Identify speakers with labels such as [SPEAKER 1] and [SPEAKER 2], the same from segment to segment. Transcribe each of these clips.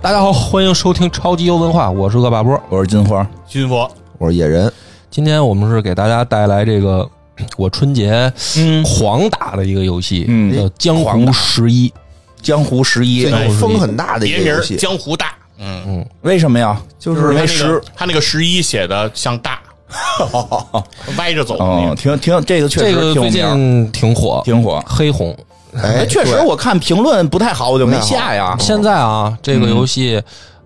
[SPEAKER 1] 大家好，欢迎收听超级优文化，我是恶霸波。
[SPEAKER 2] 我是金花，
[SPEAKER 3] 军佛，
[SPEAKER 2] 我是野人，
[SPEAKER 1] 今天我们是给大家带来这个我春节
[SPEAKER 3] 嗯，
[SPEAKER 1] 狂打的一个游戏，
[SPEAKER 2] 嗯
[SPEAKER 1] 叫《江湖十一》。
[SPEAKER 2] 江湖十一
[SPEAKER 4] 最，近风很大的一
[SPEAKER 3] 别
[SPEAKER 4] 个
[SPEAKER 3] 名
[SPEAKER 4] 游
[SPEAKER 3] 儿
[SPEAKER 4] 戏，
[SPEAKER 3] 江湖大，嗯，
[SPEAKER 2] 为什么呀？就
[SPEAKER 3] 他
[SPEAKER 2] 是
[SPEAKER 3] 那
[SPEAKER 2] 没
[SPEAKER 3] 个
[SPEAKER 2] 十，
[SPEAKER 3] 他那个十一写的像大，歪着走那
[SPEAKER 2] 嗯，
[SPEAKER 3] 个，
[SPEAKER 2] 挺挺这个确
[SPEAKER 1] 这
[SPEAKER 2] 实
[SPEAKER 1] 个
[SPEAKER 2] 挺有
[SPEAKER 1] 最
[SPEAKER 2] 名，
[SPEAKER 1] 近挺火，
[SPEAKER 2] 挺火。
[SPEAKER 1] 黑红。
[SPEAKER 4] 哎，
[SPEAKER 2] 确实，
[SPEAKER 4] 对
[SPEAKER 2] 我看评论不太好，我就没下呀。
[SPEAKER 1] 现在啊，这个游戏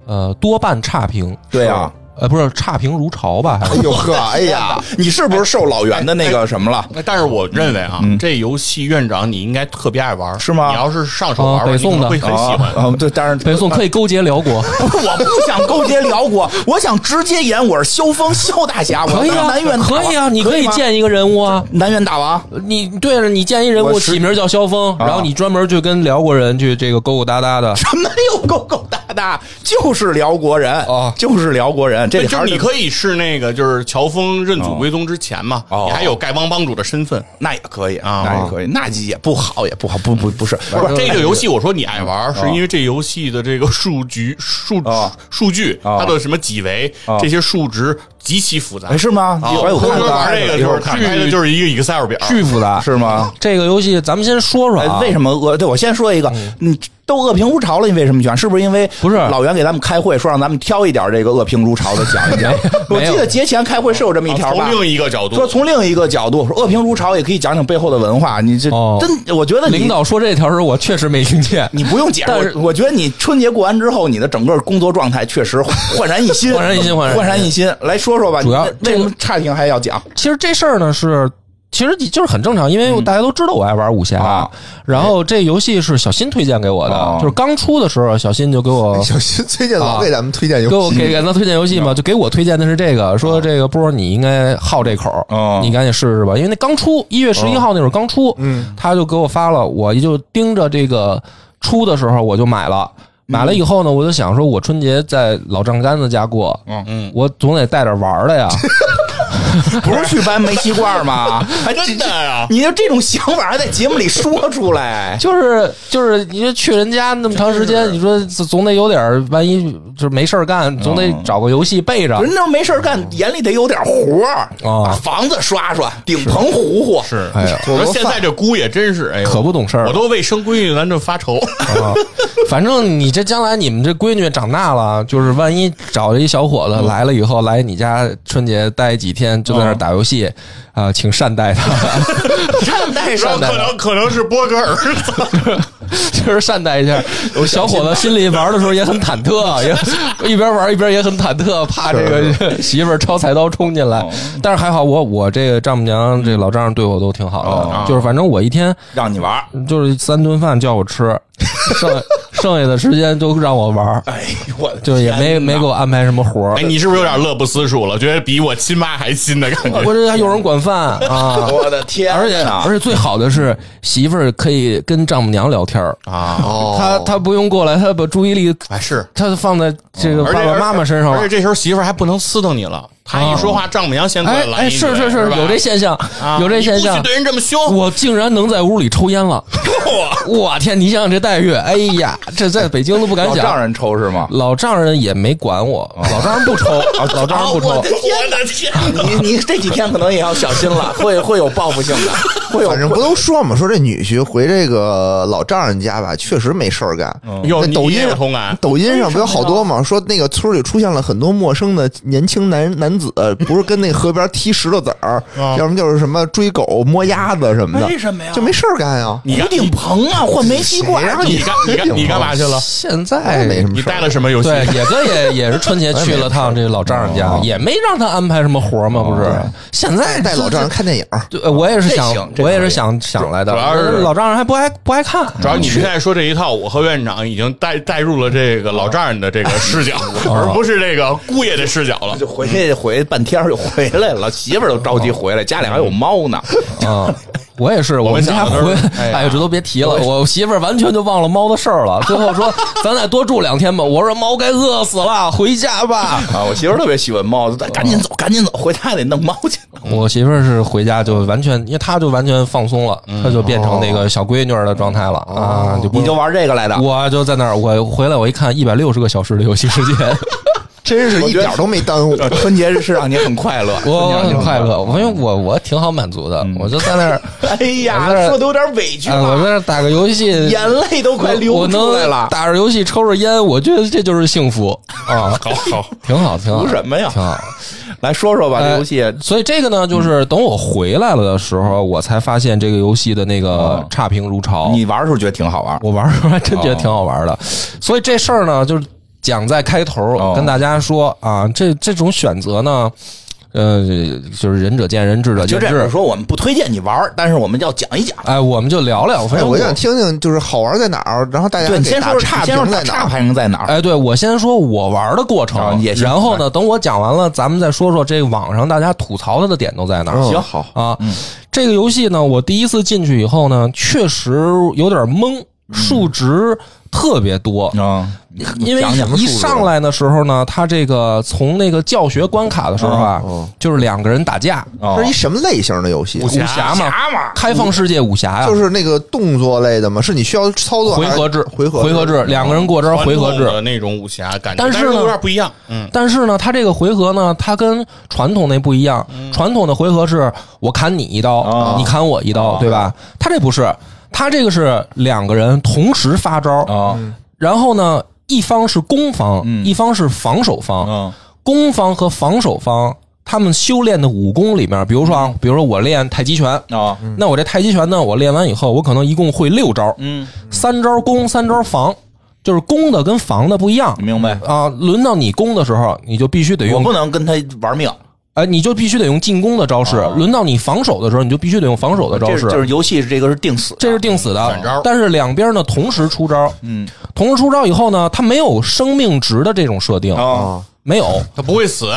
[SPEAKER 1] 呃多半差评，
[SPEAKER 2] 嗯对啊呀，
[SPEAKER 1] 呃不是差评如潮吧？还
[SPEAKER 4] 哎
[SPEAKER 1] 是
[SPEAKER 4] 呦呵，哎呀，
[SPEAKER 2] 你是不是受老袁的那个什么 了？
[SPEAKER 3] 那但是我认为啊，这游戏院长你应该特别爱玩，
[SPEAKER 2] 是吗
[SPEAKER 3] 你要是上手玩
[SPEAKER 1] 哦北
[SPEAKER 3] 玩，
[SPEAKER 1] 宋的
[SPEAKER 3] 你会很喜欢。
[SPEAKER 2] 啊，啊对，但是
[SPEAKER 1] 北宋可以勾结辽国，
[SPEAKER 2] 我不想勾结辽国，我想直接演我是萧峰萧大侠，我
[SPEAKER 1] 可以
[SPEAKER 2] 当
[SPEAKER 1] 啊
[SPEAKER 2] 南院，大
[SPEAKER 1] 可
[SPEAKER 2] 王
[SPEAKER 1] 以啊，你可以
[SPEAKER 2] 吗
[SPEAKER 1] 建一个人物啊。
[SPEAKER 2] 南院大王。
[SPEAKER 1] 你对了，你建一人物
[SPEAKER 2] 我是啊
[SPEAKER 1] 起名叫萧峰，然后你专门去跟辽国人去这个勾勾搭搭的，
[SPEAKER 2] 什么 又勾勾搭搭，就是辽国人
[SPEAKER 1] 哦
[SPEAKER 2] 就是辽国人。这
[SPEAKER 3] 对
[SPEAKER 2] 里
[SPEAKER 3] 就
[SPEAKER 2] 还
[SPEAKER 3] 是你
[SPEAKER 2] 是
[SPEAKER 3] 可以是那个，就是乔峰认祖归宗之前嘛，
[SPEAKER 2] 哦
[SPEAKER 3] 你还有丐帮帮主的身份。
[SPEAKER 2] 那也可以
[SPEAKER 3] 啊
[SPEAKER 2] 那也可以，那也不好，也不好，不不不是，不是
[SPEAKER 3] 这个游戏我说你爱玩，是因为这游戏的这个数据数
[SPEAKER 2] 啊
[SPEAKER 3] 数据，
[SPEAKER 2] 啊
[SPEAKER 3] 它的什么几维
[SPEAKER 2] 啊
[SPEAKER 3] 这些数值极其复杂
[SPEAKER 2] 哎。是吗？
[SPEAKER 3] 啊，
[SPEAKER 2] 有哎，我看
[SPEAKER 3] 专门玩这个
[SPEAKER 2] 一
[SPEAKER 3] 就
[SPEAKER 2] 会儿
[SPEAKER 3] 是
[SPEAKER 2] 看
[SPEAKER 3] 开的就是一个 Excel 表，
[SPEAKER 1] 巨复杂。
[SPEAKER 2] 是吗？
[SPEAKER 1] 这个游戏咱们先说说
[SPEAKER 2] 哎
[SPEAKER 1] 啊，，
[SPEAKER 2] 为什么恶？对我先说一个，你都恶评如潮了，你为什么选？是不是因为
[SPEAKER 1] 不是
[SPEAKER 2] 老袁给咱们开会说让咱们挑一点这个恶评如潮的讲一讲？我
[SPEAKER 1] 没有
[SPEAKER 2] 记得节前开会是有这么一条吧
[SPEAKER 3] 哦从？另一个角度
[SPEAKER 2] 说从另一个角度，说恶评如潮也可以讲讲背后的文化。你这
[SPEAKER 1] 哦
[SPEAKER 2] 真，我觉得你
[SPEAKER 1] 领导说这条时候，我确实没听见，
[SPEAKER 2] 你不用解
[SPEAKER 1] 但是
[SPEAKER 2] 释，我我觉得你春节过完之后，你的整个工作状态确实焕然一 新，
[SPEAKER 1] 焕然一新焕然一新
[SPEAKER 2] 焕然一新。来说说吧，
[SPEAKER 1] 主要
[SPEAKER 2] 你为为什么差评还要讲？
[SPEAKER 1] 其实这事儿呢是，其实就是很正常，因为大家都知道我爱玩武侠，
[SPEAKER 2] 嗯啊
[SPEAKER 1] 然后这游戏是小新推荐给我的，
[SPEAKER 2] 哦
[SPEAKER 1] 就是刚出的时候，小新就给我。
[SPEAKER 4] 小新最近老给咱们推荐游
[SPEAKER 1] 啊给我
[SPEAKER 4] 戏，
[SPEAKER 1] 给给他推荐游戏嘛，就给我推荐的是这个，说这个波儿你应该好这口儿，
[SPEAKER 2] 哦
[SPEAKER 1] 你赶紧试试吧，因为那刚出一月十一号那会儿刚出，
[SPEAKER 4] 嗯，
[SPEAKER 1] 他就给我发了，我就盯着这个出的时候我就买了，买了以后呢，我就想说，我春节在老丈杆子家过，
[SPEAKER 2] 嗯
[SPEAKER 3] 嗯
[SPEAKER 1] 我总得带点玩儿的呀，
[SPEAKER 2] 不是去搬煤气罐吗？还
[SPEAKER 3] 真的呀，
[SPEAKER 2] 你就这种想法还在节目里说出来，
[SPEAKER 1] 就是就是，你说去人家那么长时间，你说总总得有点儿，万一就是没事儿干，总得找个游戏备着
[SPEAKER 2] 人家没事儿干，眼里得有点活儿，把
[SPEAKER 1] 啊。
[SPEAKER 2] 房子刷刷，顶棚糊糊。
[SPEAKER 3] 是，
[SPEAKER 1] 哎呀，
[SPEAKER 3] 我说现在这姑也真是，哎呦，
[SPEAKER 1] 可不懂事儿
[SPEAKER 3] 我都为生闺女咱这发 愁。
[SPEAKER 1] 啊！反正你这将来你们这闺女长大了，就是万一找一小伙
[SPEAKER 2] 嗯
[SPEAKER 1] 子来了以后，来你家春节待几天，就在那儿打游戏啊、请善待他，
[SPEAKER 2] 善待
[SPEAKER 3] 然后
[SPEAKER 2] 善待
[SPEAKER 3] 可，能可能是波哥 儿子，
[SPEAKER 1] 就是善待一下。小伙子心里玩的时候也很忐忑，啊也一边玩一边也很忐忑，怕这个 媳妇儿抄菜刀冲进来
[SPEAKER 2] 哦。
[SPEAKER 1] 但是还好我，我这个丈母娘这老丈人对我都挺好的，
[SPEAKER 2] 哦
[SPEAKER 1] 就是反正我一天
[SPEAKER 2] 让你玩儿。
[SPEAKER 1] 就是三顿饭叫我吃，剩剩下的时间都让我玩儿，
[SPEAKER 2] 哎呦我的天哪，！
[SPEAKER 1] 就是也没没给我安排什么活儿
[SPEAKER 3] 哎，。你是不是有点乐不思蜀了？觉得比我亲妈还亲的感觉？
[SPEAKER 1] 我这还有人管饭啊
[SPEAKER 2] 我的天哪，
[SPEAKER 1] 而且而且最好的是媳妇儿可以跟丈母娘聊天儿，
[SPEAKER 3] 啊，
[SPEAKER 4] 哦，
[SPEAKER 1] 她她不用过来，她把注意力
[SPEAKER 3] 哎是。
[SPEAKER 1] 她放在这个
[SPEAKER 3] 哦而且
[SPEAKER 1] 爸爸妈妈身上了
[SPEAKER 3] 而且。这时候媳妇儿还不能刺瞪你了，她一说话，丈母娘先过来
[SPEAKER 1] 哎
[SPEAKER 3] 拦
[SPEAKER 1] 哎，
[SPEAKER 3] 一句
[SPEAKER 1] 是是是，
[SPEAKER 3] 吧
[SPEAKER 1] 有这现象，
[SPEAKER 3] 啊
[SPEAKER 1] 有这现
[SPEAKER 3] 你
[SPEAKER 1] 象
[SPEAKER 3] 不许。对人这么凶，
[SPEAKER 1] 我竟然能在屋里抽烟了，我天！你想想这待遇，哎呀，这在北京都不敢
[SPEAKER 2] 老丈
[SPEAKER 1] 想。
[SPEAKER 2] 人抽是吗？
[SPEAKER 1] 老丈人也没管我，老丈人不 抽，老丈人不抽。
[SPEAKER 3] 啊我的天！
[SPEAKER 2] 你你这几天可能也要小心了，会会有报复性的，会有
[SPEAKER 4] 反正不都说嘛，说这女婿回这个老丈人家吧，确实没事儿干。
[SPEAKER 3] 哟，
[SPEAKER 4] 那
[SPEAKER 3] 你
[SPEAKER 4] 抖
[SPEAKER 3] 也啊
[SPEAKER 4] 音
[SPEAKER 3] 有同感，
[SPEAKER 4] 抖音上不有好多嘛，说那个村里出现了很多陌生的年轻男男子，不是跟那河边踢石头子儿，要么就是什么追狗、摸鸭子什么的，
[SPEAKER 2] 为什么呀
[SPEAKER 4] 就没事儿干呀。
[SPEAKER 3] 你
[SPEAKER 2] 屋
[SPEAKER 3] 干
[SPEAKER 2] 顶棚啊，换煤气罐
[SPEAKER 4] 谁
[SPEAKER 2] 儿
[SPEAKER 4] 让
[SPEAKER 3] 你干你干你干嘛去了？
[SPEAKER 1] 现在
[SPEAKER 4] 哎，没什么
[SPEAKER 3] 你
[SPEAKER 4] 事儿
[SPEAKER 3] 带了什么游戏？
[SPEAKER 1] 对，野哥也也是春节去了趟这老丈人家，也没让他安排什么活嘛，不是？现在
[SPEAKER 4] 带老丈人
[SPEAKER 1] 这，
[SPEAKER 4] 看电影儿，
[SPEAKER 1] 对我也是
[SPEAKER 2] 这
[SPEAKER 1] 想
[SPEAKER 2] 行，这
[SPEAKER 1] 我也
[SPEAKER 2] 可
[SPEAKER 1] 是
[SPEAKER 2] 以
[SPEAKER 1] 想想来的。
[SPEAKER 3] 主要是
[SPEAKER 1] 老丈人还不爱不爱看，
[SPEAKER 3] 主要你现在说这一套，我和院长已经带带入了这个老丈人的这个视角，而不是这个姑爷的视角了。
[SPEAKER 2] 就回
[SPEAKER 1] 嗯嗯
[SPEAKER 2] 去回半天儿就回来了，媳妇儿都着急回来，家里还有猫呢。
[SPEAKER 1] 啊，我也是，
[SPEAKER 3] 我
[SPEAKER 1] 我
[SPEAKER 3] 们
[SPEAKER 1] 们家
[SPEAKER 3] 小的时候
[SPEAKER 1] 回，
[SPEAKER 3] 哎呀
[SPEAKER 1] 哎呀，这都别提了，我媳妇儿完全就忘了猫的事儿了。最后说，咱再多住两天吧。我说猫该饿死了，回家吧。
[SPEAKER 5] 啊，我媳妇儿特别喜欢猫，就赶紧走，赶紧走，回家得弄猫去。
[SPEAKER 1] 我媳妇儿是回家就完全，因为她就完全放松了，她就变成那个小闺女儿的状态了啊，就不
[SPEAKER 5] 你就玩这个来的，
[SPEAKER 1] 我就在那儿，我回来我一看，一百六十个小时的游戏时间，
[SPEAKER 4] 真是一点儿都没耽误。
[SPEAKER 5] 呃春节是让你很快乐，
[SPEAKER 1] 我我
[SPEAKER 5] 春节让你
[SPEAKER 1] 很快。乐，我因为我我挺好满足
[SPEAKER 5] 嗯
[SPEAKER 1] 的，我就在那儿，
[SPEAKER 5] 哎呀
[SPEAKER 1] 我在，这
[SPEAKER 5] 说的有点委屈
[SPEAKER 1] 哎我在
[SPEAKER 5] 了，
[SPEAKER 1] 那儿打个游戏，
[SPEAKER 5] 眼泪都快
[SPEAKER 1] 我
[SPEAKER 5] 流
[SPEAKER 1] 我
[SPEAKER 5] 出来
[SPEAKER 1] 能
[SPEAKER 5] 了。
[SPEAKER 1] 打着游戏抽着烟，我觉得这就是 幸福啊，
[SPEAKER 3] 好 好，
[SPEAKER 1] 挺好，挺好
[SPEAKER 5] 图，什么呀？
[SPEAKER 1] 挺好。
[SPEAKER 5] 来说说吧，
[SPEAKER 1] 哎
[SPEAKER 5] 这游戏
[SPEAKER 1] 所以这个呢，就是等我回来了的时候，我才发现这个游戏的那
[SPEAKER 5] 哦
[SPEAKER 1] 个差评如潮。
[SPEAKER 5] 你玩的时候觉得挺好玩，
[SPEAKER 1] 我玩儿的时候还真觉得挺好玩儿的。所以这事儿呢，就是讲在开头儿，
[SPEAKER 5] 哦
[SPEAKER 1] 跟大家说啊，这这种选择呢，呃，就是仁者见仁，智者
[SPEAKER 5] 啊就
[SPEAKER 1] 见
[SPEAKER 5] 这样
[SPEAKER 1] 智。
[SPEAKER 5] 说，我们不推荐你玩，但是我们要讲一讲。
[SPEAKER 1] 哎，我们就聊聊，反
[SPEAKER 4] 哎，
[SPEAKER 1] 正
[SPEAKER 4] 我想听听，就是好玩在哪儿，然后大家
[SPEAKER 5] 对，你
[SPEAKER 4] 给
[SPEAKER 5] 先
[SPEAKER 4] 打
[SPEAKER 5] 说
[SPEAKER 4] 差
[SPEAKER 5] 先
[SPEAKER 4] 评
[SPEAKER 5] 说
[SPEAKER 4] 在哪
[SPEAKER 5] 差
[SPEAKER 4] 儿。
[SPEAKER 5] 评在哪儿？
[SPEAKER 1] 哎，对，我先说我玩的过
[SPEAKER 5] 啊
[SPEAKER 1] 程，
[SPEAKER 5] 也行
[SPEAKER 1] 然后呢，等我讲完了，咱们再说说这个网上大家吐槽它的点都在哪儿。
[SPEAKER 4] 嗯
[SPEAKER 5] 行，好，
[SPEAKER 1] 啊，这个游戏呢，我第一次进去以后呢，确实有点懵，数值特别多，
[SPEAKER 5] 嗯，
[SPEAKER 1] 因为
[SPEAKER 5] 讲讲
[SPEAKER 1] 一
[SPEAKER 2] 啊
[SPEAKER 1] 上来的时候呢，他这个从那个教学关卡的时候啊，就是两个人打架，
[SPEAKER 5] 啊
[SPEAKER 4] 这是一什么类型的游戏？
[SPEAKER 1] 侠嘛，开放世界武侠呀、
[SPEAKER 4] 就是那个动作类的吗？是你需要操作
[SPEAKER 1] 啊回合制，
[SPEAKER 4] 还是回合
[SPEAKER 1] 回合制，两个人过招，回合
[SPEAKER 3] 传统的
[SPEAKER 1] 制。
[SPEAKER 3] 那种武侠感觉，
[SPEAKER 1] 但
[SPEAKER 3] 但
[SPEAKER 1] 是呢
[SPEAKER 3] 有点不一样。嗯，
[SPEAKER 1] 但是呢，他这个回合呢，他跟传统那不一样。传统的回合是我砍你一刀，你砍我一刀，对吧？他这不是，他这个是两个人同时发招，然后呢，一方是攻方，一方是防守方。
[SPEAKER 5] 嗯
[SPEAKER 1] 攻方和防守方他们修炼的武功里面，比如说啊，比如说我练太极拳，
[SPEAKER 5] 啊，
[SPEAKER 1] 那我这太极拳呢，我练完以后，我可能一共会六招，
[SPEAKER 5] 嗯，
[SPEAKER 1] 三招攻，三招防，就是攻的跟防的不一样
[SPEAKER 5] 明白。
[SPEAKER 1] 啊。轮到你攻的时候，你就必须得
[SPEAKER 5] 我
[SPEAKER 1] 用
[SPEAKER 5] 不能跟他玩命，
[SPEAKER 1] 哎，你就必须得用进攻的招式；轮到你防守的时候，你就必须得用防守的招
[SPEAKER 5] 啊这
[SPEAKER 1] 式
[SPEAKER 5] 是。就是游戏这个是定死的，
[SPEAKER 1] 这是定死
[SPEAKER 3] 反招
[SPEAKER 1] 的，但是两边呢同时出招，
[SPEAKER 5] 嗯
[SPEAKER 1] 同时出招以后呢，它没有生命值的这种设定，
[SPEAKER 5] 啊，
[SPEAKER 4] 啊，
[SPEAKER 1] 没有，
[SPEAKER 3] 他不会死，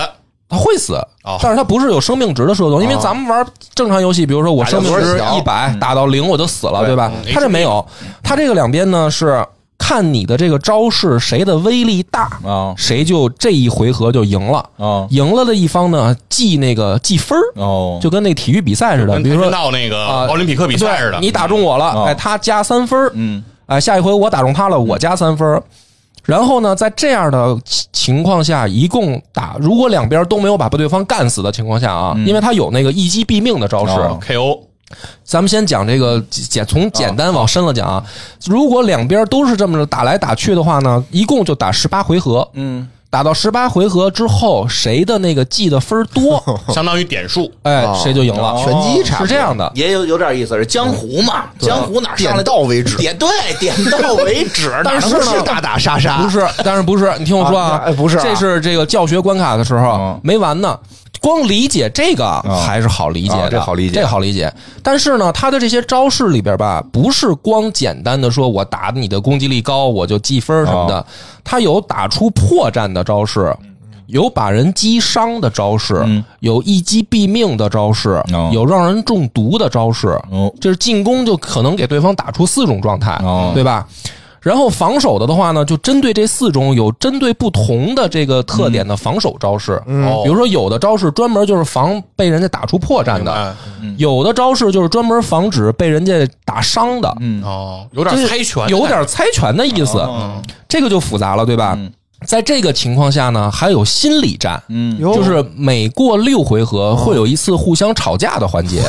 [SPEAKER 1] 他会死
[SPEAKER 3] 哦，
[SPEAKER 1] 但是他不是有生命值的设定，因为咱们玩正常游戏，比如说我生命值一百，打到零我就死了，
[SPEAKER 5] 对
[SPEAKER 1] 对吧？
[SPEAKER 3] 嗯
[SPEAKER 1] 他这没有，他这个两边呢是看你的这个招式谁的威力大，
[SPEAKER 5] 啊
[SPEAKER 1] 谁就这一回合就赢了。
[SPEAKER 5] 啊
[SPEAKER 1] 赢了的一方呢记那个记分儿，
[SPEAKER 5] 哦
[SPEAKER 1] 就跟那体育比赛似的，
[SPEAKER 3] 跟
[SPEAKER 1] 比如说
[SPEAKER 3] 到那个
[SPEAKER 1] 啊
[SPEAKER 3] 奥林匹克比赛似的，
[SPEAKER 1] 对你打中我了，
[SPEAKER 5] 嗯
[SPEAKER 1] 哎，他加三分儿，
[SPEAKER 5] 嗯
[SPEAKER 1] 哎，下一回我打中他了，我加三分儿。然后呢，在这样的情情况下，一共打，如果两边都没有把被对方干死的情况下啊，因为他有那个一击毙命的招式。
[SPEAKER 5] 哦
[SPEAKER 3] KO
[SPEAKER 1] 咱们先讲这个简，从简单往深了讲啊。如果两边都是这么着打来打去的话呢，一共就打十八回合。
[SPEAKER 5] 嗯，
[SPEAKER 1] 打到十八回合之后，谁的那个记的分儿多，
[SPEAKER 3] 相当于点数，
[SPEAKER 1] 哎，谁就赢
[SPEAKER 4] 哦
[SPEAKER 1] 了。
[SPEAKER 4] 拳击差
[SPEAKER 1] 是这样的，，
[SPEAKER 5] 也有有点意思，是江湖嘛，江湖哪上来
[SPEAKER 4] 点到为止
[SPEAKER 5] 点对，点到为止
[SPEAKER 1] 但是呢
[SPEAKER 5] 哪能是打打杀杀，
[SPEAKER 1] 不是，但是 不是？你听我说
[SPEAKER 5] 啊
[SPEAKER 1] 啊，
[SPEAKER 5] 哎不是啊
[SPEAKER 1] 这是这个教学关卡的时候
[SPEAKER 5] 嗯
[SPEAKER 1] 没完呢。光理解这个还是好理解
[SPEAKER 5] 啊
[SPEAKER 1] 的，
[SPEAKER 5] 这好理解
[SPEAKER 1] 这个好理解。但是呢，他的这些招式里边吧，不是光简单的说我打你的攻击力高我就记分什么
[SPEAKER 5] 啊
[SPEAKER 1] 的，他有打出破绽的招式。有把人击伤的招式，有一击毙命的招式，
[SPEAKER 5] 嗯哦
[SPEAKER 1] 有让人中毒的招式，
[SPEAKER 5] 哦
[SPEAKER 1] 就是进攻就可能给对方打出四种状态，
[SPEAKER 5] 哦
[SPEAKER 1] 对吧？然后防守的的话呢，就针对这四种有针对不同的这个
[SPEAKER 5] 嗯
[SPEAKER 1] 特点的防守招式，
[SPEAKER 4] 嗯
[SPEAKER 1] 比如说有的招式专门就是防被人家打出破绽的，
[SPEAKER 3] 哎
[SPEAKER 5] 嗯
[SPEAKER 1] 有的招式就是专门防止被人家打伤的，
[SPEAKER 5] 嗯
[SPEAKER 3] 哦，有点猜拳，
[SPEAKER 1] 有点猜拳的意思，这个就复杂了，对吧？
[SPEAKER 3] 嗯
[SPEAKER 1] 在这个情况下呢，还有心理战，
[SPEAKER 5] 嗯
[SPEAKER 4] 哟
[SPEAKER 1] 就是每过六回合会有一次互相吵架的环节。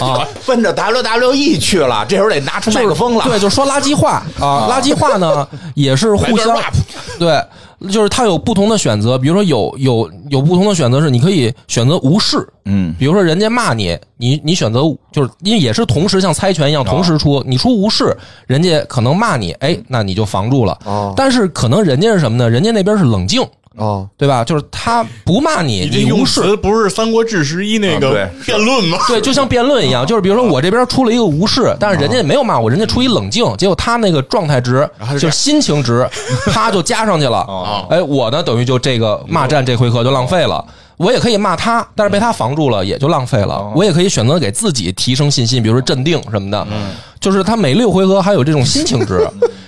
[SPEAKER 1] 啊，
[SPEAKER 5] 奔着 WWE 去了，这时候得拿出麦克风了，
[SPEAKER 1] 对，就说垃圾话啊，垃圾话呢也是互
[SPEAKER 3] 来段
[SPEAKER 1] 相
[SPEAKER 3] rap
[SPEAKER 1] 对，就是它有不同的选择，比如说有有有不同的选择是你可以选择无视，
[SPEAKER 5] 嗯
[SPEAKER 1] 比如说人家骂你，你你选择就是因为也是同时像猜拳一样同时出，你出无视，人家可能骂你，哎，那你就防住了，
[SPEAKER 4] 哦
[SPEAKER 1] 但是可能人家是什么呢？人家那边是冷静。
[SPEAKER 4] 哦，
[SPEAKER 1] 对吧？就是他不骂你，
[SPEAKER 3] 你这
[SPEAKER 1] 你
[SPEAKER 3] 用
[SPEAKER 1] 无视，
[SPEAKER 3] 词不是《三国志》十一那个
[SPEAKER 5] 啊对
[SPEAKER 3] 辩论吗？
[SPEAKER 1] 对，就像辩论一样，就是比如说我这边出了一个无视，但是人家也没有骂我，人家出一冷静，结果他那个状态值就是心情
[SPEAKER 4] 哦
[SPEAKER 1] 值，他就加上去了。哎，我呢等于就这个骂战这回合就浪费了。我也可以骂他，但是被他防住了也就浪费
[SPEAKER 4] 哦
[SPEAKER 1] 了。我也可以选择给自己提升信心，比如说镇定什么的。
[SPEAKER 4] 嗯
[SPEAKER 1] 就是他每六回合还有这种心情 值，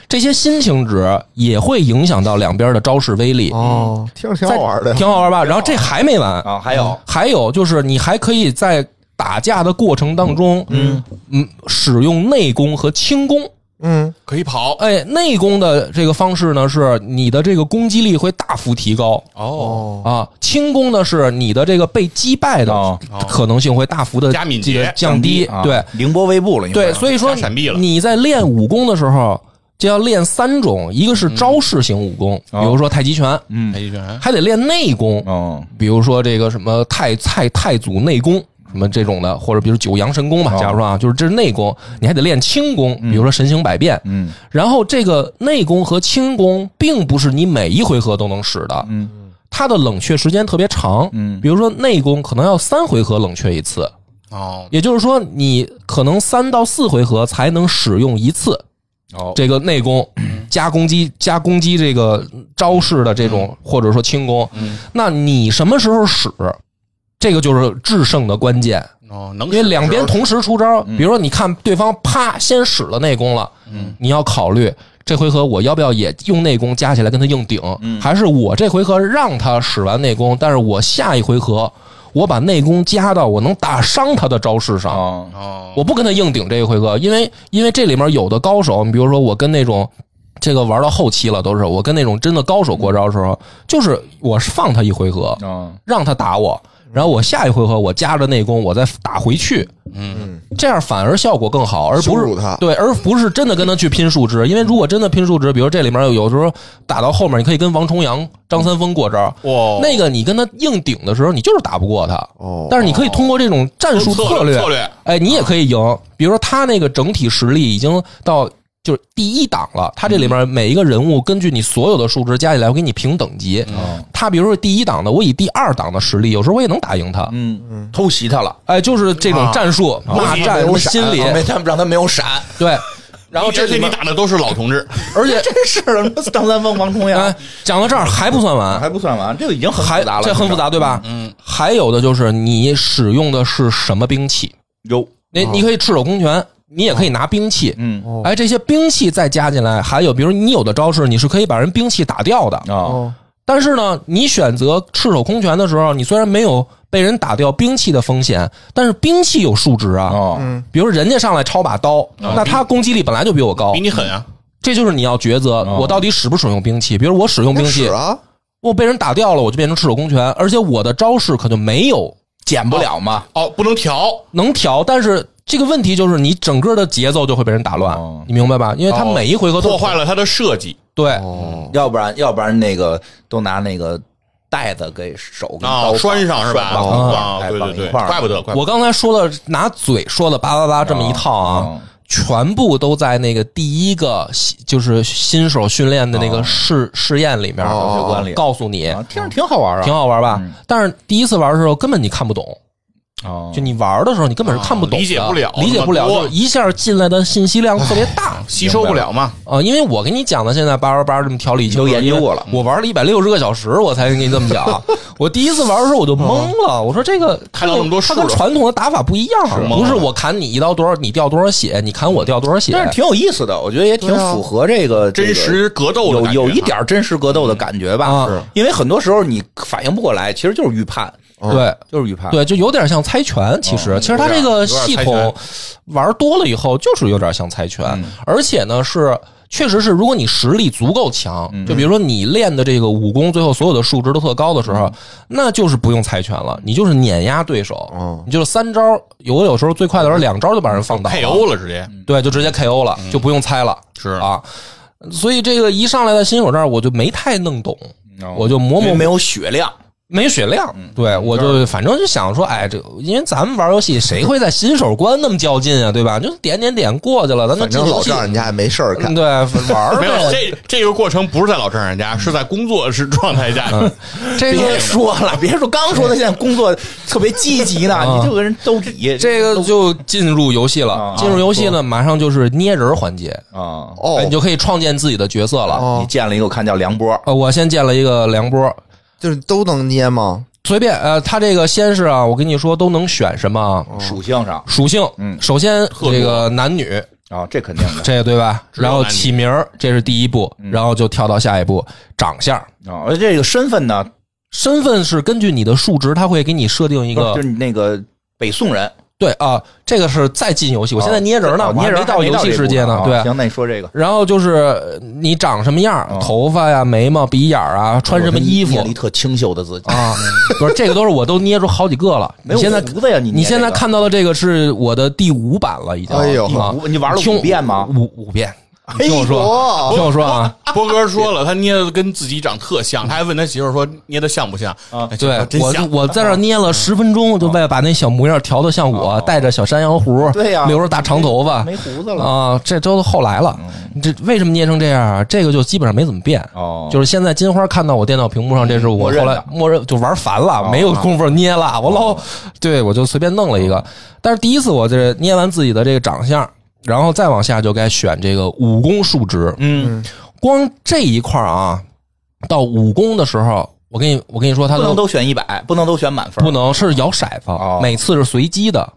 [SPEAKER 1] 这些心情值也会影响到两边的招式威力。
[SPEAKER 4] 哦，听着挺好玩的，
[SPEAKER 1] 挺好玩吧？然后这还没完，
[SPEAKER 2] 啊，还有
[SPEAKER 1] 还有就是你还可以在打架的过程当中，嗯嗯，使用内功和轻功。
[SPEAKER 4] 嗯，
[SPEAKER 3] 可以跑
[SPEAKER 1] 哎，内功的这个方式呢，是你的这个攻击力会大幅提高
[SPEAKER 3] 哦，
[SPEAKER 1] 啊；轻功呢，是你的这个被击败的
[SPEAKER 2] 哦
[SPEAKER 1] 可能性会大幅的
[SPEAKER 3] 加敏捷
[SPEAKER 1] 降低。
[SPEAKER 2] 啊
[SPEAKER 1] 嗯对
[SPEAKER 2] 凌波微步了，你
[SPEAKER 1] 对，
[SPEAKER 2] 以
[SPEAKER 1] 所以说
[SPEAKER 3] 加闪避了
[SPEAKER 1] 你在练武功的时候，就要练三种，一个是招式型武功，比如说太极拳，
[SPEAKER 2] 嗯
[SPEAKER 3] 太，极拳
[SPEAKER 1] 还得练内功，
[SPEAKER 2] 哦，
[SPEAKER 1] 比如说这个什么太太太祖内功。什么这种的，或者比如九阳神功
[SPEAKER 2] 哦
[SPEAKER 1] 吧，假如说啊，就是这是内功，你还得练轻功，比如说神行百变，
[SPEAKER 2] 嗯
[SPEAKER 1] 然后这个内功和轻功并不是你每一回合都能使的，
[SPEAKER 2] 嗯，
[SPEAKER 1] 它的冷却时间特别长，
[SPEAKER 2] 嗯
[SPEAKER 1] 比如说内功可能要三回合冷却一次，
[SPEAKER 3] 哦，
[SPEAKER 1] 也就是说你可能三到四回合才能使用一次。
[SPEAKER 2] 哦
[SPEAKER 1] 这个内功加攻击 加攻击这个招式的这种或者说轻功，那你什么时候使，这个就是制胜的关键。
[SPEAKER 3] 哦，能
[SPEAKER 1] 因为两边同时出招，比如说你看对方啪先使了内功了，你要考虑这回合我要不要也用内功加起来跟他硬顶，还是我这回合让他使完内功，但是我下一回合我把内功加到我能打伤他的招式上，
[SPEAKER 5] 啊
[SPEAKER 2] 哦
[SPEAKER 3] 哦，
[SPEAKER 1] 我不跟他硬顶这一回合，因为因为这里面有的高手，你比如说我跟那种。这个玩到后期了，都是我跟那种真的高手过招的时候，就是我是放他一回合，
[SPEAKER 2] 哦
[SPEAKER 1] 让他打我，然后我下一回合我加着内功，我再打回去，嗯，这样反而效果更好，而不
[SPEAKER 4] 羞辱
[SPEAKER 1] 是
[SPEAKER 4] 他
[SPEAKER 1] 对，而不是真的跟他去拼数值，因为如果真的拼数值，比如这里面有有时候打到后面，你可以跟王重阳、张三丰过招。
[SPEAKER 2] 哦
[SPEAKER 3] 哇，
[SPEAKER 1] 那个你跟他硬顶的时候，你就是打不过他。
[SPEAKER 4] 哦
[SPEAKER 1] 但是你可以通过这种战术
[SPEAKER 3] 策
[SPEAKER 1] 略，
[SPEAKER 2] 哦
[SPEAKER 3] 策略
[SPEAKER 1] 哎，你也可以赢。比如说他那个整体实力已经到就是第一档了，他这里面每一个人物根据你所有的数值加起来，我给你评等级。
[SPEAKER 2] 嗯
[SPEAKER 1] 他比如说第一档的，我以第二档的实力，有时候我也能打赢他。
[SPEAKER 2] 嗯，偷袭他了，
[SPEAKER 1] 哎，就是这种战术、骂战什么心理
[SPEAKER 2] 啊，没他们让他没有闪，
[SPEAKER 1] 对。然后
[SPEAKER 3] 你而
[SPEAKER 1] 这
[SPEAKER 3] 且
[SPEAKER 1] 里
[SPEAKER 3] 你
[SPEAKER 1] 面，
[SPEAKER 3] 打的都是老同志，
[SPEAKER 1] 而 且
[SPEAKER 2] 真是 的，张三丰、王重阳
[SPEAKER 1] 哎，讲到这儿还不算完，
[SPEAKER 2] 还不算完，这个已经很
[SPEAKER 1] 还
[SPEAKER 2] 复杂了，
[SPEAKER 1] 这很复杂，对吧？嗯。还有的就是你使用的是什么兵器？
[SPEAKER 2] 有，
[SPEAKER 1] 你
[SPEAKER 3] 哦
[SPEAKER 1] 你可以赤手空拳，你也可以拿兵器。
[SPEAKER 2] 嗯
[SPEAKER 1] 哎，这些兵器再加进来，还有比如你有的招式，你是可以把人兵器打掉的。
[SPEAKER 2] 啊，
[SPEAKER 4] 哦
[SPEAKER 1] 但是呢，你选择赤手空拳的时候，你虽然没有被人打掉兵器的风险，但是兵器有数值啊。
[SPEAKER 2] 哦，
[SPEAKER 1] 比如人家上来抄把刀，那他攻击力本来就比我高
[SPEAKER 3] 哦比，你哦狠啊！
[SPEAKER 1] 这就是你要抉择，我到底使不使用兵器。比如我使用兵器
[SPEAKER 4] 使，啊，
[SPEAKER 1] 我被人打掉了，我就变成赤手空拳，而且我的招式可就没有
[SPEAKER 2] 减不了嘛，
[SPEAKER 3] 哦，不能调，
[SPEAKER 1] 能调，但是这个问题就是你整个的节奏就会被人打乱，
[SPEAKER 2] 哦
[SPEAKER 1] 你明白吧？因为他
[SPEAKER 3] 哦
[SPEAKER 1] 每一回合都
[SPEAKER 3] 破坏了哦他的设计。
[SPEAKER 1] 对。
[SPEAKER 2] 要不然要不然那个都拿那个带子给手跟
[SPEAKER 3] 啊
[SPEAKER 2] 刀绑
[SPEAKER 3] 拴上是吧
[SPEAKER 2] 绑一块
[SPEAKER 3] 啊
[SPEAKER 2] 儿，
[SPEAKER 3] 对对
[SPEAKER 2] 绑
[SPEAKER 3] 对
[SPEAKER 2] 一块儿
[SPEAKER 3] 怪不得怪
[SPEAKER 1] 我刚才说的拿嘴说的叭叭叭这么一套啊
[SPEAKER 2] 哦，
[SPEAKER 1] 全部都在那个第一个新就是新手训练的那
[SPEAKER 3] 哦
[SPEAKER 1] 个试试验里面
[SPEAKER 2] 哦哦哦
[SPEAKER 1] 告诉你
[SPEAKER 2] 啊，，听着挺好玩啊，
[SPEAKER 1] 挺好玩吧？
[SPEAKER 3] 嗯
[SPEAKER 1] 但是第一次玩的时候根本你看不懂，
[SPEAKER 2] 哦
[SPEAKER 1] 就你玩的时候你根本是看不懂的，
[SPEAKER 3] 啊理解不了
[SPEAKER 1] 理解不了，
[SPEAKER 3] 那么
[SPEAKER 1] 就
[SPEAKER 3] 多哦
[SPEAKER 1] 是一下进来的信息量特别大。
[SPEAKER 3] 吸收不了嘛，
[SPEAKER 1] 啊，因为我给你讲的现在八八八这么条理清楚
[SPEAKER 2] 你都研究过了，
[SPEAKER 1] 因为我玩了一百六十个小时，我才给你这么 讲。我第一次玩的时候我就懵了，我说这个
[SPEAKER 3] 看到
[SPEAKER 1] 这个
[SPEAKER 3] 那么多
[SPEAKER 1] 它
[SPEAKER 3] 数
[SPEAKER 1] 跟
[SPEAKER 3] 了
[SPEAKER 1] 传统的打法不一样啊
[SPEAKER 3] 是，
[SPEAKER 1] 不
[SPEAKER 3] 懵
[SPEAKER 1] 是
[SPEAKER 3] 了
[SPEAKER 1] 我砍你一刀多少，你掉多少血，你砍我掉多少血。
[SPEAKER 2] 但是挺有意思的，我觉得也挺符合这个
[SPEAKER 3] 啊真实格斗
[SPEAKER 2] 有
[SPEAKER 3] 的感觉啊
[SPEAKER 2] 有一点真实格斗的感觉吧，
[SPEAKER 1] 啊是
[SPEAKER 2] 因为很多时候你反应不过来，其实就是预判，
[SPEAKER 1] 对。
[SPEAKER 2] 就是预判，
[SPEAKER 1] 嗯对，就有点像猜拳。其实，其实它这个系
[SPEAKER 3] 有点
[SPEAKER 1] 统玩多了以后，就是有点像猜拳。而且呢，是确实是，如果你实力足够强，就比如说你练的这个武功，最后所有的数值都特高的时候，那就是不用猜拳了，你就是碾压对手，你就是三招，有有时候最快的时候两招就把人放倒了
[SPEAKER 3] KO 了直接。
[SPEAKER 1] 对，就直接 KO 了，就不用猜了，
[SPEAKER 3] 是
[SPEAKER 1] 啊。所以这个一上来的新手这儿，我就没太弄懂，我就模模
[SPEAKER 2] 因为
[SPEAKER 1] 糊
[SPEAKER 2] 没有血量，
[SPEAKER 1] 没血量，对我就反正就想说，哎，这因为咱们玩游戏，谁会在新手关那么较劲啊，对吧？就点点点过去了，咱就
[SPEAKER 4] 反
[SPEAKER 1] 进
[SPEAKER 4] 正
[SPEAKER 1] 游
[SPEAKER 4] 老
[SPEAKER 1] 戏，
[SPEAKER 4] 丈人家也没事儿干
[SPEAKER 1] 嗯，对，玩儿
[SPEAKER 3] 没有，
[SPEAKER 1] 呗。
[SPEAKER 3] 这这个过程不是在老丈人家，是在工作室状态下。
[SPEAKER 2] 嗯
[SPEAKER 1] 这
[SPEAKER 2] 别
[SPEAKER 1] 个
[SPEAKER 2] 说了，别说，刚说他现在工作特别积极呢，你就跟人兜底，
[SPEAKER 1] 这个就进入游戏了，进入游戏呢，马上就是捏人环节，
[SPEAKER 2] 啊，
[SPEAKER 1] 哎你
[SPEAKER 4] 哦，
[SPEAKER 1] 就可以创建自己的角色了。
[SPEAKER 2] 你见了一个，我看叫梁波，
[SPEAKER 1] 呃，我先建了一个梁波，
[SPEAKER 4] 就是都能捏吗？
[SPEAKER 1] 随便呃，他这个先是啊，我跟你说都能选什么啊？
[SPEAKER 4] 哦
[SPEAKER 2] 属性上
[SPEAKER 1] 属性，
[SPEAKER 2] 嗯
[SPEAKER 1] 首先
[SPEAKER 3] 多
[SPEAKER 1] 这个男女，
[SPEAKER 2] 啊，这肯定的
[SPEAKER 1] 这个对吧？
[SPEAKER 3] 有
[SPEAKER 1] 然后
[SPEAKER 3] 男女
[SPEAKER 1] 起名儿，这是第一步，
[SPEAKER 2] 嗯
[SPEAKER 1] 然后就跳到下一步，长相。
[SPEAKER 2] 啊。而这个身份呢，
[SPEAKER 1] 身份是根据你的数值，他会给你设定一
[SPEAKER 2] 哦就
[SPEAKER 1] 个
[SPEAKER 2] 是那个北宋人，
[SPEAKER 1] 对啊，这个是再进游戏，我现在
[SPEAKER 2] 啊
[SPEAKER 1] 捏人呢，
[SPEAKER 2] 啊
[SPEAKER 1] 我
[SPEAKER 2] 捏
[SPEAKER 1] 还
[SPEAKER 2] 人
[SPEAKER 1] 没到游戏世界呢
[SPEAKER 2] 还，没到这一步
[SPEAKER 1] 对
[SPEAKER 2] 啊。行，那哦你说这个
[SPEAKER 1] 然后就是呃你长什么样，头发呀、眉毛、鼻眼儿
[SPEAKER 2] 哦
[SPEAKER 1] 啊，穿什么衣服
[SPEAKER 2] 捏了一特清秀的自己，
[SPEAKER 1] 啊，不是这个都是我都捏出好几个了。
[SPEAKER 2] 没
[SPEAKER 1] 你
[SPEAKER 2] 有
[SPEAKER 1] 现在
[SPEAKER 2] 胡子呀，你
[SPEAKER 1] 你
[SPEAKER 2] 捏
[SPEAKER 1] 现
[SPEAKER 2] 这
[SPEAKER 1] 在
[SPEAKER 2] 个
[SPEAKER 1] 看到的这个是我的第五版了，已经。
[SPEAKER 4] 哎呦
[SPEAKER 1] 啊
[SPEAKER 2] 第五你玩了
[SPEAKER 1] 听
[SPEAKER 2] 五遍吗哦
[SPEAKER 1] 五五遍。你
[SPEAKER 4] 哎
[SPEAKER 1] 听我说，
[SPEAKER 4] 呦
[SPEAKER 1] 听我说啊，
[SPEAKER 3] 波哥说了，他捏的跟自己长特像，他还问他媳妇儿说捏的像不像？啊，
[SPEAKER 1] 对
[SPEAKER 3] 真
[SPEAKER 1] 我
[SPEAKER 3] 像。
[SPEAKER 1] 我在
[SPEAKER 2] 啊
[SPEAKER 1] 这儿捏了十分
[SPEAKER 2] 嗯
[SPEAKER 1] 钟，就为了把那小模样调的像我，带着小山羊胡，
[SPEAKER 2] 哦对呀
[SPEAKER 1] 留着大长头发，
[SPEAKER 2] 没胡子了嗯
[SPEAKER 1] 啊，这都后来了。这为什么捏成这样啊？这个就基本上没怎么变。
[SPEAKER 2] 哦嗯
[SPEAKER 1] 就是现在金花看到我电脑屏幕上，这是我后
[SPEAKER 2] 默认的哦
[SPEAKER 1] 来默认就玩烦了，没有功夫捏了。我老对我就随便弄了
[SPEAKER 2] 嗯
[SPEAKER 1] 一个，但是第一次我这捏完自己的这个长相，然后再往下就该选这个武功数值。嗯，光这一块儿啊，到武功的时候，我跟你我跟你说，他
[SPEAKER 2] 不能
[SPEAKER 1] 都
[SPEAKER 2] 都选一百，不能都选满分，
[SPEAKER 1] 不能是摇骰子，
[SPEAKER 2] 哦
[SPEAKER 1] 每次是随机的。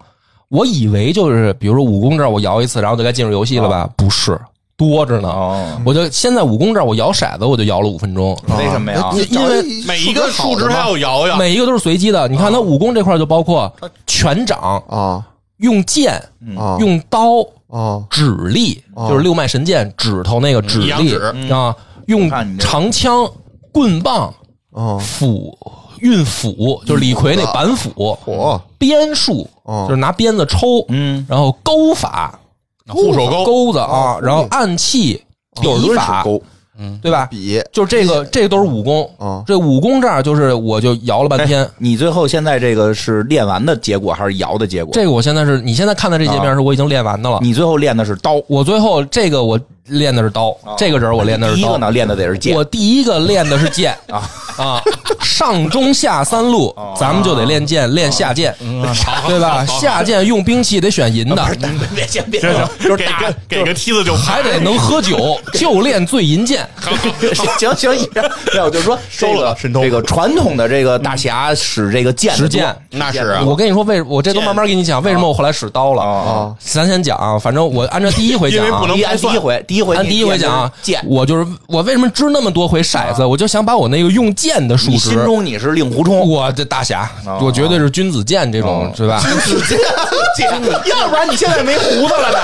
[SPEAKER 1] 我以为就是，比如说武功这儿我摇一次，然后就该进入游戏了吧？不是，多着呢。
[SPEAKER 2] 哦，
[SPEAKER 1] 我就现在武功这儿我摇骰子，我就摇了五分钟，
[SPEAKER 2] 为什么呀？
[SPEAKER 1] 因为
[SPEAKER 3] 每一个数值还要摇摇，
[SPEAKER 1] 每一个都是随机的。你看他武功这块就包括
[SPEAKER 2] 哦
[SPEAKER 1] 拳掌、
[SPEAKER 4] 啊
[SPEAKER 1] 用剑、
[SPEAKER 4] 啊
[SPEAKER 1] 嗯用刀、
[SPEAKER 4] 啊
[SPEAKER 1] 指力，
[SPEAKER 2] 哦
[SPEAKER 1] 就是六脉神剑指头那个指
[SPEAKER 3] 一阳
[SPEAKER 1] 力
[SPEAKER 3] 指
[SPEAKER 1] 啊，用
[SPEAKER 2] 嗯我看你这哦
[SPEAKER 1] 长枪、棍棒、
[SPEAKER 4] 啊！
[SPEAKER 1] 斧、运斧，就是李逵那板斧。
[SPEAKER 4] 火
[SPEAKER 1] 鞭术，
[SPEAKER 4] 哦
[SPEAKER 1] 就是拿鞭子抽，
[SPEAKER 2] 嗯，
[SPEAKER 1] 然后钩法、
[SPEAKER 3] 护手钩
[SPEAKER 1] 钩子啊，然后暗器、笔法，
[SPEAKER 4] 钩
[SPEAKER 1] 对吧？
[SPEAKER 4] 笔
[SPEAKER 1] 就这个，这都是武功。
[SPEAKER 4] 哦
[SPEAKER 1] 这武功这儿就是，我就摇了半天。
[SPEAKER 2] 你最后现在这个是练完的结果还是摇的结果？
[SPEAKER 1] 这个我现在是你现在看的这界面是我已经练完的了。
[SPEAKER 2] 你最后练的是刀，
[SPEAKER 1] 我最后这个我练的是刀，这个人我练的
[SPEAKER 2] 第
[SPEAKER 1] 是
[SPEAKER 2] 一个
[SPEAKER 1] 刀。
[SPEAKER 2] 呢练的得是剑，
[SPEAKER 1] 我 第一个练的是剑啊啊，上中下三路，咱们就得练剑，练下剑，对吧？下剑用兵器得选银的，
[SPEAKER 2] 别先别
[SPEAKER 3] 行行，
[SPEAKER 2] 就是
[SPEAKER 3] 给
[SPEAKER 2] 打
[SPEAKER 3] 个给个梯子 就
[SPEAKER 1] 还得能喝酒，就练醉银剑。
[SPEAKER 2] 行行，一边没 有，就是说
[SPEAKER 3] 收了
[SPEAKER 2] 这
[SPEAKER 3] 神
[SPEAKER 2] 个
[SPEAKER 3] 通
[SPEAKER 2] 这个传统的这个大侠使这个剑的多，
[SPEAKER 1] 使剑
[SPEAKER 3] 那是啊
[SPEAKER 1] 我跟你说，为我这都慢慢给你讲，为什么我后来使刀了。
[SPEAKER 2] 啊
[SPEAKER 1] 咱先讲啊，反正我按照第一回讲
[SPEAKER 3] 因为
[SPEAKER 1] 啊
[SPEAKER 3] 不能
[SPEAKER 2] 第一按第一回，第一回
[SPEAKER 1] 按
[SPEAKER 2] 你
[SPEAKER 1] 第一回
[SPEAKER 2] 练的
[SPEAKER 1] 讲啊
[SPEAKER 2] 是，剑，
[SPEAKER 1] 我就是我为什么支那么多回骰
[SPEAKER 3] 啊
[SPEAKER 1] 子，我就想把我那个用剑的数
[SPEAKER 2] 你
[SPEAKER 1] 值
[SPEAKER 2] 心，中你是令狐 冲，
[SPEAKER 1] 我这大侠，
[SPEAKER 2] 哦
[SPEAKER 1] 我绝对是君子剑这种，对吧？
[SPEAKER 2] 剑，要不然你现在没胡子了呢。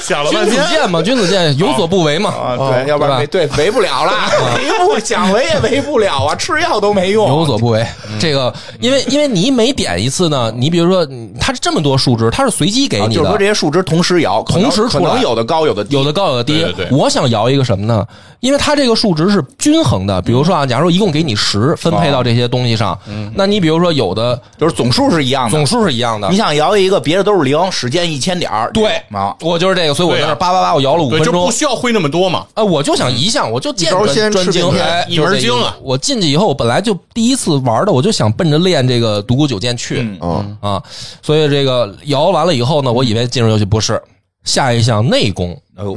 [SPEAKER 3] 想了
[SPEAKER 1] 君
[SPEAKER 3] 半
[SPEAKER 1] 子
[SPEAKER 3] 天，
[SPEAKER 1] 剑嘛，君子剑有所不为嘛， 哦
[SPEAKER 2] 啊，对，要不
[SPEAKER 1] 对吧啊
[SPEAKER 2] 然没对围不了了， 围不想围也围不了啊，吃药都没用。
[SPEAKER 1] 有所不为。
[SPEAKER 2] 嗯
[SPEAKER 1] 这个，因为因为你每点一次呢，你比如说嗯它是这么多数值，它是随机给
[SPEAKER 2] 啊
[SPEAKER 1] 你
[SPEAKER 2] 就是
[SPEAKER 1] 的
[SPEAKER 2] 说这，些数值同时摇，可能
[SPEAKER 1] 同时出来
[SPEAKER 2] 可能有的高，有的低，
[SPEAKER 1] 有的高有的低。
[SPEAKER 3] 对对对
[SPEAKER 1] 我想摇一个什么呢？因为它这个数值是均衡的。比如说啊，假如一共给你十分配到这些东西上，
[SPEAKER 3] 嗯
[SPEAKER 1] 那你比如说有的
[SPEAKER 2] 就是总数是一样的。
[SPEAKER 1] 总数是一样的
[SPEAKER 2] 你。想摇一个，别的都是零，时间一千点儿，
[SPEAKER 1] 对
[SPEAKER 2] 啊，，
[SPEAKER 1] 我就是这个，所以我在
[SPEAKER 3] 对
[SPEAKER 1] 这
[SPEAKER 3] 啊
[SPEAKER 1] 儿叭叭叭，我摇了五
[SPEAKER 3] 对，
[SPEAKER 1] 分
[SPEAKER 3] 就
[SPEAKER 1] 钟
[SPEAKER 3] 不。需要会那么多嘛。
[SPEAKER 1] 啊，我就想一项，我就见
[SPEAKER 4] 招
[SPEAKER 1] 专
[SPEAKER 4] 先
[SPEAKER 1] 专
[SPEAKER 4] 吃
[SPEAKER 1] 精
[SPEAKER 4] 遍，天
[SPEAKER 1] 哎
[SPEAKER 3] 一门
[SPEAKER 1] 就这
[SPEAKER 3] 精
[SPEAKER 1] 意思
[SPEAKER 3] 啊
[SPEAKER 1] 我进去以后，我本来就第一次玩的，我就想奔着练这个独孤九剑去。
[SPEAKER 3] 嗯
[SPEAKER 4] 啊
[SPEAKER 1] 啊，所以这个摇完了以后呢，我以为进入游戏不是，下一项内功，
[SPEAKER 2] 哎呦，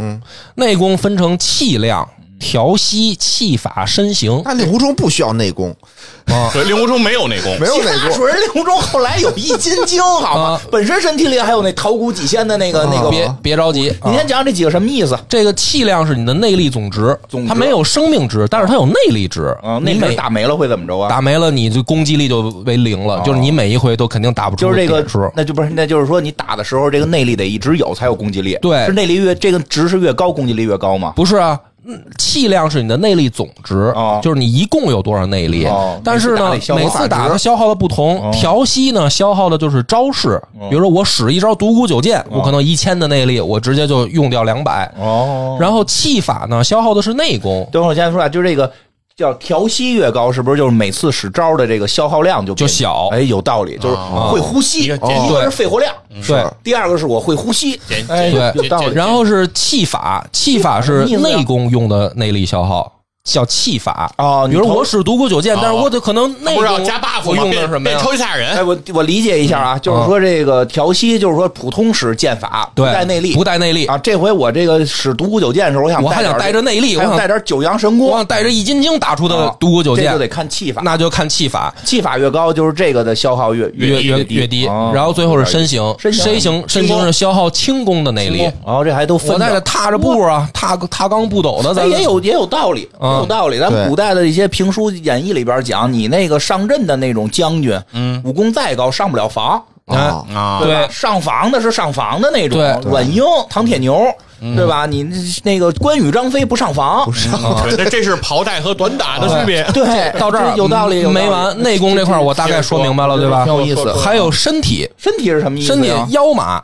[SPEAKER 1] 内功分成气量、调息、气法、身形。
[SPEAKER 4] 那令狐冲不需要内功，
[SPEAKER 3] 对，令狐冲没有内功
[SPEAKER 4] 没，有内
[SPEAKER 2] 大
[SPEAKER 4] 功
[SPEAKER 2] 水令狐冲后来有易筋 经，好吗
[SPEAKER 1] 啊？
[SPEAKER 2] 本身身体里还有那桃谷几仙的那个那个。
[SPEAKER 1] 别别着急，啊
[SPEAKER 2] 你先讲讲这几个什么意思？
[SPEAKER 1] 这个气量是你的内力总值，
[SPEAKER 2] 总值
[SPEAKER 1] 它没有生命值，但是它有内力值。
[SPEAKER 2] 啊，那
[SPEAKER 1] 你
[SPEAKER 2] 个
[SPEAKER 1] 每
[SPEAKER 2] 打没了会怎么着啊？
[SPEAKER 1] 打没了，你就攻击力就为零了，就是你每一回都肯定打不出
[SPEAKER 2] 就是这个
[SPEAKER 1] 点数，
[SPEAKER 2] 那就不是，那就是说你打的时候，这个内力得一直有才有攻击力。
[SPEAKER 1] 对
[SPEAKER 2] 是内力越这个值是越高，攻击力越高吗？
[SPEAKER 1] 不是啊，嗯气量是你的内力总值，
[SPEAKER 2] 哦
[SPEAKER 1] 就是你一共有多少内力。
[SPEAKER 2] 哦
[SPEAKER 1] 但是呢
[SPEAKER 2] 每，次打得消耗哦
[SPEAKER 1] 每次打的消耗的不同，调息呢消耗的就是招式。比如说我使一招独孤九剑，我可能一千的内力，我直接就用掉两百。
[SPEAKER 2] 哦，
[SPEAKER 1] 然后气法呢消耗的是内功，
[SPEAKER 2] 等会儿我先说啊，就是这个叫调息越高，是不是就是每次使招的这个消耗量就变啊
[SPEAKER 1] 就小
[SPEAKER 2] 哎，有道理，就是
[SPEAKER 1] 哦
[SPEAKER 2] 会呼吸，
[SPEAKER 3] 一个
[SPEAKER 2] 一
[SPEAKER 1] 对
[SPEAKER 2] 个是肺活量，
[SPEAKER 1] 对
[SPEAKER 2] 第二个是我会呼吸，
[SPEAKER 3] 减
[SPEAKER 2] 哎
[SPEAKER 3] 减
[SPEAKER 2] 有道理
[SPEAKER 1] 然后是气法，气法是内功用的内力消耗。叫气法
[SPEAKER 2] 啊
[SPEAKER 5] 哦
[SPEAKER 1] 比
[SPEAKER 5] 你
[SPEAKER 1] 如
[SPEAKER 5] 头
[SPEAKER 1] 我使独孤九
[SPEAKER 2] 哦
[SPEAKER 1] 剑，但是我得可能那
[SPEAKER 3] 不是要
[SPEAKER 1] 种
[SPEAKER 3] 加 buff
[SPEAKER 1] 我
[SPEAKER 3] 吗
[SPEAKER 1] 用的
[SPEAKER 3] 变
[SPEAKER 1] 是什么
[SPEAKER 3] 变
[SPEAKER 1] 呀？
[SPEAKER 3] 超级赛亚人
[SPEAKER 2] 哎，我我理解一下
[SPEAKER 1] 嗯
[SPEAKER 2] 啊，就是说这个调息，就是说普通使剑法，
[SPEAKER 1] 对，
[SPEAKER 2] 不带内力，
[SPEAKER 1] 不带内力
[SPEAKER 2] 啊。这回我这个使独孤九剑的时候，我想
[SPEAKER 1] 我还想带
[SPEAKER 2] 带
[SPEAKER 1] 着
[SPEAKER 2] 点
[SPEAKER 1] 内力，
[SPEAKER 2] 这，
[SPEAKER 1] 我
[SPEAKER 2] 还想
[SPEAKER 1] 想
[SPEAKER 2] 带点九阳神
[SPEAKER 1] 我
[SPEAKER 2] 功
[SPEAKER 1] 想，带着易筋经打出的
[SPEAKER 2] 啊
[SPEAKER 1] 独孤九
[SPEAKER 2] 这
[SPEAKER 1] 剑
[SPEAKER 2] 就，得看气法，
[SPEAKER 1] 那就看气法
[SPEAKER 2] 气法越高，就是这个的消耗越
[SPEAKER 1] 越
[SPEAKER 2] 越
[SPEAKER 1] 越
[SPEAKER 2] 低
[SPEAKER 1] 越低，
[SPEAKER 2] 哦
[SPEAKER 1] 然后最后是身形，
[SPEAKER 2] 身形
[SPEAKER 1] 身形身形是消耗轻功的内力。
[SPEAKER 2] 然哦后这还都分
[SPEAKER 1] 我在
[SPEAKER 2] 着
[SPEAKER 1] 这踏着步啊，踏踏钢不抖的，
[SPEAKER 2] 哎，
[SPEAKER 1] 咱
[SPEAKER 2] 也有也有道理，也
[SPEAKER 1] 嗯
[SPEAKER 2] 有道理。咱们
[SPEAKER 4] 对
[SPEAKER 2] 古代的一些评书演义里边讲，你那个上阵的那种将军，嗯，武功再高上不了房，
[SPEAKER 1] 啊
[SPEAKER 4] 啊，
[SPEAKER 3] 啊，
[SPEAKER 2] 对吧
[SPEAKER 1] 对？
[SPEAKER 2] 上房的是上房的那种
[SPEAKER 1] 对，嗯
[SPEAKER 2] 阮英、唐铁牛，对吧？你那个关羽、张飞不上房，
[SPEAKER 3] 对这这是袍带和短打的区别。
[SPEAKER 2] 对，
[SPEAKER 1] 到这儿嗯
[SPEAKER 2] 有道理，有道理
[SPEAKER 1] 没完。内功这块儿我大概说明白了，对吧
[SPEAKER 2] 挺？有意思。
[SPEAKER 1] 还有身体，
[SPEAKER 2] 身体是什么意思啊？
[SPEAKER 1] 身体腰马，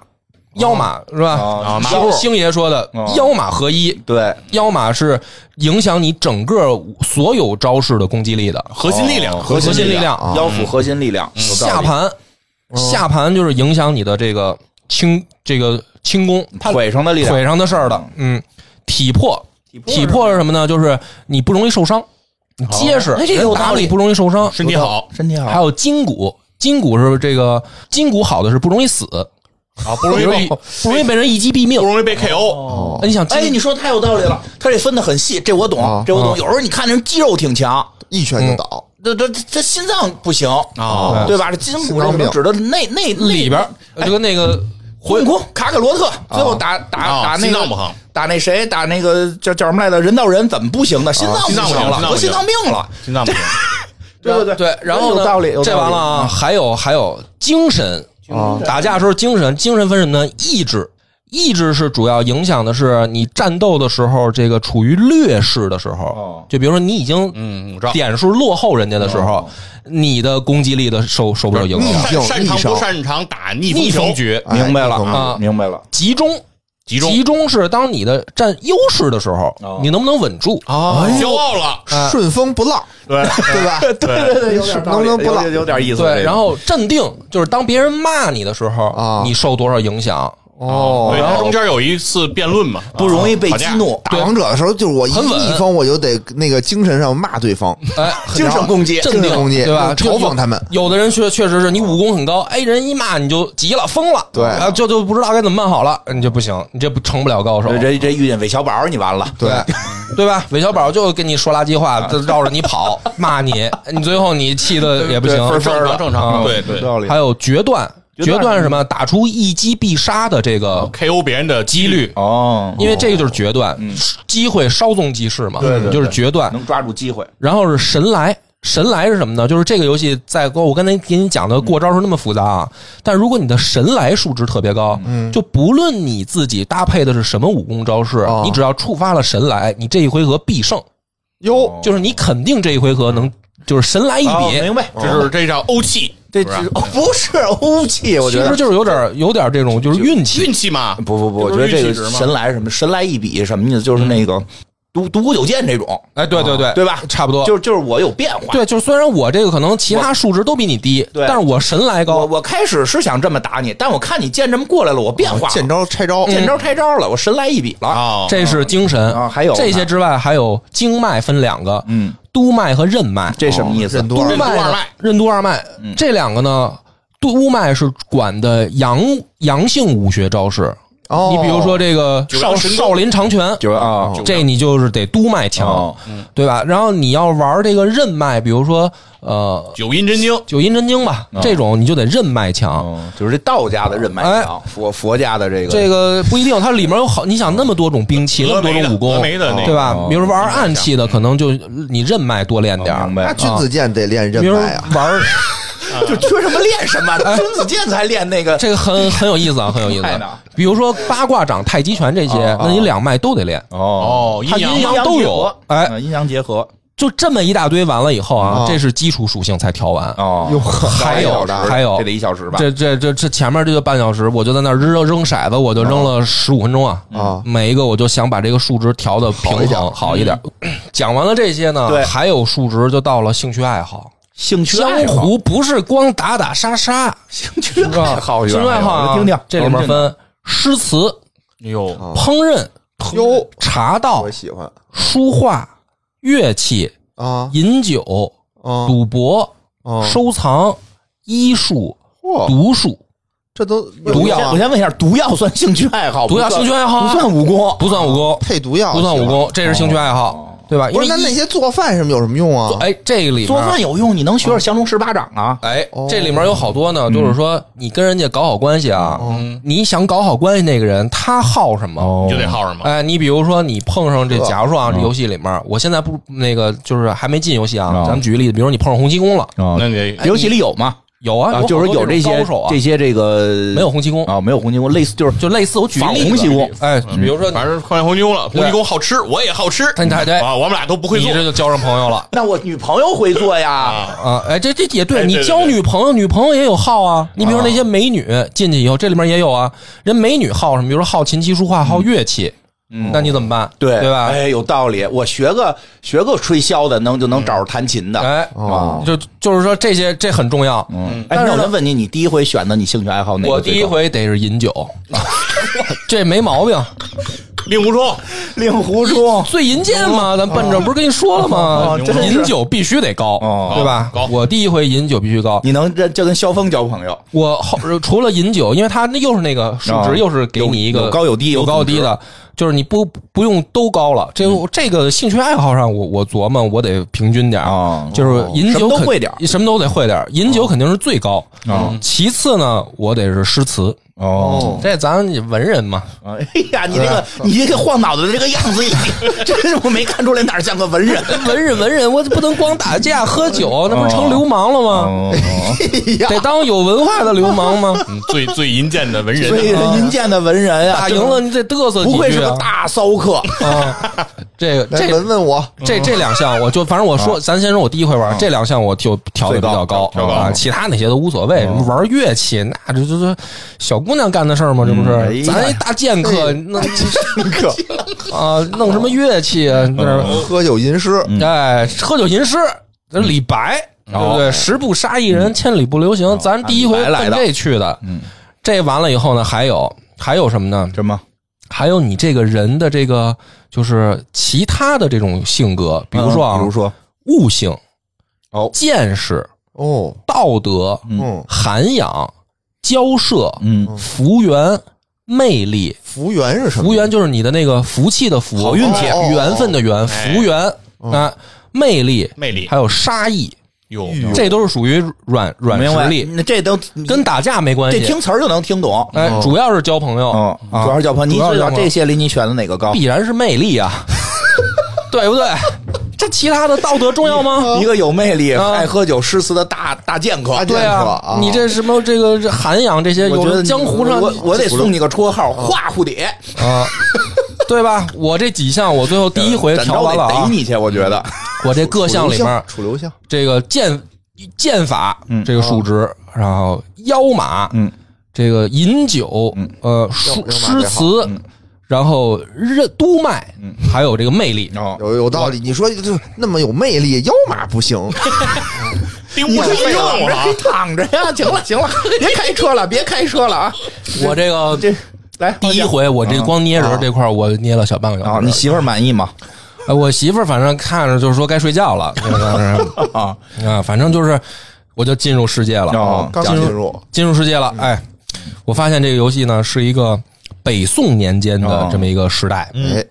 [SPEAKER 1] 腰哦马是吧？
[SPEAKER 2] 啊，马
[SPEAKER 1] 星星爷说的
[SPEAKER 2] 哦
[SPEAKER 1] 腰马合一，
[SPEAKER 2] 对，
[SPEAKER 1] 腰马是影响你整个所有招式的攻击力的。
[SPEAKER 3] 核心力量，
[SPEAKER 2] 哦
[SPEAKER 1] 核心力量嗯
[SPEAKER 2] 腰腹核心力量，有道理
[SPEAKER 1] 下盘，下盘就是影响你的这个轻这个轻功，它
[SPEAKER 2] 腿上的力量，
[SPEAKER 1] 腿上的事儿的，嗯，体魄，体魄是什么呢？就是你不容易受伤，你结实，
[SPEAKER 2] 哎这个有
[SPEAKER 1] 人打
[SPEAKER 2] 道理
[SPEAKER 1] 你不容易受伤，
[SPEAKER 3] 身体好
[SPEAKER 2] 身体
[SPEAKER 1] 还
[SPEAKER 2] 好，
[SPEAKER 1] 有筋骨，筋骨是这个筋骨好的是不容易死，
[SPEAKER 3] 啊，不容易
[SPEAKER 1] 比如
[SPEAKER 3] 被
[SPEAKER 1] 一不容易被人一击毙命
[SPEAKER 3] 不。容易被 KO。
[SPEAKER 1] 哎你想筋，
[SPEAKER 2] 哎，你说太有道理了，他这分的很细，这我懂
[SPEAKER 4] 啊，
[SPEAKER 2] 这我懂。有时候你看人肌肉挺强，
[SPEAKER 4] 一拳就倒，
[SPEAKER 2] 这这这这心脏不行
[SPEAKER 3] 哦
[SPEAKER 2] 对吧？这筋骨
[SPEAKER 4] 心脏
[SPEAKER 2] 这
[SPEAKER 4] 病
[SPEAKER 2] 指的内内
[SPEAKER 1] 里边儿
[SPEAKER 2] 哎
[SPEAKER 1] 就跟那个
[SPEAKER 2] 回空卡卡罗特最后打打
[SPEAKER 3] 啊
[SPEAKER 2] 打那
[SPEAKER 3] 心脏不
[SPEAKER 2] 个
[SPEAKER 3] 好
[SPEAKER 2] 打那谁打那个叫叫什么来着？人造人怎么不行呢？心脏
[SPEAKER 3] 心脏
[SPEAKER 2] 行
[SPEAKER 3] 不行
[SPEAKER 2] 了，
[SPEAKER 3] 心脏
[SPEAKER 2] 得
[SPEAKER 3] 不
[SPEAKER 2] 心
[SPEAKER 3] 行
[SPEAKER 2] 脏病了，
[SPEAKER 3] 心脏不行，
[SPEAKER 2] 对对对
[SPEAKER 1] 对，然后
[SPEAKER 2] 哎有
[SPEAKER 1] 呢？
[SPEAKER 2] 道理，有道理嗯
[SPEAKER 1] 这完了啊，还有还有精神
[SPEAKER 4] 啊
[SPEAKER 1] 打架的时候精神，精神分什么呢？意志，意志是主要影响的是你战斗的时候，这个处于劣势的时候
[SPEAKER 2] 哦，
[SPEAKER 1] 就比如说你已经
[SPEAKER 3] 嗯，我知道。
[SPEAKER 1] 点数落后人家的时候，你的攻击力的受受不了影响，
[SPEAKER 4] 逆境
[SPEAKER 3] 擅擅长
[SPEAKER 4] 逆手
[SPEAKER 3] 不擅长打逆风
[SPEAKER 1] 逆手
[SPEAKER 3] 平局，
[SPEAKER 4] 哎
[SPEAKER 2] 嗯明白了
[SPEAKER 4] 你懂吗
[SPEAKER 3] 嗯
[SPEAKER 1] 啊
[SPEAKER 2] 明白了。
[SPEAKER 1] 集中。
[SPEAKER 3] 集中
[SPEAKER 1] 集中是当你的占优势的时候，你能不能稳住？
[SPEAKER 3] 啊，骄傲了，
[SPEAKER 4] 顺风不浪，
[SPEAKER 3] 对
[SPEAKER 4] 对吧？
[SPEAKER 3] 对，
[SPEAKER 2] 对对，有点
[SPEAKER 4] 点道理能不能不浪有
[SPEAKER 2] 有点意思。
[SPEAKER 1] 对，然后镇定就是当别人骂你的时候，
[SPEAKER 4] 啊
[SPEAKER 1] 你受多少影响？
[SPEAKER 4] 哦
[SPEAKER 3] 对，中间有一次辩论嘛，
[SPEAKER 2] 不容易被
[SPEAKER 3] 吵
[SPEAKER 2] 激
[SPEAKER 3] 架
[SPEAKER 2] 怒，
[SPEAKER 4] 打王者的时候，就是我一
[SPEAKER 1] 很稳
[SPEAKER 4] 一方我就得那个精神上骂 对方，
[SPEAKER 1] 哎，很
[SPEAKER 2] 精神攻击，
[SPEAKER 1] 镇定
[SPEAKER 4] 精神攻击
[SPEAKER 1] 对吧？
[SPEAKER 4] 就是嘲讽他们
[SPEAKER 1] 有有的人确确实是你武功很高，哎，人一骂你就急了，疯了，
[SPEAKER 4] 对
[SPEAKER 1] 啊，就就不知道该怎么办好了，你这不行，你这不成不了高手，
[SPEAKER 2] 这这遇见韦小宝，你完了。
[SPEAKER 4] 对，
[SPEAKER 1] 对吧？韦小宝就跟你说垃圾话，
[SPEAKER 2] 啊
[SPEAKER 1] 就绕着你 跑，骂你，你最后你气的也不行。
[SPEAKER 3] 啊正常正常，对对
[SPEAKER 4] 道理
[SPEAKER 1] 还有决断，决断是什么？打出一击必杀的这个
[SPEAKER 3] ，KO 别人的几率，
[SPEAKER 2] 哦，嗯
[SPEAKER 1] 因为这个就是决断，机会稍纵即逝嘛，
[SPEAKER 2] 对对对
[SPEAKER 1] 就是决断。
[SPEAKER 2] 能抓住机会，
[SPEAKER 1] 然后是神来，神来是什么呢？就是这个游戏在过我刚才给你讲
[SPEAKER 2] 嗯
[SPEAKER 1] 的过招时候那么复杂啊，但如果你的神来数值特别高，
[SPEAKER 2] 嗯
[SPEAKER 1] 就不论你自己搭配的是什么武功招式，
[SPEAKER 4] 哦
[SPEAKER 1] 你只要触发了神来，你这一回合必胜，
[SPEAKER 4] 哟，
[SPEAKER 1] 就是你肯定这一回合能就是神来一笔。
[SPEAKER 2] 哦明白？
[SPEAKER 3] 这是这叫欧气，
[SPEAKER 2] 这
[SPEAKER 3] 是吧
[SPEAKER 2] 哦不是欧气，我
[SPEAKER 1] 其
[SPEAKER 2] 觉得
[SPEAKER 1] 实就是有点有点这种就是运气，
[SPEAKER 3] 运气嘛，
[SPEAKER 2] 不不不，我觉
[SPEAKER 3] 这
[SPEAKER 2] 得
[SPEAKER 3] 不是
[SPEAKER 2] 这
[SPEAKER 3] 运
[SPEAKER 2] 个
[SPEAKER 3] 气值吗嗯
[SPEAKER 2] 神来什么神来一笔什么意思？就是那个独独孤九剑这种，
[SPEAKER 1] 哎，对对对，
[SPEAKER 2] 哦对吧
[SPEAKER 1] 差不多，
[SPEAKER 2] 就是就是我有变化。
[SPEAKER 1] 对，就是虽然我这个可能其他数值都比你低，
[SPEAKER 2] 对
[SPEAKER 1] 但是我神来
[SPEAKER 2] 我
[SPEAKER 1] 高，
[SPEAKER 2] 我开始是想这么打你，但我看你剑这么过来了，我变
[SPEAKER 1] 哦
[SPEAKER 2] 化了，
[SPEAKER 4] 见招拆招，
[SPEAKER 1] 嗯
[SPEAKER 2] 见招拆招了，我神来一笔了。
[SPEAKER 3] 啊，
[SPEAKER 1] 这是精神
[SPEAKER 2] 啊还有呢
[SPEAKER 1] 这些之外还有经脉分两个，
[SPEAKER 2] 嗯，
[SPEAKER 1] 督脉和任脉，
[SPEAKER 2] 这什么意思
[SPEAKER 4] 任？督
[SPEAKER 1] 督
[SPEAKER 4] 二
[SPEAKER 1] 脉
[SPEAKER 4] 脉
[SPEAKER 1] 呢、
[SPEAKER 3] 任督二脉
[SPEAKER 1] 任督二脉、
[SPEAKER 2] 嗯
[SPEAKER 1] 这两个呢，督脉是管的阳阳性武学招式。
[SPEAKER 4] 哦
[SPEAKER 1] 你比如说这个
[SPEAKER 3] 九
[SPEAKER 1] 少
[SPEAKER 3] 阳神功
[SPEAKER 1] 少林长拳，
[SPEAKER 2] 就是啊
[SPEAKER 3] 九
[SPEAKER 1] 这
[SPEAKER 3] 阳
[SPEAKER 1] 你就是得督脉强、
[SPEAKER 2] 哦
[SPEAKER 4] 嗯
[SPEAKER 1] 对吧？然后你要玩这个任脉，比如说呃
[SPEAKER 3] 九阴真经，
[SPEAKER 1] 九阴真经吧，
[SPEAKER 3] 哦
[SPEAKER 1] 这种你就得任脉强。
[SPEAKER 2] 哦就是这道家的任脉强，佛佛家的这个
[SPEAKER 1] 哎这个不一定，它里面有好，你想那么多种兵器，那
[SPEAKER 3] 峨
[SPEAKER 1] 么多
[SPEAKER 3] 眉的
[SPEAKER 1] 种武功
[SPEAKER 3] 峨，眉的那个哦
[SPEAKER 1] 对吧？比如玩暗器的，可能就你任脉多练点儿
[SPEAKER 2] 哦明白
[SPEAKER 4] 那君子剑得练任
[SPEAKER 1] 比如
[SPEAKER 4] 脉啊，
[SPEAKER 1] 玩
[SPEAKER 2] 就缺什么练 什么，君子剑才练那个
[SPEAKER 1] 这个很很有意思啊，很有意思
[SPEAKER 2] 太难。
[SPEAKER 1] 比如说八卦掌、太极拳这些，那你两脉都得练，
[SPEAKER 3] 哦，
[SPEAKER 1] 它
[SPEAKER 3] 阳
[SPEAKER 1] 阴阳都有。哎，，
[SPEAKER 2] 哦嗯阴阳结合
[SPEAKER 1] 就这么一大堆完了以后啊
[SPEAKER 4] 哦，
[SPEAKER 1] 这是基础属性才调完。
[SPEAKER 2] 哦
[SPEAKER 4] 哟呵
[SPEAKER 1] 还有
[SPEAKER 4] 的
[SPEAKER 1] 还有
[SPEAKER 2] 这得一小时吧？
[SPEAKER 1] 这这这这前面这就半小时，我就在那儿扔扔骰子，我就扔了十五分钟啊。
[SPEAKER 4] 啊
[SPEAKER 1] 每一个我就想把这个数值调的平衡好一点。 讲完了这些呢，
[SPEAKER 2] 嗯对
[SPEAKER 1] 还有数值就到了兴趣爱好。
[SPEAKER 2] 兴趣
[SPEAKER 1] 江
[SPEAKER 2] 爱好，
[SPEAKER 1] 湖不是光打打杀杀，
[SPEAKER 2] 兴趣
[SPEAKER 1] 是吧
[SPEAKER 2] 爱好，
[SPEAKER 1] 兴趣爱好啊
[SPEAKER 2] 听听
[SPEAKER 1] 这里面分诗
[SPEAKER 2] 哦
[SPEAKER 1] 词、
[SPEAKER 3] 哎呦，
[SPEAKER 1] 烹饪、
[SPEAKER 4] 哟
[SPEAKER 1] 茶道
[SPEAKER 4] 我、喜欢
[SPEAKER 1] 书画、乐器、
[SPEAKER 4] 啊
[SPEAKER 1] 饮酒、
[SPEAKER 2] 哦
[SPEAKER 4] 啊
[SPEAKER 1] 赌博、
[SPEAKER 4] 啊！
[SPEAKER 1] 收藏、医术、
[SPEAKER 4] 嚯，
[SPEAKER 1] 毒术、
[SPEAKER 4] 这都
[SPEAKER 1] 毒药啊
[SPEAKER 2] 我先问一下，毒药算兴趣爱好？
[SPEAKER 1] 毒药、
[SPEAKER 2] 哦不算
[SPEAKER 1] 兴趣爱好啊
[SPEAKER 2] 不算武功。
[SPEAKER 1] 不算武功，
[SPEAKER 4] 配毒药，
[SPEAKER 1] 不算武功，这是兴趣爱好，对吧？因
[SPEAKER 4] 不
[SPEAKER 1] 为
[SPEAKER 4] 是，那
[SPEAKER 1] 一
[SPEAKER 4] 那些做饭什么有什么用啊？
[SPEAKER 1] 哎，这个里面
[SPEAKER 2] 做饭有用，你能学着降龙十八掌啊？
[SPEAKER 1] 哎
[SPEAKER 4] 哦，
[SPEAKER 1] 这里面有好多呢，就是说你跟人家搞好关系啊，你想搞好关系那个人他好什么？
[SPEAKER 3] 你就得耗什么？
[SPEAKER 1] 哎，你比如说你碰上这，
[SPEAKER 4] 对
[SPEAKER 1] 假如说啊，这游戏里面，我现在不那个就是还没进游戏啊
[SPEAKER 2] 啊，
[SPEAKER 1] 咱们举个例子，比如说你碰上洪七公了，
[SPEAKER 2] 啊
[SPEAKER 3] 那你得
[SPEAKER 2] 游戏里有吗？
[SPEAKER 1] 有啊，
[SPEAKER 2] 啊，就是
[SPEAKER 1] 好多
[SPEAKER 2] 有
[SPEAKER 1] 这
[SPEAKER 2] 这
[SPEAKER 1] 种
[SPEAKER 2] 些
[SPEAKER 1] 高手啊
[SPEAKER 2] 这，些这个
[SPEAKER 1] 没有洪七公，
[SPEAKER 2] 啊，没有洪金公，类似就是
[SPEAKER 1] 就类似我举个
[SPEAKER 2] 仿
[SPEAKER 1] 例子，
[SPEAKER 2] 洪七公
[SPEAKER 1] 哎，比如说你
[SPEAKER 3] 反正快红牛了，红
[SPEAKER 1] 对
[SPEAKER 3] 牛好吃，我也好吃，
[SPEAKER 1] 他你看对
[SPEAKER 3] 啊，我们俩都不会
[SPEAKER 1] 你
[SPEAKER 3] 做
[SPEAKER 1] 这就交上朋友了
[SPEAKER 2] 那我女朋友会做呀，
[SPEAKER 3] 啊。
[SPEAKER 1] 啊，哎，这这也对
[SPEAKER 3] 哎
[SPEAKER 1] 你
[SPEAKER 3] 对对
[SPEAKER 1] 交
[SPEAKER 3] 对
[SPEAKER 1] 女朋友，女朋友也有好啊，你比如说那些美女进去以后，这里面也有啊，人美女好什么，比如说好琴棋书画，好乐器。那你怎么办？
[SPEAKER 2] 嗯对
[SPEAKER 1] 对吧？
[SPEAKER 2] 哎，有道理，我学个学个吹箫的，能就能找着弹琴的。
[SPEAKER 1] 哎，
[SPEAKER 4] 哦
[SPEAKER 1] 就就是说这些这很重要。
[SPEAKER 2] 嗯，哎，
[SPEAKER 1] 但是
[SPEAKER 2] 那我
[SPEAKER 1] 呢
[SPEAKER 2] 先问你，你第一回选的你兴趣爱好哪个？
[SPEAKER 1] 我第一，回得是 饮酒，这没毛病。
[SPEAKER 3] 令狐冲，
[SPEAKER 2] 令狐冲。
[SPEAKER 1] 最银剑
[SPEAKER 2] 哦
[SPEAKER 1] 嘛，咱奔着不是跟你说了吗？饮酒必须得高，
[SPEAKER 2] 哦
[SPEAKER 1] 对吧
[SPEAKER 3] 高？
[SPEAKER 1] 我第一回饮酒必须高。
[SPEAKER 2] 你能这这跟萧峰交朋友？
[SPEAKER 1] 我后除了饮酒，因为它那又是那个数值，
[SPEAKER 2] 哦
[SPEAKER 1] 又是给你一
[SPEAKER 2] 有
[SPEAKER 1] 个
[SPEAKER 2] 有高有低有
[SPEAKER 1] 有高有低的，就是你不不用都高了。这
[SPEAKER 2] 嗯
[SPEAKER 1] 这个兴趣爱好上，我我琢磨我得平均点儿
[SPEAKER 2] 哦
[SPEAKER 1] 就是饮
[SPEAKER 2] 什
[SPEAKER 1] 酒
[SPEAKER 2] 么都
[SPEAKER 1] 肯
[SPEAKER 2] 会点儿
[SPEAKER 1] 什么都得会点儿。饮酒肯定是最高，嗯
[SPEAKER 2] 哦
[SPEAKER 1] 其次呢，我得是诗词。
[SPEAKER 2] 哦，
[SPEAKER 1] 这咱文人嘛，
[SPEAKER 2] 哎呀，你这个你这个晃脑子的这个样子， 真是我没看出来哪儿像个文人。
[SPEAKER 1] 文人文人，我不能光打架喝酒，那不是成流氓了吗？
[SPEAKER 2] 哦，
[SPEAKER 1] 得当有文化的流氓吗？
[SPEAKER 3] 嗯最最银剑的文
[SPEAKER 2] 所以
[SPEAKER 3] 人，啊
[SPEAKER 2] 银剑的文人啊，
[SPEAKER 1] 打赢了你得嘚瑟
[SPEAKER 2] 不
[SPEAKER 1] 几
[SPEAKER 2] 愧是
[SPEAKER 1] 句
[SPEAKER 2] 个
[SPEAKER 1] 啊！
[SPEAKER 2] 大骚客。
[SPEAKER 1] 啊，这 个
[SPEAKER 4] 来
[SPEAKER 1] 这
[SPEAKER 4] 闻闻我，
[SPEAKER 1] 这这两项，我就反正我
[SPEAKER 2] 啊
[SPEAKER 1] 说，咱先说我第一回玩这两项，我就调的比较高
[SPEAKER 3] 最高
[SPEAKER 1] 啊，其他那些都无所
[SPEAKER 2] 啊
[SPEAKER 1] 谓。什么玩乐器，那这这这小姑娘干的事儿嘛，这不
[SPEAKER 2] 哎
[SPEAKER 1] 是？
[SPEAKER 2] 呀
[SPEAKER 1] 咱一大剑客弄
[SPEAKER 4] 哥
[SPEAKER 1] 啊，弄什么乐器啊？那
[SPEAKER 2] 嗯
[SPEAKER 4] 喝酒吟诗，
[SPEAKER 1] 哎，喝酒吟诗，这李白，对不
[SPEAKER 2] 哦
[SPEAKER 1] 对？十步杀一人，千里不留行。咱第一回
[SPEAKER 2] 啊嗯李白来
[SPEAKER 1] 奔
[SPEAKER 2] 的
[SPEAKER 1] 这去的，
[SPEAKER 2] 嗯，
[SPEAKER 1] 这完了以后呢，还有还有什么呢？
[SPEAKER 2] 什么？
[SPEAKER 1] 还有你这个人的这个就是其他的这种性格，比如说啊，
[SPEAKER 2] 嗯比如说，
[SPEAKER 1] 悟性、
[SPEAKER 2] 哦
[SPEAKER 1] 见识、
[SPEAKER 4] 哦，
[SPEAKER 1] 道德、
[SPEAKER 4] 嗯，
[SPEAKER 1] 涵养、交涉、
[SPEAKER 2] 嗯，
[SPEAKER 1] 福缘、魅力。
[SPEAKER 4] 福缘是什么？
[SPEAKER 1] 福缘就是你的那个福气的福，
[SPEAKER 2] 好运气嗯
[SPEAKER 4] 哦哦
[SPEAKER 1] 缘分的缘，福缘啊，魅力，
[SPEAKER 3] 魅力
[SPEAKER 1] 还有杀意，
[SPEAKER 3] 哟，
[SPEAKER 2] 嗯
[SPEAKER 1] 这都是属于软软
[SPEAKER 2] 明
[SPEAKER 1] 哎实
[SPEAKER 2] 白
[SPEAKER 1] 力，，
[SPEAKER 2] 那这都
[SPEAKER 1] 跟打架没关
[SPEAKER 2] 这
[SPEAKER 1] 系。
[SPEAKER 2] 嗯听词儿就能听懂。
[SPEAKER 1] 哎，主要是交朋友，
[SPEAKER 2] 嗯，主要是交朋友。
[SPEAKER 1] 主
[SPEAKER 2] 你
[SPEAKER 1] 要是
[SPEAKER 2] 知
[SPEAKER 1] 交
[SPEAKER 2] 道
[SPEAKER 1] 朋友
[SPEAKER 2] 这些里你选的哪个高？
[SPEAKER 1] 必然是魅力 啊，对不对？这其他的道德重要吗？
[SPEAKER 2] 一个有魅力、
[SPEAKER 1] 啊
[SPEAKER 2] 爱喝酒、诗词的大大剑客
[SPEAKER 4] 大。剑
[SPEAKER 1] 对
[SPEAKER 4] 客
[SPEAKER 1] 啊，你这什么这个这涵养这些，
[SPEAKER 2] 我
[SPEAKER 1] 有
[SPEAKER 2] 觉得
[SPEAKER 1] 了
[SPEAKER 2] 你
[SPEAKER 1] 江湖上
[SPEAKER 2] 我我得送你个绰号“画蝴蝶
[SPEAKER 1] 啊，对吧？我这几项我最后”。第一回
[SPEAKER 2] 展
[SPEAKER 1] 调
[SPEAKER 2] 昭
[SPEAKER 1] 完了
[SPEAKER 2] 得逮
[SPEAKER 1] 啊，
[SPEAKER 2] 你去，呃我觉得。
[SPEAKER 1] 我这各项里面
[SPEAKER 4] 楚留香，
[SPEAKER 1] 这个剑剑法这个数值，然后腰马，
[SPEAKER 2] 啊嗯，
[SPEAKER 1] 这个饮酒，呃，
[SPEAKER 4] 腰
[SPEAKER 1] 诗
[SPEAKER 4] 马
[SPEAKER 1] 诗
[SPEAKER 4] 这好
[SPEAKER 1] 词，
[SPEAKER 2] 嗯
[SPEAKER 1] 然后任都脉，还有这个魅力，
[SPEAKER 2] 哦，
[SPEAKER 4] 有有道理。你说就那么有魅力，腰马 不行，
[SPEAKER 1] 嗯
[SPEAKER 3] 丁
[SPEAKER 2] 你
[SPEAKER 3] 不
[SPEAKER 2] 可以
[SPEAKER 3] 废
[SPEAKER 2] 躺
[SPEAKER 3] 了
[SPEAKER 2] 着，
[SPEAKER 3] 啊
[SPEAKER 2] 你！躺着呀！行了，行了，别开车了，别开车了啊！
[SPEAKER 1] 我这个
[SPEAKER 2] 这来
[SPEAKER 1] 第一回我这光捏人这块儿我捏了小半个
[SPEAKER 2] 啊，
[SPEAKER 1] 小
[SPEAKER 2] 你
[SPEAKER 1] 时，
[SPEAKER 2] 媳妇儿满意吗？
[SPEAKER 1] 呃我媳妇儿反正看着就是说该睡觉了，这个当
[SPEAKER 2] 啊
[SPEAKER 1] 时 啊，反正就是我就进入世界了，
[SPEAKER 2] 哦
[SPEAKER 4] 刚
[SPEAKER 2] 讲
[SPEAKER 4] 进入
[SPEAKER 1] 进入世界了，哎，我发现这个游戏呢是一个北宋年间的
[SPEAKER 2] 哦
[SPEAKER 1] 这么一个时代，
[SPEAKER 4] 哎，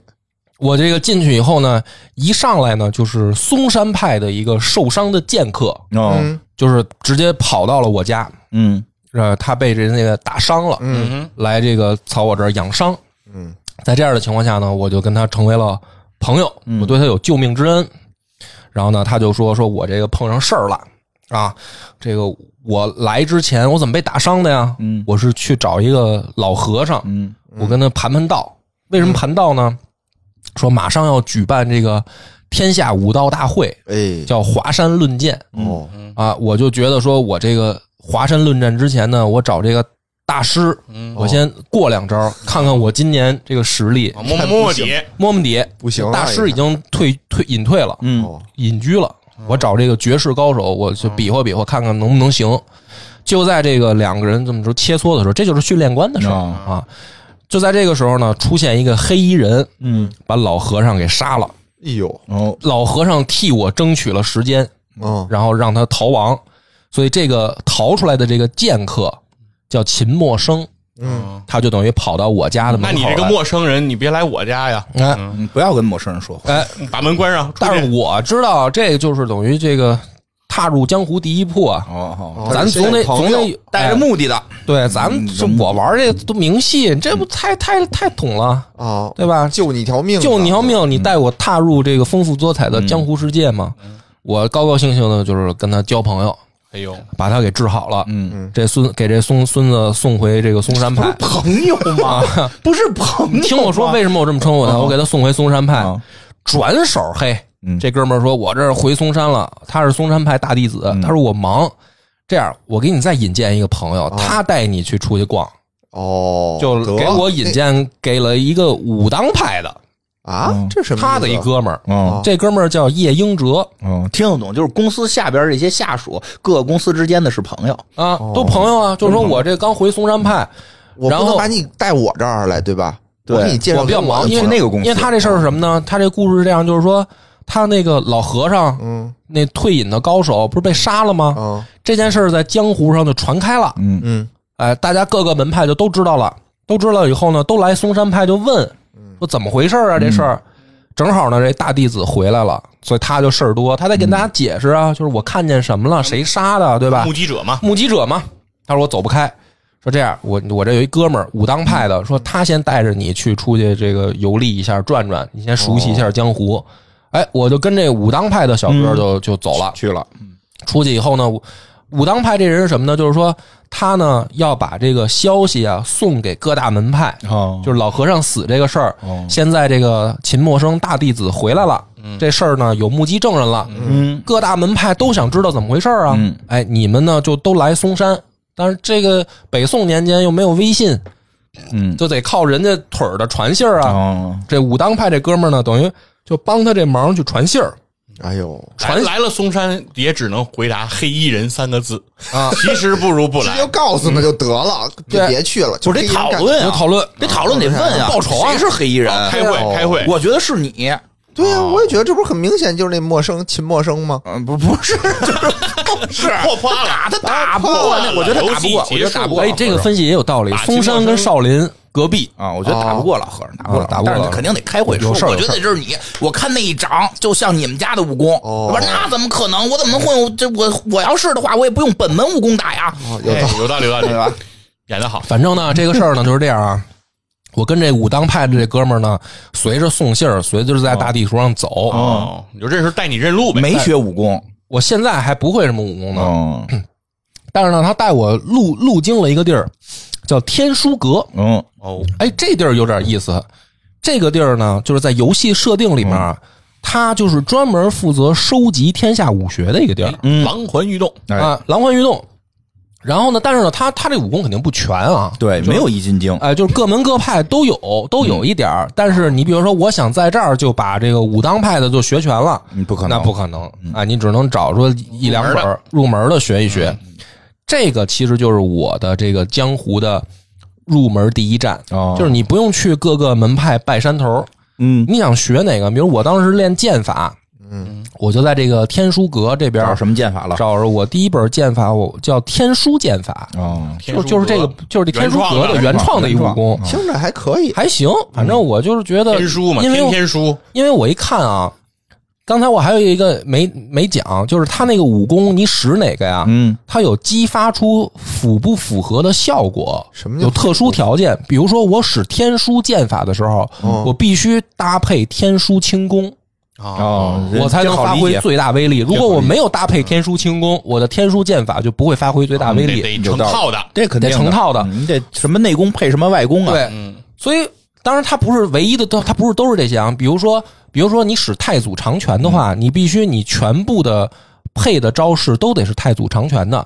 [SPEAKER 1] 我这个进去以后呢，一上来呢就是嵩山派的一个受伤的剑客，
[SPEAKER 2] 哦，
[SPEAKER 1] 就是直接跑到了我家，
[SPEAKER 2] 嗯
[SPEAKER 1] 呃，他被人那个打伤了，
[SPEAKER 3] 嗯
[SPEAKER 1] 来这个草我这儿养伤。
[SPEAKER 4] 嗯，
[SPEAKER 1] 在这样的情况下呢，我就跟他成为了朋友，
[SPEAKER 4] 嗯
[SPEAKER 1] 我对他有救命之恩。然后呢，他就说：“说我这个碰上事儿了啊，这个我来之前我怎么被打伤的呀？
[SPEAKER 2] 嗯
[SPEAKER 1] 我是去找一个老和尚，
[SPEAKER 2] 嗯
[SPEAKER 1] 我跟他盘盘道。为什么盘道呢？说马上要举办这个天下武道大会，
[SPEAKER 4] 哎，
[SPEAKER 1] 叫华山论剑。
[SPEAKER 4] 哦，
[SPEAKER 1] 啊，我就觉得说我这个华山论战之前呢，我找这个大师，我先过两招，看看我今年这个实力，
[SPEAKER 3] 摸摸摸底，
[SPEAKER 1] 摸摸底。
[SPEAKER 4] 不行啊
[SPEAKER 1] 大师已经退退隐退了，
[SPEAKER 2] 嗯
[SPEAKER 4] 哦，
[SPEAKER 1] 隐居了。我找这个绝世高手，我就比划比划，看看能不能行。就在这个两个人这么着切磋的时候，这就是训练官的事儿
[SPEAKER 2] 哦
[SPEAKER 1] 啊。就在这个时候呢，出现一个黑衣人，
[SPEAKER 2] 嗯
[SPEAKER 1] 把老和尚给杀了。
[SPEAKER 4] 哎呦，
[SPEAKER 2] 哦，
[SPEAKER 1] 老和尚替我争取了时间，
[SPEAKER 4] 嗯，
[SPEAKER 1] 然后让他逃亡，所以这个逃出来的这个剑客叫秦默生，嗯，他就等于跑到我家的
[SPEAKER 3] 那
[SPEAKER 1] 门口
[SPEAKER 3] 你这个
[SPEAKER 1] 来
[SPEAKER 3] 陌生人，你别来我家呀，
[SPEAKER 1] 哎
[SPEAKER 2] 你哦嗯不要跟陌生人说话。
[SPEAKER 1] 哎，
[SPEAKER 3] 把门关上。出去
[SPEAKER 1] 但是我知道这个就是等于这个踏入江湖第一步啊，
[SPEAKER 2] 哦，
[SPEAKER 4] 哦
[SPEAKER 1] 咱
[SPEAKER 4] 这
[SPEAKER 1] 总得
[SPEAKER 4] 有
[SPEAKER 1] 总
[SPEAKER 4] 朋友
[SPEAKER 1] 得
[SPEAKER 2] 带着
[SPEAKER 1] 哎
[SPEAKER 2] 目的的，
[SPEAKER 1] 对，咱们这我玩这都明细，这不太太太懂了，
[SPEAKER 4] 啊，
[SPEAKER 1] 对吧？
[SPEAKER 4] 救你一条命，
[SPEAKER 1] 嗯救你条，命，你带我踏入这个丰富多彩的江湖世界嘛。我高高兴兴的，就是跟他交朋友，
[SPEAKER 3] 哎呦，
[SPEAKER 1] 把他给治好了。
[SPEAKER 2] 嗯，
[SPEAKER 1] 这孙给这孙孙子送回这个嵩山派。
[SPEAKER 5] 朋友吗？
[SPEAKER 2] 啊
[SPEAKER 5] 不是朋 友，
[SPEAKER 1] 听我说，为什么我这么称呼他？我给他送回嵩山派，转手嘿，这哥们儿说：“我这儿回嵩山了，他是嵩山派大弟子。他说：“我忙，这样我给你再引荐一个朋友，他带你去出去逛，
[SPEAKER 4] 哦，
[SPEAKER 1] 就
[SPEAKER 4] 得
[SPEAKER 1] 给我引荐给了一个武当派的
[SPEAKER 4] 啊，这什么意思？
[SPEAKER 1] 他的一哥们儿。
[SPEAKER 2] 哦，
[SPEAKER 1] 这哥们儿叫叶英哲，
[SPEAKER 2] 哦，听得懂，就是公司下边这些下属，各个公司之间的是朋友。
[SPEAKER 1] 啊，
[SPEAKER 4] 哦
[SPEAKER 1] 都朋友啊，就是说我这刚回嵩山派，
[SPEAKER 4] 我
[SPEAKER 1] 然
[SPEAKER 4] 不
[SPEAKER 1] 后
[SPEAKER 4] 能把你带我这儿来，对吧？
[SPEAKER 2] 对
[SPEAKER 4] 我给你介绍
[SPEAKER 1] 我比较
[SPEAKER 4] 给我
[SPEAKER 1] 忙，
[SPEAKER 4] 的
[SPEAKER 1] 因为
[SPEAKER 4] 朋友
[SPEAKER 2] 那个公司
[SPEAKER 1] 因为他这事儿是什么呢？他这故事是这样，就是说他那个老和尚，
[SPEAKER 4] 嗯
[SPEAKER 1] 那退隐的高手不是被杀了吗？
[SPEAKER 4] 嗯
[SPEAKER 1] 这件事儿在江湖上就传开了，
[SPEAKER 4] 嗯
[SPEAKER 1] 哎，大家各个门派就都知道了，都知道以后呢，都来嵩山派就问，说怎么回事儿啊？这事儿。正好呢，这大弟子回来了，所以他就事儿多，他得跟大家解释啊，就是我看见什么了，谁杀的，对吧？
[SPEAKER 3] 目击者嘛，
[SPEAKER 1] 目击者嘛。他说我走不开，说这样，我我这有一哥们儿，武当派的，说他先带着你去出去这个游历一下，转转，你先熟悉一下江湖。哎，我就跟这武当派的小哥就、就走了，
[SPEAKER 2] 去了，
[SPEAKER 1] 出去以后呢，武武当派这人是什么呢？就是说他呢要把这个消息啊送给各大门派，
[SPEAKER 2] 哦
[SPEAKER 1] 就是老和尚死这个事儿。现在这个秦默生大弟子回来了，这事儿呢有目击证人了，
[SPEAKER 2] 嗯，
[SPEAKER 1] 各大门派都想知道怎么回事儿啊。
[SPEAKER 2] 嗯
[SPEAKER 1] 哎，你们呢就都来嵩山，但是这个北宋年间又没有微信，
[SPEAKER 2] 嗯
[SPEAKER 1] 就得靠人家腿儿的传信儿啊。
[SPEAKER 2] 哦，
[SPEAKER 1] 这武当派这哥们儿呢，等于就帮他这忙去传信儿。
[SPEAKER 4] 哎呦，
[SPEAKER 1] 传
[SPEAKER 3] 来了嵩山也只能回答“黑衣人”三个字
[SPEAKER 1] 啊
[SPEAKER 3] 其实不如不
[SPEAKER 4] 直
[SPEAKER 3] 来
[SPEAKER 4] 接。告诉他就得了，就
[SPEAKER 1] 对
[SPEAKER 4] 嗯别去了，就
[SPEAKER 2] 不是
[SPEAKER 4] 黑
[SPEAKER 2] 得
[SPEAKER 4] 人
[SPEAKER 2] 讨
[SPEAKER 4] 干
[SPEAKER 2] 论
[SPEAKER 1] 有
[SPEAKER 2] 啊，
[SPEAKER 1] 讨论，
[SPEAKER 2] 得讨论得问啊，
[SPEAKER 1] 报仇啊
[SPEAKER 2] 谁是黑衣人？
[SPEAKER 3] 开会
[SPEAKER 4] 哦，
[SPEAKER 3] 开会，
[SPEAKER 2] 我觉得是你，
[SPEAKER 4] 对
[SPEAKER 1] 哦
[SPEAKER 4] 呀，我也觉得这不是很明显，就是那陌生秦陌生吗？
[SPEAKER 2] 嗯，不不是，
[SPEAKER 3] 是破破了，他
[SPEAKER 4] 打
[SPEAKER 3] 破
[SPEAKER 4] 破
[SPEAKER 3] 了，我觉得打不过，我觉得打不
[SPEAKER 1] 哎，这个分析也有道理。
[SPEAKER 3] 打秦
[SPEAKER 1] 嵩山跟
[SPEAKER 3] 望
[SPEAKER 1] 少林隔壁，
[SPEAKER 2] 啊，我觉得打不过老和尚，打不过
[SPEAKER 1] 啊打不过
[SPEAKER 2] 但
[SPEAKER 1] 老
[SPEAKER 2] 是
[SPEAKER 1] 和尚
[SPEAKER 2] 肯定得开会说。
[SPEAKER 1] 有事儿
[SPEAKER 2] 我
[SPEAKER 1] 有
[SPEAKER 2] 觉
[SPEAKER 1] 事儿
[SPEAKER 2] 得就是你，我看那一掌就像你们家的武功，
[SPEAKER 4] 哦
[SPEAKER 2] 我说那怎么可能？我怎么能混？我这我我要是的话，我也不用本门武功打呀。
[SPEAKER 1] 哦
[SPEAKER 4] 有
[SPEAKER 1] 哎
[SPEAKER 4] 道理
[SPEAKER 3] 哎有道理，有道理，演得好，
[SPEAKER 1] 反正呢，这个事儿呢就是这样啊。我跟这武当派的这哥们儿呢，随着送信儿，随着在大地图上走。
[SPEAKER 3] 哦，你就认识带你认路呗，
[SPEAKER 2] 没学武功，
[SPEAKER 1] 我现在还不会什么武功呢，
[SPEAKER 2] 嗯
[SPEAKER 1] 但是呢，他带我路路经了一个地儿，叫天书阁。
[SPEAKER 2] 嗯，
[SPEAKER 3] 哦，
[SPEAKER 1] 哎，这地儿有点意思。这个地儿呢，就是在游戏设定里面啊，它就是专门负责收集天下武学的一个地儿。
[SPEAKER 3] 狼环欲动，
[SPEAKER 2] 哎
[SPEAKER 1] 啊，狼环玉动。然后呢，但是呢，他他这武功肯定不全啊，
[SPEAKER 2] 对，没有易筋经，
[SPEAKER 1] 哎，就是各门各派都有，都有一点儿。但是你比如说，我想在这儿就把这个武当派的就学全了，
[SPEAKER 2] 嗯不可能
[SPEAKER 1] 那不可能啊！你只能找出一两本儿入门的学一学。这个其实就是我的这个江湖的入门第一站，
[SPEAKER 2] 哦
[SPEAKER 1] 就是你不用去各个门派拜山头，
[SPEAKER 2] 嗯，
[SPEAKER 1] 你想学哪个？比如我当时练剑法，嗯，我就在这个天书阁这边
[SPEAKER 2] 找什么剑法了？
[SPEAKER 1] 找着我第一本剑法，我叫天书剑法，
[SPEAKER 2] 哦，
[SPEAKER 1] 就就是这个就是这天书
[SPEAKER 3] 原
[SPEAKER 1] 阁
[SPEAKER 3] 创的
[SPEAKER 1] 的原创的一武功，
[SPEAKER 4] 听着还可以，
[SPEAKER 1] 还行。反正我就是觉得，
[SPEAKER 3] 嗯天书嘛，
[SPEAKER 1] 因为
[SPEAKER 3] 天
[SPEAKER 1] 我
[SPEAKER 3] 天书，
[SPEAKER 1] 因为我一看啊，刚才我还有一个没没讲，就是他那个武功你使哪个呀？
[SPEAKER 2] 嗯，
[SPEAKER 1] 它有激发出符不符合的效果，
[SPEAKER 4] 什么叫
[SPEAKER 1] 有特殊条件？比如说我使天书剑法的时候，
[SPEAKER 4] 哦
[SPEAKER 1] 我必须搭配天书轻功。
[SPEAKER 2] 哦
[SPEAKER 1] 我才能发挥最大威力。如果我没有搭配天书轻功，我的天书剑法就不会发挥最大威
[SPEAKER 3] 得
[SPEAKER 1] 力。
[SPEAKER 3] 得成套的，
[SPEAKER 2] 这肯定
[SPEAKER 1] 得成套的
[SPEAKER 2] 嗯你得什么内功配什么外功啊？
[SPEAKER 1] 对，
[SPEAKER 4] 嗯
[SPEAKER 1] 所以当然它不是唯一的，都它不是都是这些啊。比如说，比如说你使太祖长拳的
[SPEAKER 4] 嗯
[SPEAKER 1] 话，你必须你全部的配的招式都得是太祖长拳的。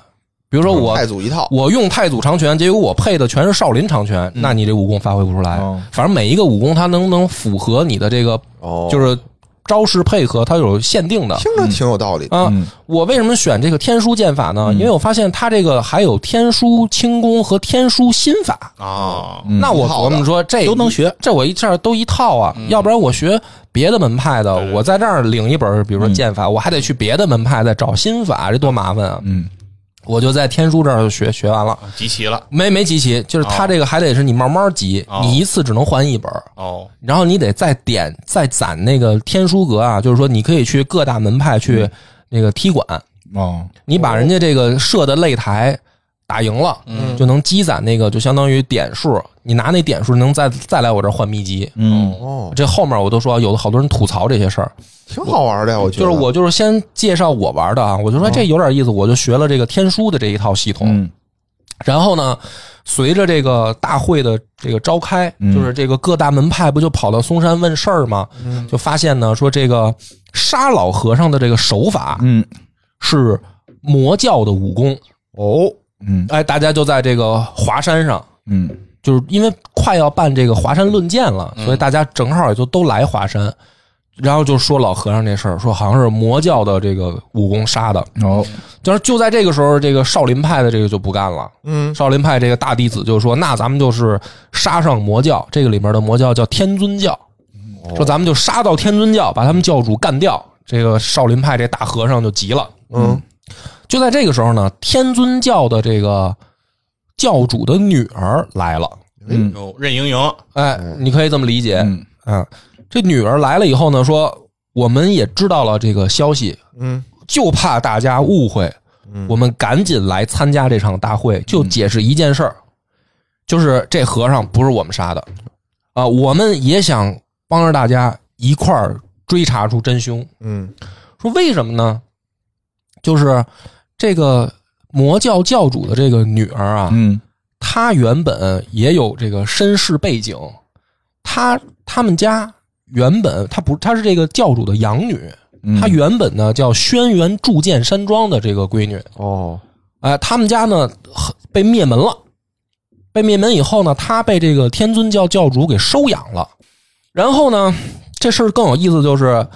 [SPEAKER 1] 比如说我
[SPEAKER 4] 太祖一套，
[SPEAKER 1] 我用太祖长拳，结果我配的全是少林长拳，
[SPEAKER 4] 嗯
[SPEAKER 1] 那你这武功发挥不出来。
[SPEAKER 2] 哦
[SPEAKER 1] 反正每一个武功它能不能符合你的这个，
[SPEAKER 4] 哦
[SPEAKER 1] 就是招式配合它有限定的。
[SPEAKER 4] 听着挺有道理的。
[SPEAKER 1] 啊，我为什么选这个天书剑法呢？
[SPEAKER 4] 嗯
[SPEAKER 1] 因为我发现它这个还有天书轻功和天书心法。
[SPEAKER 3] 啊，
[SPEAKER 2] 嗯
[SPEAKER 1] 那我
[SPEAKER 4] 好
[SPEAKER 1] 琢
[SPEAKER 4] 的
[SPEAKER 1] 磨说这
[SPEAKER 2] 都能学，
[SPEAKER 1] 这我一下都一套啊，要不然我学别的门派的，我在这儿领一本，比如说剑法，我还得去别的门派再找心法，这多麻烦啊！嗯，我就在天书这儿就学学完了。
[SPEAKER 3] 啊集齐了
[SPEAKER 1] 没没集齐，就是它这个还得是你慢慢集，
[SPEAKER 3] 哦
[SPEAKER 1] 你一次只能还一本儿，
[SPEAKER 3] 哦，
[SPEAKER 1] 然后你得再点再攒那个天书阁啊，就是说你可以去各大门派去那个踢馆，
[SPEAKER 5] 哦，
[SPEAKER 1] 你把人家这个设的擂台打赢了，嗯，就能积攒那个，就相当于点数。你拿那点数能再再来我这儿换秘籍。
[SPEAKER 2] 嗯，
[SPEAKER 4] 哦，
[SPEAKER 1] 这后面我都说有的好多人吐槽这些事儿，
[SPEAKER 4] 挺好玩的呀，我觉
[SPEAKER 1] 就
[SPEAKER 4] 得。
[SPEAKER 1] 是我就是先介绍我玩的啊，我就说这有点意思，我就学了这个天书的这一套系统。
[SPEAKER 5] 嗯
[SPEAKER 1] 然后呢，随着这个大会的这个召开，
[SPEAKER 5] 嗯
[SPEAKER 1] 就是这个各大门派不就跑到嵩山问事儿吗？
[SPEAKER 5] 嗯
[SPEAKER 1] 就发现呢，说这个沙老和尚的这个手法
[SPEAKER 5] 嗯
[SPEAKER 1] 是魔教的武功哦，
[SPEAKER 5] 嗯
[SPEAKER 1] 哎，大家就在这个华山上，
[SPEAKER 5] 嗯
[SPEAKER 1] 就是因为快要办这个华山论剑了，所以大家正好也就都来华山，然后就说老和尚这事儿，说好像是魔教的这个武功杀的，
[SPEAKER 2] 嗯
[SPEAKER 5] 哦
[SPEAKER 1] 就是就在这个时候，这个少林派的这个就不干了。
[SPEAKER 4] 嗯，
[SPEAKER 1] 少林派这个大弟子就说：“那咱们就是杀上魔教，这个里面的魔教叫天尊教，
[SPEAKER 4] 哦
[SPEAKER 1] 说咱们就杀到天尊教，把他们教主干掉。”这个少林派这大和尚就急了。
[SPEAKER 4] 嗯，
[SPEAKER 1] 就在这个时候呢，天尊教的这个教主的女儿来了。
[SPEAKER 5] 嗯
[SPEAKER 3] 哦任盈盈
[SPEAKER 1] 哎，
[SPEAKER 4] 哦
[SPEAKER 1] 你可以这么理解。
[SPEAKER 5] 嗯
[SPEAKER 1] 嗯，这女儿来了以后呢，说我们也知道了这个消息，
[SPEAKER 4] 嗯，
[SPEAKER 1] 就怕大家误会，我们赶紧来参加这场大会，就解释一件事儿，就是这和尚不是我们杀的啊、我们也想帮着大家一块儿追查出真凶。
[SPEAKER 4] 嗯，
[SPEAKER 1] 说为什么呢？就是这个魔教教主的这个女儿啊，
[SPEAKER 5] 嗯
[SPEAKER 1] 他原本也有这个身世背景，他他们家原本他不他是这个教主的养女，她原本呢叫轩辕铸剑山庄的这个闺女，
[SPEAKER 4] 哦，
[SPEAKER 1] 哎，他们家呢很被灭门了，被灭门以后呢，她被这个天尊教教主给收养了，然后呢，这事儿更有意思就是，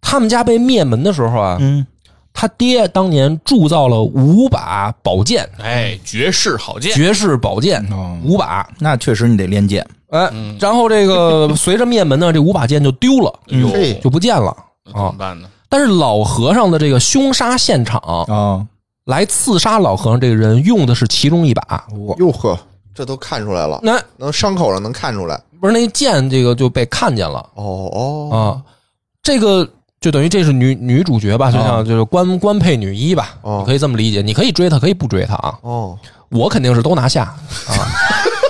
[SPEAKER 1] 他们家被灭门的时候啊，
[SPEAKER 2] 嗯，
[SPEAKER 1] 他爹当年铸造了五把宝剑，
[SPEAKER 3] 哎，绝世好剑，
[SPEAKER 1] 绝世宝剑
[SPEAKER 5] 哦
[SPEAKER 1] 五把。
[SPEAKER 2] 那确实你得练剑，
[SPEAKER 1] 哎，然后这个随着灭门呢，这五把剑就丢了，
[SPEAKER 3] 哟，
[SPEAKER 4] 嘿
[SPEAKER 1] 就不见了
[SPEAKER 3] 哎那怎
[SPEAKER 1] 啊
[SPEAKER 3] 么。办呢？
[SPEAKER 1] 但是老和尚的这个凶杀现场，
[SPEAKER 5] 哦
[SPEAKER 1] 来刺杀老和尚这个人用的是其中一把，
[SPEAKER 4] 哟呵，这都看出来了，
[SPEAKER 1] 那
[SPEAKER 4] 能伤口上能看出来。
[SPEAKER 1] 不是那剑这个就被看见了
[SPEAKER 4] 哦哦，
[SPEAKER 1] 啊。这个就等于这是女女主角吧，就像就是官官配女一吧，
[SPEAKER 4] 哦
[SPEAKER 1] 你可以这么理解。你可以追她，可以不追她啊。
[SPEAKER 4] 哦，
[SPEAKER 1] 我肯定是都拿下啊。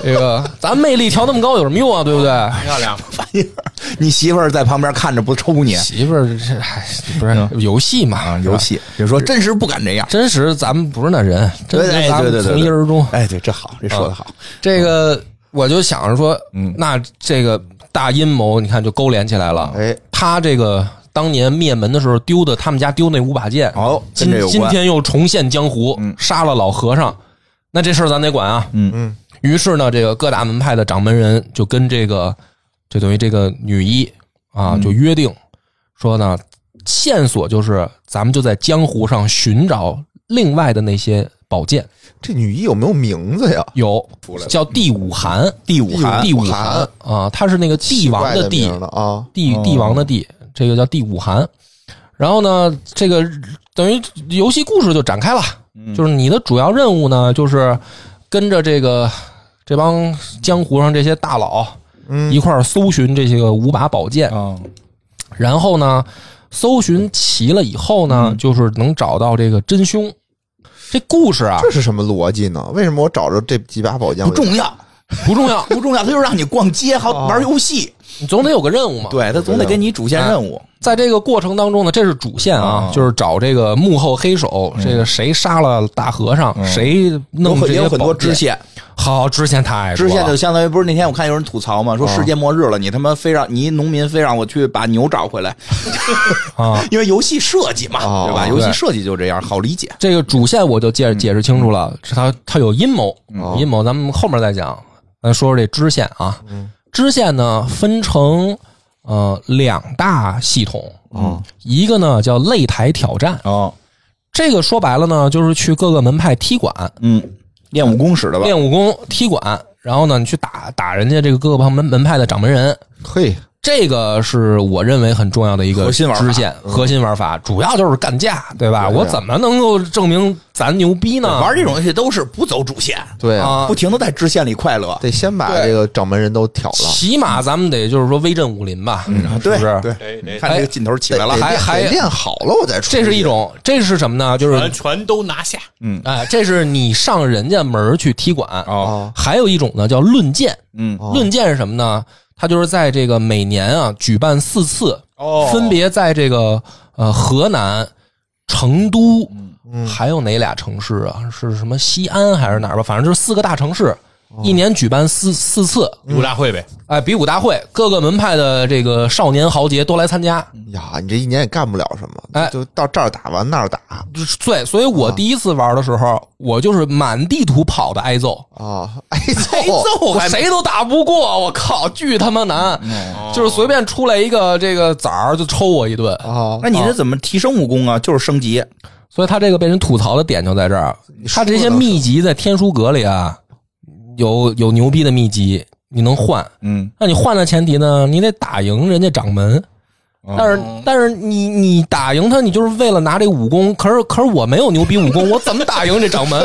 [SPEAKER 1] 这个咱魅力调那么高有什么用啊？对不对？
[SPEAKER 3] 漂亮，
[SPEAKER 2] 你媳妇儿在旁边看着不抽你
[SPEAKER 1] 媳妇儿这哎不是游戏嘛
[SPEAKER 2] 啊？，游戏，就说真实不敢这样，
[SPEAKER 1] 真实咱们不是那人，真
[SPEAKER 2] 对
[SPEAKER 1] 实
[SPEAKER 2] 对
[SPEAKER 1] 咱
[SPEAKER 2] 对
[SPEAKER 1] 们
[SPEAKER 2] 对对，
[SPEAKER 1] 从一而终。啊
[SPEAKER 2] 哎，对，这好，这说的好，
[SPEAKER 1] 这个我就想着说，
[SPEAKER 2] 嗯
[SPEAKER 1] 那这个大阴谋，你看就勾连起来了。
[SPEAKER 4] 哎，
[SPEAKER 1] 他这个当年灭门的时候丢的，他们家丢那五把剑，
[SPEAKER 2] 哦，跟
[SPEAKER 1] 今
[SPEAKER 2] 这有
[SPEAKER 1] 今
[SPEAKER 2] 关，嗯
[SPEAKER 1] 天又重现江湖，杀了老和尚，那这事儿咱得管啊。
[SPEAKER 5] 嗯
[SPEAKER 4] 嗯。
[SPEAKER 1] 于是呢，这个各大门派的掌门人就跟这个，就等于这个女一
[SPEAKER 2] 嗯
[SPEAKER 1] 啊，就约定说呢，线索就是咱们就在江湖上寻找另外的那些宝剑，
[SPEAKER 4] 这女医有没有名字呀？
[SPEAKER 1] 有叫第五寒，
[SPEAKER 2] 第五
[SPEAKER 4] 寒
[SPEAKER 1] 第五
[SPEAKER 4] 第五寒
[SPEAKER 1] 寒啊，它是那个帝王
[SPEAKER 4] 的
[SPEAKER 1] 帝
[SPEAKER 4] 名，了啊，
[SPEAKER 1] 帝帝王的帝，这个叫第五寒。然后呢，这个等于游戏故事就展开了，就是你的主要任务呢，就是跟着这个这帮江湖上这些大佬一块儿搜寻这些个五把宝剑，
[SPEAKER 5] 哦
[SPEAKER 1] 然后呢，搜寻齐了以后呢，就是能找到这个真凶。这故事啊
[SPEAKER 4] 这是什么逻辑呢？为什么我找着这几把宝剑
[SPEAKER 2] 不重要，
[SPEAKER 1] 不重要，
[SPEAKER 2] 不重要，他就让你逛街，还玩游戏，
[SPEAKER 1] 你总得有个任务嘛。
[SPEAKER 2] 对他总得给你主线
[SPEAKER 1] 啊
[SPEAKER 2] 任务，
[SPEAKER 1] 在这个过程当中呢，这是主线啊，就是找这个幕后黑手，这个谁杀了大和尚，谁
[SPEAKER 2] 嗯有
[SPEAKER 1] 弄这
[SPEAKER 2] 很
[SPEAKER 1] 些
[SPEAKER 2] 也有很多
[SPEAKER 1] 宝剑
[SPEAKER 2] 支，线，
[SPEAKER 1] 好支线太多
[SPEAKER 2] 支
[SPEAKER 1] 了啊
[SPEAKER 2] 线就相当于不是那天我看有人吐槽嘛，说世界末日了，你他妈非让你一农民非让我去把牛找回来，
[SPEAKER 1] 啊。
[SPEAKER 2] 因为游戏设计嘛，
[SPEAKER 4] 哦
[SPEAKER 2] 对吧？游戏设计就这样，好理解。
[SPEAKER 1] 这个主线我就解解释清楚
[SPEAKER 2] 嗯
[SPEAKER 1] 了，是它它有阴谋，阴谋
[SPEAKER 2] 嗯
[SPEAKER 1] 咱们后面再讲。咱说说这支线啊，支线呢分成呃两大系统，嗯，一个呢叫擂台挑战，
[SPEAKER 2] 哦，
[SPEAKER 1] 这个说白了呢，就是去各个门派踢馆，
[SPEAKER 2] 嗯，练武功使的吧？
[SPEAKER 1] 练武功、踢馆，然后呢，你去打打人家这个各个旁门门派的掌门人，
[SPEAKER 4] 嘿，
[SPEAKER 1] 这个是我认为很重要的一个
[SPEAKER 2] 核心玩法
[SPEAKER 1] 支线，核心玩法主要就是干架，对吧？我怎么能够证明咱牛逼
[SPEAKER 2] 嗯
[SPEAKER 1] 呢？
[SPEAKER 5] 玩这种游戏都是不走主线，
[SPEAKER 4] 对啊，
[SPEAKER 1] 啊
[SPEAKER 2] 不，停的在支线里快乐。
[SPEAKER 4] 得先把这个掌门人都挑了，
[SPEAKER 1] 起码咱们得就是说威震武林吧，
[SPEAKER 2] 嗯
[SPEAKER 1] 是不是？
[SPEAKER 4] 对，
[SPEAKER 3] 得
[SPEAKER 2] 哎
[SPEAKER 3] 得，
[SPEAKER 5] 看这个劲头起来了
[SPEAKER 4] 得。
[SPEAKER 1] 还
[SPEAKER 4] 练
[SPEAKER 1] 还
[SPEAKER 4] 得练好了我再出去。
[SPEAKER 1] 这是一种，这是什么呢？就是
[SPEAKER 3] 全全都拿下。
[SPEAKER 1] 哎，这是你上人家门儿去踢馆
[SPEAKER 4] 哦
[SPEAKER 1] 还有一种呢，叫论剑。
[SPEAKER 2] 嗯
[SPEAKER 4] 哦
[SPEAKER 1] 论剑是什么呢？它就是在这个每年啊举办四次，
[SPEAKER 3] 哦
[SPEAKER 1] 分别在这个呃河南、成都，还有哪俩城市啊？是什么西安还是哪儿吧？反正就是四个大城市，一年举办四四次，
[SPEAKER 3] 武大会呗，
[SPEAKER 1] 哎，比武大会，各个门派的这个少年豪杰都来参加。
[SPEAKER 4] 哎呀，你这一年也干不了什么，
[SPEAKER 1] 哎
[SPEAKER 4] 就到这儿打完那儿打
[SPEAKER 1] 对，所以我第一次玩的时候，我就是满地图跑的挨揍。
[SPEAKER 4] 啊，挨揍，
[SPEAKER 1] 我谁都打不过，我靠，巨他妈难！就是随便出来一个这个崽儿就抽我一顿，
[SPEAKER 4] 啊！
[SPEAKER 2] 那你这怎么提升武功啊？就是升级，
[SPEAKER 1] 所以他这个被人吐槽的点就在这儿。他这些秘籍在天书阁里啊，有有牛逼的秘籍，你能换。
[SPEAKER 2] 嗯，
[SPEAKER 1] 那你换的前提呢，你得打赢人家掌门。
[SPEAKER 2] 哦
[SPEAKER 1] 但是但是你你打赢他，你就是为了拿这武功。可是可是我没有牛逼武功，我怎么打赢这掌门？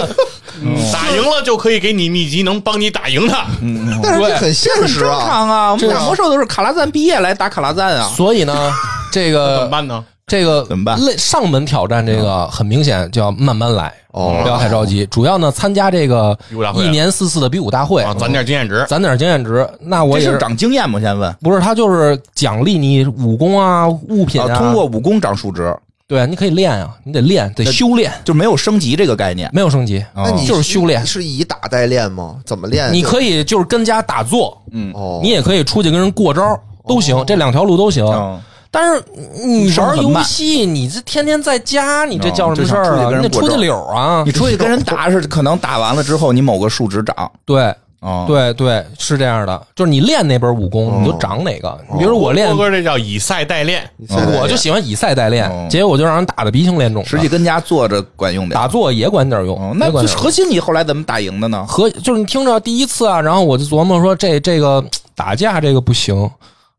[SPEAKER 1] 嗯
[SPEAKER 3] 打赢了就可以给你秘籍，能帮你打赢他。
[SPEAKER 1] 嗯
[SPEAKER 4] 但是这很现实
[SPEAKER 5] 正
[SPEAKER 4] 啊，
[SPEAKER 5] 常啊，我们
[SPEAKER 1] 这
[SPEAKER 5] 打魔兽都是卡拉赞毕业来打卡拉赞啊。
[SPEAKER 1] 所以呢，这
[SPEAKER 3] 怎
[SPEAKER 1] 个
[SPEAKER 3] 么办呢？
[SPEAKER 1] 这个
[SPEAKER 2] 怎么办
[SPEAKER 1] 类上门挑战这个很明显就要慢慢来，
[SPEAKER 4] 哦
[SPEAKER 1] 不要太着急。主要呢，参加这个
[SPEAKER 3] 比武大会啊
[SPEAKER 1] 一年四次的比武大会，
[SPEAKER 3] 啊，攒点经验值。
[SPEAKER 1] 哎攒点经验值。那我
[SPEAKER 2] 这
[SPEAKER 1] 也
[SPEAKER 2] 是
[SPEAKER 1] 是
[SPEAKER 2] 长经验吗？先问
[SPEAKER 1] 不是他就是奖励你武功啊、物品
[SPEAKER 2] 啊，通过武功长数值，
[SPEAKER 1] 对，你可以练啊，你得练，得修炼，
[SPEAKER 2] 就没有升级这个概念。
[SPEAKER 1] 没有升级，
[SPEAKER 4] 那你
[SPEAKER 1] 哦就是修炼
[SPEAKER 4] 你。是以打代练吗？怎么练？
[SPEAKER 1] 你可以就是跟家打坐，
[SPEAKER 2] 嗯
[SPEAKER 4] 哦，
[SPEAKER 1] 你也可以出去跟人过招，
[SPEAKER 2] 哦
[SPEAKER 1] 都行，这两条路都行。
[SPEAKER 2] 嗯，
[SPEAKER 1] 但是你
[SPEAKER 2] 生
[SPEAKER 1] 玩
[SPEAKER 2] 很
[SPEAKER 1] 游
[SPEAKER 2] 慢
[SPEAKER 1] 戏，你这天天在家，你这叫什么事
[SPEAKER 2] 哦就
[SPEAKER 1] 儿
[SPEAKER 2] 想出去
[SPEAKER 1] 啊？
[SPEAKER 2] 跟人
[SPEAKER 1] 你得出
[SPEAKER 2] 过
[SPEAKER 1] 去
[SPEAKER 2] 招
[SPEAKER 1] 溜儿啊
[SPEAKER 2] 你！出去跟人打是可能打完了之后，你某个数值涨。
[SPEAKER 1] 对，
[SPEAKER 2] 哦，，
[SPEAKER 1] 对对，是这样的，就是你练那本武功，你就长哪
[SPEAKER 2] 哦
[SPEAKER 1] 个。你比如我练，
[SPEAKER 3] 郭哥这叫以赛代练，
[SPEAKER 1] 嗯
[SPEAKER 4] 现在
[SPEAKER 1] 我就喜欢以赛代练，
[SPEAKER 2] 哦
[SPEAKER 1] 结果就让人打的鼻青脸肿的。
[SPEAKER 2] 实际跟家坐着管用点。
[SPEAKER 1] 打坐也管点
[SPEAKER 2] 哦
[SPEAKER 1] 用，，
[SPEAKER 2] 那
[SPEAKER 1] 也管点
[SPEAKER 2] 就是
[SPEAKER 1] 用
[SPEAKER 2] 核心你后来怎么打赢的呢？
[SPEAKER 1] 和就是你听着第一次啊，然后我就琢磨说这这个打架这个不行，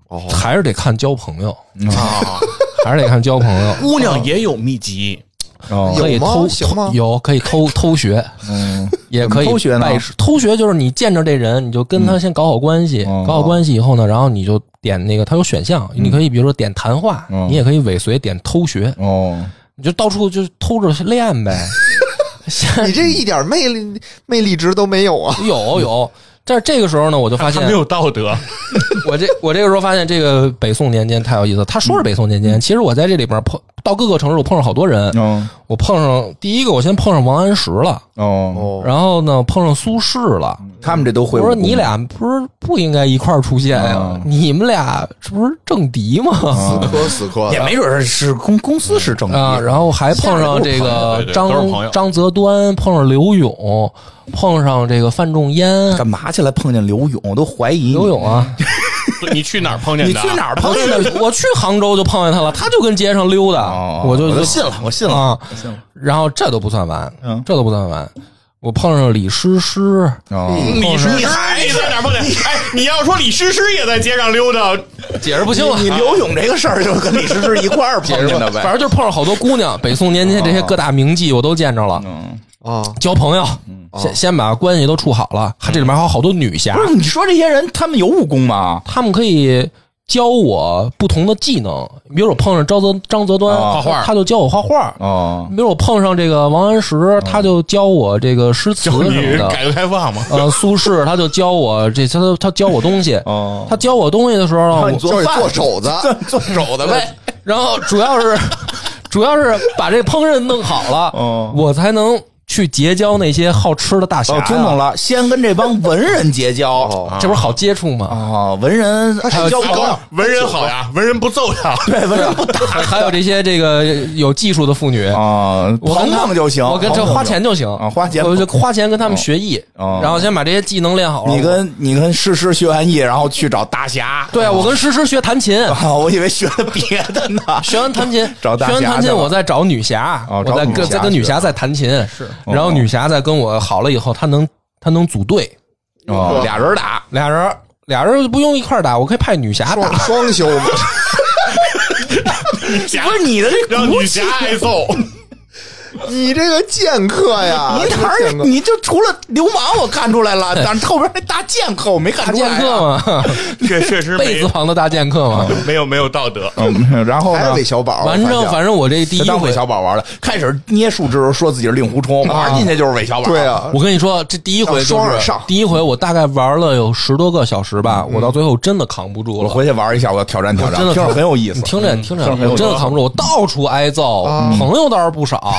[SPEAKER 2] 哦
[SPEAKER 1] 还是得看交朋友，
[SPEAKER 2] 嗯
[SPEAKER 3] 啊，
[SPEAKER 1] 还是得看交 朋友。
[SPEAKER 3] 姑娘也有秘籍，
[SPEAKER 2] 哦，
[SPEAKER 4] 有
[SPEAKER 1] 可以
[SPEAKER 4] 吗
[SPEAKER 1] 偷
[SPEAKER 4] 行吗
[SPEAKER 1] 偷有可以偷偷学，
[SPEAKER 2] 嗯，
[SPEAKER 1] 也
[SPEAKER 2] 怎么
[SPEAKER 1] 可以
[SPEAKER 2] 偷学呢嗯
[SPEAKER 1] 拜师偷学就是你见着这人，你就跟他先搞好关系，
[SPEAKER 2] 哦
[SPEAKER 1] 搞好关系以后呢，然后你就点那个，他有选项，你可以比如说点谈话，
[SPEAKER 2] 嗯
[SPEAKER 1] 你也可以尾随点偷学，
[SPEAKER 2] 哦，
[SPEAKER 1] 你就到处就偷着练 呗。
[SPEAKER 4] 你这一点魅力魅力值都没有啊！
[SPEAKER 1] 有有，但是这个时候呢，我就发
[SPEAKER 3] 他
[SPEAKER 1] 现
[SPEAKER 3] 没有道德。
[SPEAKER 1] 我这我这个时候发现这个北宋年间太有意思了。他说是北宋年
[SPEAKER 3] 嗯
[SPEAKER 1] 间，其实我在这里边碰到各个城市，我碰上好多人。
[SPEAKER 2] 哦，
[SPEAKER 1] 我碰上第一个，我先碰上王安石了，
[SPEAKER 2] 哦，
[SPEAKER 1] 然后呢碰上苏轼了。
[SPEAKER 3] 嗯
[SPEAKER 2] 他们这都
[SPEAKER 1] 我
[SPEAKER 2] 会武功。
[SPEAKER 1] 说你俩不是不应该一块儿出现呀、
[SPEAKER 3] 嗯
[SPEAKER 2] 啊
[SPEAKER 1] 你们俩这不是政敌吗？
[SPEAKER 4] 死磕死磕
[SPEAKER 2] 也
[SPEAKER 4] 的，
[SPEAKER 2] 没准是公公司是正
[SPEAKER 1] 啊，然后还碰上这
[SPEAKER 3] 对
[SPEAKER 1] 个
[SPEAKER 3] 对
[SPEAKER 1] 张
[SPEAKER 3] 都是朋友
[SPEAKER 1] 张择端，碰上刘勇，碰上这个范仲淹，
[SPEAKER 2] 干嘛去了？碰见刘勇，我都怀疑你
[SPEAKER 1] 刘勇啊，
[SPEAKER 3] 你去哪儿碰见的？啊
[SPEAKER 2] 你去哪儿碰
[SPEAKER 1] 我
[SPEAKER 2] 见的？
[SPEAKER 1] 去我去杭州就碰见他了，他就跟街上溜达，
[SPEAKER 2] 哦
[SPEAKER 1] 我就
[SPEAKER 2] 我就信了，我信了，
[SPEAKER 1] 啊，
[SPEAKER 2] 我信了。
[SPEAKER 1] 然后这都不算完，
[SPEAKER 2] 嗯
[SPEAKER 1] 这都不算完，我碰上李师师，
[SPEAKER 2] 哦，
[SPEAKER 3] 李师师，你在哪儿碰见？哎，你要说李师师也在街上溜达，
[SPEAKER 1] 解释不清了。
[SPEAKER 2] 你刘勇这个事儿就是跟李师师一块啊儿碰见 的
[SPEAKER 1] 反
[SPEAKER 2] 呗。
[SPEAKER 1] 正就是碰上好多姑娘，北宋年间这些各大名妓我都见着了，
[SPEAKER 2] 嗯
[SPEAKER 4] 啊！
[SPEAKER 1] 交朋友，先先把关系都处好了。还这里面还有好多女侠
[SPEAKER 2] 不，是你说这些人他们有武功吗？
[SPEAKER 1] 她们可以教我不同的技能，比如我碰上张泽张择端
[SPEAKER 2] 哦
[SPEAKER 3] 画画
[SPEAKER 1] 他就教我画画；
[SPEAKER 2] 哦，
[SPEAKER 1] 比如我碰上这个王安石，他就教我这个诗词什
[SPEAKER 3] 教你
[SPEAKER 1] 么的。
[SPEAKER 3] 改革开放嘛。
[SPEAKER 1] 呃，苏轼他就教我这，他他教我东西。
[SPEAKER 2] 哦
[SPEAKER 1] 他教我东西的时候呢，我
[SPEAKER 4] 教你做手子，
[SPEAKER 2] 做手 的呗。
[SPEAKER 1] 然后主要是主要是把这烹饪弄好了，
[SPEAKER 2] 哦
[SPEAKER 1] 我才能去结交那些好吃的大侠
[SPEAKER 2] 哦
[SPEAKER 1] 呀，
[SPEAKER 2] 听懂了，先跟这帮文人结交
[SPEAKER 1] 这不是好接触吗？
[SPEAKER 2] 啊，哦文人
[SPEAKER 4] 还有
[SPEAKER 2] 交朋友，
[SPEAKER 3] 文人好呀，文人不揍他。
[SPEAKER 2] 对文人不打
[SPEAKER 1] 还有这些这个有技术的妇女，
[SPEAKER 2] 啊，
[SPEAKER 1] 我
[SPEAKER 2] 捧
[SPEAKER 1] 跟他
[SPEAKER 2] 捧就行，
[SPEAKER 1] 我跟这
[SPEAKER 2] 捧捧
[SPEAKER 1] 花
[SPEAKER 2] 就行
[SPEAKER 1] 钱就行
[SPEAKER 2] 啊花钱
[SPEAKER 1] 我就花钱跟他们学艺，
[SPEAKER 2] 哦
[SPEAKER 1] 然后先把这些技能练好了。
[SPEAKER 2] 你跟你跟诗诗学完艺，然后去找大侠。
[SPEAKER 1] 对啊，我跟诗诗学弹琴，
[SPEAKER 2] 啊，我以为学了别的呢。
[SPEAKER 1] 学完弹琴，
[SPEAKER 2] 找大
[SPEAKER 1] 学
[SPEAKER 2] 侠
[SPEAKER 1] 完弹
[SPEAKER 2] 去
[SPEAKER 1] 琴，
[SPEAKER 2] 了
[SPEAKER 1] 我再找女侠，
[SPEAKER 2] 哦
[SPEAKER 1] 我
[SPEAKER 2] 找
[SPEAKER 1] 再
[SPEAKER 2] 女
[SPEAKER 1] 跟
[SPEAKER 2] 侠
[SPEAKER 1] 再跟
[SPEAKER 2] 去哦
[SPEAKER 1] 女侠再弹琴，是，然后女侠再跟我好了以后，她能她能组队，
[SPEAKER 2] 哦，俩人 打，
[SPEAKER 1] 俩人俩人就不用一块儿打，我可以派女侠
[SPEAKER 4] 双
[SPEAKER 1] 打。
[SPEAKER 4] 双修嘛，
[SPEAKER 2] 不是你的这
[SPEAKER 3] 让女侠挨揍，
[SPEAKER 4] 你这个剑客
[SPEAKER 1] 啊
[SPEAKER 4] 呀，
[SPEAKER 2] 你哪
[SPEAKER 4] 这
[SPEAKER 2] 儿
[SPEAKER 4] 个剑客
[SPEAKER 2] 你就除了流氓我看出来 了，但是后边那大剑客我没看
[SPEAKER 1] 大
[SPEAKER 2] 出来、啊
[SPEAKER 1] 剑客 嘛，
[SPEAKER 3] 确 确实
[SPEAKER 1] 贝
[SPEAKER 3] 没
[SPEAKER 1] 字旁的大剑客嘛。
[SPEAKER 3] 没有没有道德。
[SPEAKER 2] 嗯，然后
[SPEAKER 4] 还
[SPEAKER 2] 呢
[SPEAKER 4] 是？韦小宝？
[SPEAKER 1] 反
[SPEAKER 2] 哦
[SPEAKER 4] 我
[SPEAKER 1] 正
[SPEAKER 4] 发现
[SPEAKER 1] 反正我这第
[SPEAKER 2] 他
[SPEAKER 1] 一
[SPEAKER 2] 当韦
[SPEAKER 1] 回，啊
[SPEAKER 2] 小宝玩的，开始捏树枝时候说自己是令狐冲，玩进去就是韦小宝。
[SPEAKER 4] 对，啊，
[SPEAKER 1] 我跟你说，这第一回就
[SPEAKER 4] 双人
[SPEAKER 1] 是
[SPEAKER 4] 上
[SPEAKER 1] 第一回，我大概玩了有十多个小时吧，我到最后真的扛不住
[SPEAKER 2] 嗯我
[SPEAKER 1] 了。
[SPEAKER 2] 回去玩一下，我要挑战挑战，
[SPEAKER 1] 真的
[SPEAKER 2] 听着很有意思嗯
[SPEAKER 1] 你。听着，你听着，
[SPEAKER 2] 听着很有
[SPEAKER 1] 我真的扛不住，我到处挨揍，朋友倒是不少，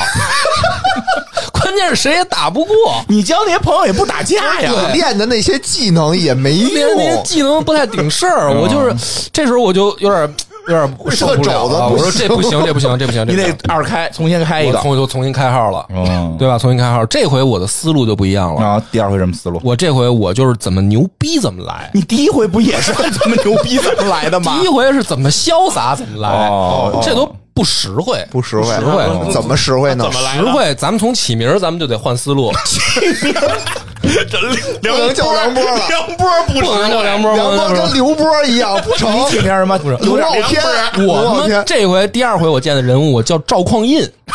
[SPEAKER 1] 关键是谁也打不过，
[SPEAKER 2] 你交那些朋友也不打架呀，
[SPEAKER 4] 我练的那些技能也没
[SPEAKER 1] 连那些
[SPEAKER 4] 用，
[SPEAKER 1] 技能不太顶事儿，我就是这时候我就有点有点受不了了，
[SPEAKER 4] 这肘子不行
[SPEAKER 1] 我说这不行，这不行，这不行，这不
[SPEAKER 2] 你得
[SPEAKER 1] 行。
[SPEAKER 2] 二开，重新开一
[SPEAKER 1] 我
[SPEAKER 2] 个
[SPEAKER 1] 重就重新开号了，
[SPEAKER 2] 嗯
[SPEAKER 1] 对吧？重新开号，这回我的思路就不一样了。
[SPEAKER 2] 后第二回什么思路？
[SPEAKER 1] 我这回我就是怎么牛逼怎么来，
[SPEAKER 2] 你第一回不也是按这么牛逼怎么来的吗
[SPEAKER 1] 第？一回是怎么潇洒怎么来，
[SPEAKER 2] 哦
[SPEAKER 1] 这都不实惠，
[SPEAKER 4] 不实惠，
[SPEAKER 1] 实
[SPEAKER 2] 啊嗯
[SPEAKER 1] 惠，
[SPEAKER 4] 怎么实惠呢
[SPEAKER 3] 怎？么来
[SPEAKER 1] 实
[SPEAKER 3] 的？
[SPEAKER 1] 惠。咱们从起名儿咱们就得换思路，
[SPEAKER 3] 这梁
[SPEAKER 4] 不能叫梁 波了
[SPEAKER 3] 梁波不
[SPEAKER 1] 不能
[SPEAKER 3] 是
[SPEAKER 1] 叫梁波，
[SPEAKER 4] 梁
[SPEAKER 1] 不能
[SPEAKER 4] 波
[SPEAKER 1] 叫梁
[SPEAKER 4] 跟刘波一样，不 成。
[SPEAKER 2] 起名什么？不是
[SPEAKER 4] 罗傲天，
[SPEAKER 1] 波
[SPEAKER 4] 罗傲
[SPEAKER 1] 我们
[SPEAKER 4] 天，
[SPEAKER 1] 这回第二回我见的人物，我叫赵匡胤，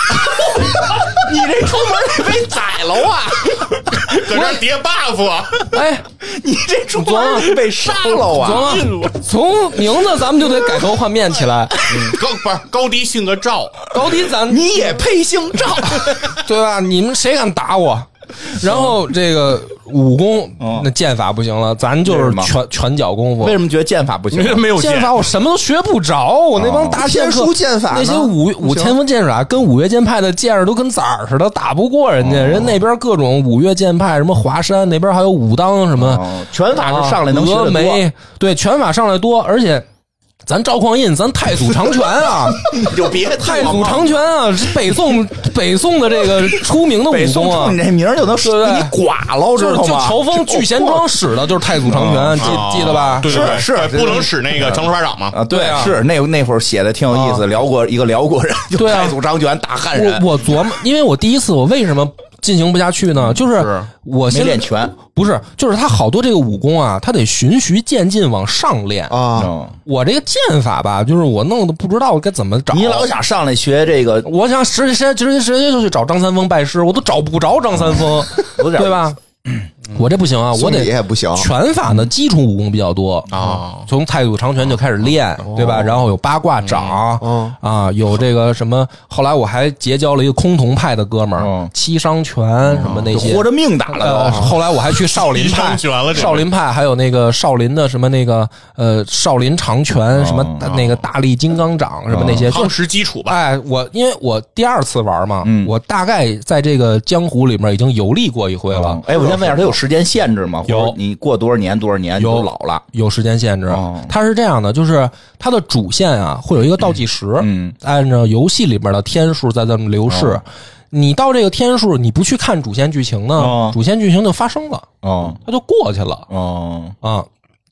[SPEAKER 2] 你这出门得被宰了啊！
[SPEAKER 3] 搁这叠 buff 啊！
[SPEAKER 1] 哎，
[SPEAKER 2] 你这出
[SPEAKER 1] 啊
[SPEAKER 2] 门被杀了
[SPEAKER 1] 琢
[SPEAKER 2] 啊！
[SPEAKER 1] 磨从名字咱们就得改头换面起 来，
[SPEAKER 3] 高不是高低性格赵，
[SPEAKER 1] 高低咱
[SPEAKER 2] 你也配姓赵？
[SPEAKER 1] 对吧？你们谁敢打我？然后这个武功
[SPEAKER 2] 哦
[SPEAKER 1] 那剑法不行了，咱就是
[SPEAKER 2] 为什么
[SPEAKER 1] 拳拳脚功夫
[SPEAKER 2] 为。什么觉得剑法哦不行？啊
[SPEAKER 3] 没有
[SPEAKER 1] 剑法我什么都学不着，我那帮大剑客
[SPEAKER 4] 天书剑法呢
[SPEAKER 1] 那些五五千锋剑法跟五岳剑派的剑士都跟崽儿似的，打不过人家。
[SPEAKER 2] 哦
[SPEAKER 1] 人那边各种五岳剑派，什么华山那边还有武当什么，
[SPEAKER 2] 哦拳法是上来能学
[SPEAKER 1] 峨
[SPEAKER 2] 的多，
[SPEAKER 1] 眉，对拳法上来多，而且咱赵匡胤，咱太祖长拳 啊，
[SPEAKER 2] 你就别
[SPEAKER 1] 太祖长拳啊，是北宋北宋的这个出名的
[SPEAKER 2] 北
[SPEAKER 1] 武
[SPEAKER 2] 宋
[SPEAKER 1] 功
[SPEAKER 2] 冲
[SPEAKER 1] 啊
[SPEAKER 2] 你。这名儿就能给
[SPEAKER 1] 对
[SPEAKER 2] 你剐了，知
[SPEAKER 1] 就是
[SPEAKER 2] 道
[SPEAKER 1] 就
[SPEAKER 2] 吗？哦
[SPEAKER 1] 乔峰聚贤庄使的，就是太祖长拳，记记得吧？
[SPEAKER 3] 哦对对对
[SPEAKER 2] 是是
[SPEAKER 3] 不能使那个长手法掌嘛。
[SPEAKER 2] 啊，对
[SPEAKER 1] 对啊啊
[SPEAKER 2] 是那那会儿写的挺有意思，辽国一个辽国人 就
[SPEAKER 1] 对啊
[SPEAKER 2] 太祖张卷打汉人，
[SPEAKER 1] 我我琢磨，因为我第一次，我为什么进行不下去呢？就是我
[SPEAKER 2] 嗯没
[SPEAKER 1] 先
[SPEAKER 2] 练拳
[SPEAKER 1] 不是，就是他好多这个武功啊，他得循序渐进往上练。
[SPEAKER 4] 啊，
[SPEAKER 2] 嗯
[SPEAKER 1] 我这个剑法吧，就是我弄的不知道该怎么找。
[SPEAKER 2] 你老想上来学这个，
[SPEAKER 1] 我想直接直接直接就去找张三丰拜师，我都找不着张三丰，
[SPEAKER 2] 有点
[SPEAKER 1] 对吧？我这不行啊，我
[SPEAKER 4] 我
[SPEAKER 1] 得
[SPEAKER 4] 也不行，
[SPEAKER 1] 拳法呢，基础武功比较多
[SPEAKER 3] 哦
[SPEAKER 1] 啊，从太祖长拳就开始练，对吧？然后有八卦掌，
[SPEAKER 3] 嗯
[SPEAKER 1] 啊，有这个什么，后来我还结交了一个崆峒派的哥们儿
[SPEAKER 2] 嗯，
[SPEAKER 1] 七伤拳什么
[SPEAKER 3] 哦
[SPEAKER 1] 那
[SPEAKER 2] 就
[SPEAKER 1] 些
[SPEAKER 2] 活。着命打
[SPEAKER 1] 呃，
[SPEAKER 2] 了都。啊
[SPEAKER 1] 后来我还去少林
[SPEAKER 3] 七
[SPEAKER 1] 派
[SPEAKER 3] 伤拳了，这
[SPEAKER 1] 少林派还有那个少林的什么那个呃少林长
[SPEAKER 2] 哦
[SPEAKER 1] 拳，什么大那个大力金刚掌什么那些，就
[SPEAKER 3] 夯实基础哦吧，
[SPEAKER 1] 哎，我因为我第二次玩嘛，
[SPEAKER 2] 嗯
[SPEAKER 1] 我大概在这个江湖里面已经游历过一回了，
[SPEAKER 2] 哎，我先问一下，他有时间限制吗？
[SPEAKER 1] 有
[SPEAKER 2] 或者你过多少年多少年你就老了。
[SPEAKER 1] 有时间限制
[SPEAKER 2] 哦。
[SPEAKER 1] 它是这样的，就是它的主线啊会有一个倒计时，
[SPEAKER 2] 嗯，
[SPEAKER 1] 按照游戏里面的天数在这么流逝。
[SPEAKER 2] 哦
[SPEAKER 1] 你到这个天数，你不去看主线剧情呢
[SPEAKER 2] 哦，
[SPEAKER 1] 主线剧情就发生了，
[SPEAKER 2] 哦
[SPEAKER 1] 它就过去了
[SPEAKER 2] 哦，
[SPEAKER 1] 啊。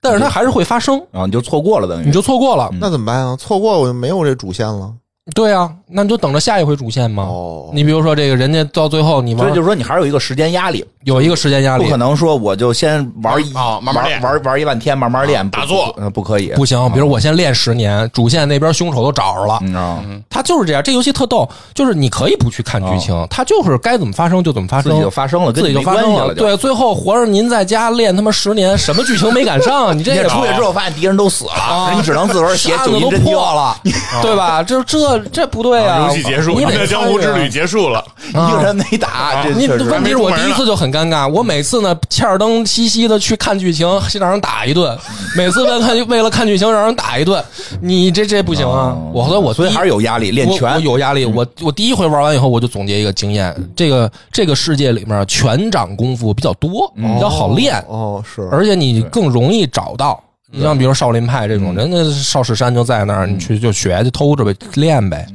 [SPEAKER 1] 但是它还是会发生，
[SPEAKER 2] 然后你就错过了等于。
[SPEAKER 1] 你就错过了。
[SPEAKER 2] 嗯
[SPEAKER 4] 那怎么办啊？错过我就没有这主线了。
[SPEAKER 1] 对啊，那你就等着下一回主线嘛。
[SPEAKER 4] 哦
[SPEAKER 1] 你比如说这个，人家到最后你
[SPEAKER 2] 所以
[SPEAKER 1] 玩
[SPEAKER 2] 就是说，你还是有一个时间压力，
[SPEAKER 1] 有一个时间压
[SPEAKER 2] 不
[SPEAKER 1] 力
[SPEAKER 2] 可，能说我就先玩一
[SPEAKER 3] 啊慢慢练啊
[SPEAKER 2] 玩玩玩一万天，慢慢练，不
[SPEAKER 3] 打坐
[SPEAKER 2] 不呃不可以，
[SPEAKER 1] 不行。比如我先练十年，主线那边凶手都找着了，
[SPEAKER 2] 嗯啊，
[SPEAKER 1] 它就是这样。这游戏特逗，就是你可以不去看剧情，它就是该怎么发生就怎么发
[SPEAKER 2] 哦自
[SPEAKER 1] 生，
[SPEAKER 2] 己就发生了，跟
[SPEAKER 1] 自己
[SPEAKER 2] 你
[SPEAKER 1] 就
[SPEAKER 2] 没
[SPEAKER 1] 发
[SPEAKER 2] 关
[SPEAKER 1] 生
[SPEAKER 2] 系了，就。
[SPEAKER 1] 对，最后活着您在家练他妈十年，什么剧情没赶 上？你这
[SPEAKER 2] 你
[SPEAKER 1] 也
[SPEAKER 2] 出去之后发现敌人都死了，
[SPEAKER 1] 啊
[SPEAKER 2] 你只能自个儿写
[SPEAKER 1] 案
[SPEAKER 2] 九
[SPEAKER 1] 子
[SPEAKER 2] 阴
[SPEAKER 1] 都
[SPEAKER 2] 真经哦
[SPEAKER 1] 破了，对吧？这这个这不对啊！
[SPEAKER 3] 游戏结束，
[SPEAKER 1] 你
[SPEAKER 3] 你
[SPEAKER 1] 得
[SPEAKER 3] 的江湖之旅结束了。
[SPEAKER 1] 啊
[SPEAKER 2] 一个人没打，这
[SPEAKER 1] 你
[SPEAKER 2] 确实
[SPEAKER 1] 问题是我第一次就很尴尬，我每次呢欠着灯兮兮的去看剧情，让人打一顿；每次为看为了看剧情让人打一顿，你这这不行啊！我和我
[SPEAKER 2] 哦所以还是有压力。练
[SPEAKER 1] 我我
[SPEAKER 2] 拳
[SPEAKER 1] 有压力。
[SPEAKER 4] 嗯
[SPEAKER 1] 我我第一回玩完以后，我就总结一个经验：这个这个世界里面拳掌功夫比较多，比较好练，
[SPEAKER 4] 哦，是，
[SPEAKER 1] 而且你更容易找到。你像比如少林派这
[SPEAKER 4] 嗯
[SPEAKER 1] 种，人家少室山就在那儿，你去就学，就偷着呗练呗。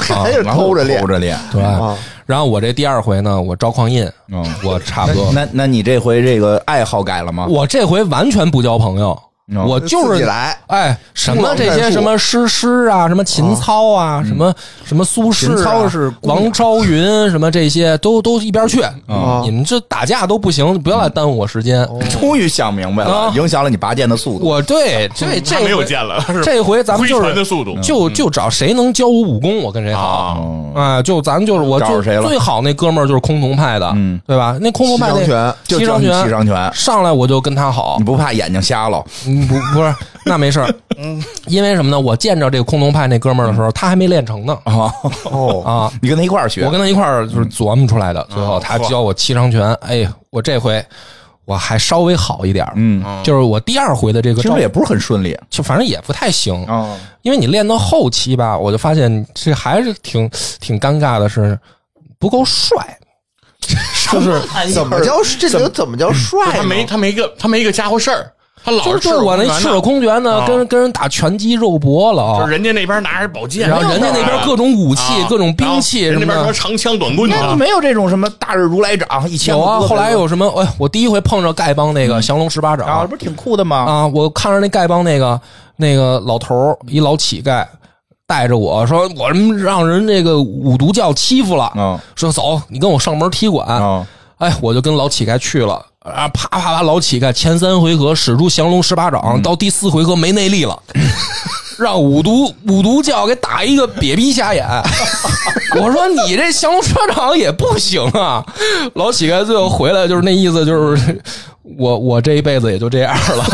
[SPEAKER 4] 还是啊偷着练
[SPEAKER 2] 偷着练。
[SPEAKER 1] 对
[SPEAKER 4] 嗯啊，
[SPEAKER 1] 然后我这第二回呢，我招矿印，
[SPEAKER 2] 嗯
[SPEAKER 1] 我差不 多。
[SPEAKER 2] 那那你这回这个爱好改了吗？
[SPEAKER 1] 我这回完全不交朋友，
[SPEAKER 2] 嗯
[SPEAKER 1] 我就
[SPEAKER 4] 哦自己
[SPEAKER 1] 是
[SPEAKER 4] 来。
[SPEAKER 1] 哎，什么这
[SPEAKER 4] 战
[SPEAKER 1] 些
[SPEAKER 4] 术
[SPEAKER 1] 什么诗诗啊，什么秦操啊，什么什么苏轼、啊，
[SPEAKER 2] 嗯秦操是姑娘
[SPEAKER 1] 王昭云，什么这些都都一边去。
[SPEAKER 4] 啊
[SPEAKER 1] 你们这打架都不行，不要来耽误我时间。
[SPEAKER 2] 终于想明白了
[SPEAKER 1] 啊，
[SPEAKER 2] 影响了你拔剑的速度。
[SPEAKER 1] 我对这这
[SPEAKER 3] 他没有
[SPEAKER 1] 回
[SPEAKER 3] 剑了，他是
[SPEAKER 1] 这回咱们就
[SPEAKER 3] 挥拳的
[SPEAKER 1] 是
[SPEAKER 3] 速度
[SPEAKER 1] 就就找谁能教我武功，我跟谁好。
[SPEAKER 3] 啊，
[SPEAKER 2] 嗯
[SPEAKER 1] 啊，就咱们就是我
[SPEAKER 2] 找着
[SPEAKER 1] 就
[SPEAKER 2] 谁了
[SPEAKER 1] 最好那哥们儿就是空同派的，
[SPEAKER 2] 嗯
[SPEAKER 1] 对吧？那空同派那
[SPEAKER 4] 七伤拳
[SPEAKER 2] 就叫你七伤拳
[SPEAKER 1] 上来我就跟他好
[SPEAKER 2] 你，不怕眼睛瞎了？
[SPEAKER 1] 嗯，不不是，那没事儿，嗯， 因为什么呢？我见着这个空洞派那哥们儿的时候，他还没练成呢
[SPEAKER 2] 啊， 嗯
[SPEAKER 4] 哦，
[SPEAKER 1] 啊，
[SPEAKER 2] 你跟他一块儿学
[SPEAKER 1] 我。跟他一块儿就是琢磨出来的。最后
[SPEAKER 3] 啊
[SPEAKER 1] 他
[SPEAKER 3] 嚯
[SPEAKER 1] 教我七伤拳，哎，我这回我还稍微好一点儿，
[SPEAKER 2] 嗯，
[SPEAKER 1] 就是我哦第二回的这个
[SPEAKER 2] 听
[SPEAKER 1] 招
[SPEAKER 2] 着，也不是很顺利
[SPEAKER 1] 就反正也不太行，
[SPEAKER 2] 啊。
[SPEAKER 1] 因为你练到后期吧，我就发现这还是挺挺尴尬的是不够 帅，就是
[SPEAKER 4] 怎么叫这就怎么叫帅
[SPEAKER 3] 他
[SPEAKER 4] 呢？
[SPEAKER 3] 没他没一个他没一个家伙事儿，他老
[SPEAKER 1] 就是是我那赤裸
[SPEAKER 3] 空
[SPEAKER 1] 空拳呢，
[SPEAKER 3] 啊
[SPEAKER 1] 跟跟人打拳击肉搏了
[SPEAKER 3] 就
[SPEAKER 1] 啊
[SPEAKER 3] 是。人家那边拿着宝剑，
[SPEAKER 1] 然后人家那边各种武器、
[SPEAKER 3] 啊
[SPEAKER 1] 各种兵器
[SPEAKER 3] 然
[SPEAKER 1] 什
[SPEAKER 3] 后
[SPEAKER 1] 么的，
[SPEAKER 3] 人那边说长枪短棍啊
[SPEAKER 2] 那就
[SPEAKER 3] 的，
[SPEAKER 2] 没有这种什么大日如来掌一千
[SPEAKER 1] 有
[SPEAKER 2] 个
[SPEAKER 1] 啊，
[SPEAKER 2] 胳膊
[SPEAKER 1] 后来有什么？哎，我第一回碰着丐帮那个降龙十八掌
[SPEAKER 2] 啊，这不是挺酷的吗？
[SPEAKER 1] 啊我看着那丐帮那个那个老头儿，一老乞丐，带着我说我让人这个五毒教欺负了，
[SPEAKER 2] 嗯
[SPEAKER 1] 说走，你跟我上门踢馆。
[SPEAKER 2] 啊，
[SPEAKER 1] 哎，我就跟老乞丐去了啊，啪啪啪，老乞丐前三回合使出降龙十八掌，
[SPEAKER 2] 嗯
[SPEAKER 1] 到第四回合没内力 了。让五毒五毒教给打一个瘪逼瞎眼， 我说你这降龙十八掌也不行啊！老乞丐最后回来就是那意思，就是我我这一辈子也就这样了。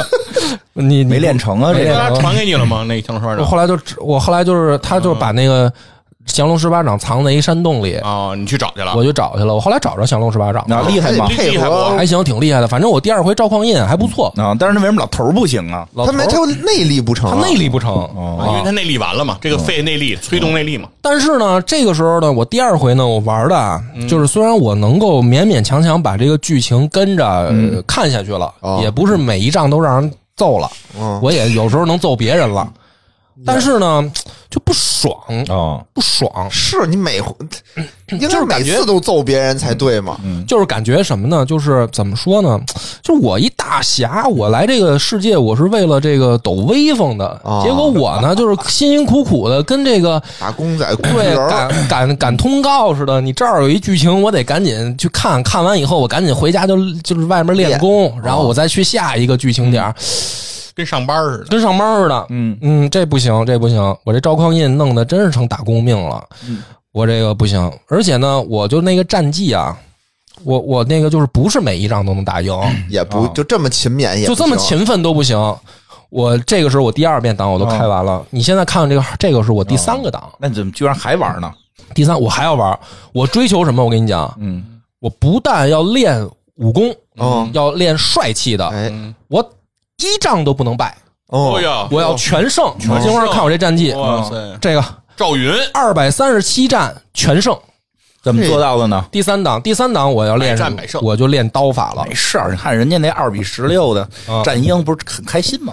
[SPEAKER 1] 你你
[SPEAKER 2] 没练成啊，这
[SPEAKER 1] 没
[SPEAKER 2] 个
[SPEAKER 1] 练
[SPEAKER 3] 他传给你了吗？那降龙十八
[SPEAKER 1] 我
[SPEAKER 3] 掌
[SPEAKER 1] 后来就只我后来就是他
[SPEAKER 2] 嗯
[SPEAKER 1] 就是把那个降龙十八掌藏在一山洞里，
[SPEAKER 3] 啊，你去找去了
[SPEAKER 1] 我，就找去了。我后来找着降龙十八掌了，
[SPEAKER 2] 啊厉害吗？
[SPEAKER 4] 配
[SPEAKER 3] 厉害
[SPEAKER 4] 合
[SPEAKER 3] 不？
[SPEAKER 1] 还行，挺厉害哎的。反正我第二回赵匡胤还不错，
[SPEAKER 2] 啊，但是那为什么老头儿不行啊？
[SPEAKER 1] 老
[SPEAKER 4] 嗯他没他
[SPEAKER 1] 头儿
[SPEAKER 4] 有内力不成
[SPEAKER 1] 他
[SPEAKER 4] 啊，哦
[SPEAKER 1] 内力不成
[SPEAKER 3] 啊因为
[SPEAKER 1] 啊
[SPEAKER 3] 他。内力完了嘛，这个费内力，催动内力嘛。
[SPEAKER 1] 但是呢，这个时候呢，我第二回呢，我玩的啊，
[SPEAKER 4] 嗯
[SPEAKER 1] 就是虽然我能够勉勉强强把这个剧情跟着呃看下去了，
[SPEAKER 4] 嗯哦
[SPEAKER 1] 也不是每一仗都让人揍了，
[SPEAKER 4] 嗯
[SPEAKER 1] 我也有时候能揍别人了，但是呢，就不爽，
[SPEAKER 2] 啊，
[SPEAKER 1] 不爽，
[SPEAKER 4] 是你每回应
[SPEAKER 1] 就
[SPEAKER 4] 该
[SPEAKER 1] 是
[SPEAKER 4] 每
[SPEAKER 1] 感觉
[SPEAKER 4] 次都揍别人才对嘛？
[SPEAKER 1] 就是感觉什么呢？就是怎么说呢？就是我一大侠，我来这个世界，我是为了这个抖威风的。
[SPEAKER 4] 哦
[SPEAKER 1] 结果我 呢，就是辛辛苦苦的跟这个
[SPEAKER 4] 打工仔、工
[SPEAKER 1] 对
[SPEAKER 4] 人儿，
[SPEAKER 1] 赶赶赶通告似的。你这儿有一剧情，我得赶紧去看看完以后，我赶紧回家就就是外面练功，然后我再去下一个剧情点儿，
[SPEAKER 4] 嗯
[SPEAKER 3] 跟上班似的。
[SPEAKER 1] 跟上班似的。嗯嗯，这不行，这不行，我这赵匡胤弄得真是成打工命了。我这个不行，而且呢，我就那个战绩啊。我我那个就是不是每一仗都能打赢，
[SPEAKER 4] 也不就这么勤勉，也
[SPEAKER 1] 就
[SPEAKER 4] 不
[SPEAKER 1] 这么
[SPEAKER 4] 行
[SPEAKER 1] 勤奋都不行。我这个时候我第二遍档我都开完了，你现在看看这个，这个是我第三个档，
[SPEAKER 2] 那你怎么居然还玩呢？
[SPEAKER 1] 第三我还要玩。我追求什么？我跟你讲，
[SPEAKER 2] 嗯，
[SPEAKER 1] 我不但要练武功，
[SPEAKER 4] 哦
[SPEAKER 1] 要练帅气的，
[SPEAKER 4] 哎
[SPEAKER 1] 我一仗都不能败，
[SPEAKER 3] 哎
[SPEAKER 4] 哦，
[SPEAKER 3] 呀，
[SPEAKER 1] 我要嗯全胜。我今儿看我这战绩，
[SPEAKER 3] 哇塞，
[SPEAKER 1] 这个
[SPEAKER 3] 赵云
[SPEAKER 1] 二百三十七战全胜。
[SPEAKER 2] 怎么做到的呢？
[SPEAKER 1] 第三档，第三档我要练
[SPEAKER 3] 百
[SPEAKER 1] 什
[SPEAKER 3] 战
[SPEAKER 1] 么
[SPEAKER 3] 百胜？
[SPEAKER 1] 我就练刀法了
[SPEAKER 2] 没。事儿，你看人家那二比十六的
[SPEAKER 1] 啊
[SPEAKER 2] 战鹰不是很开心吗？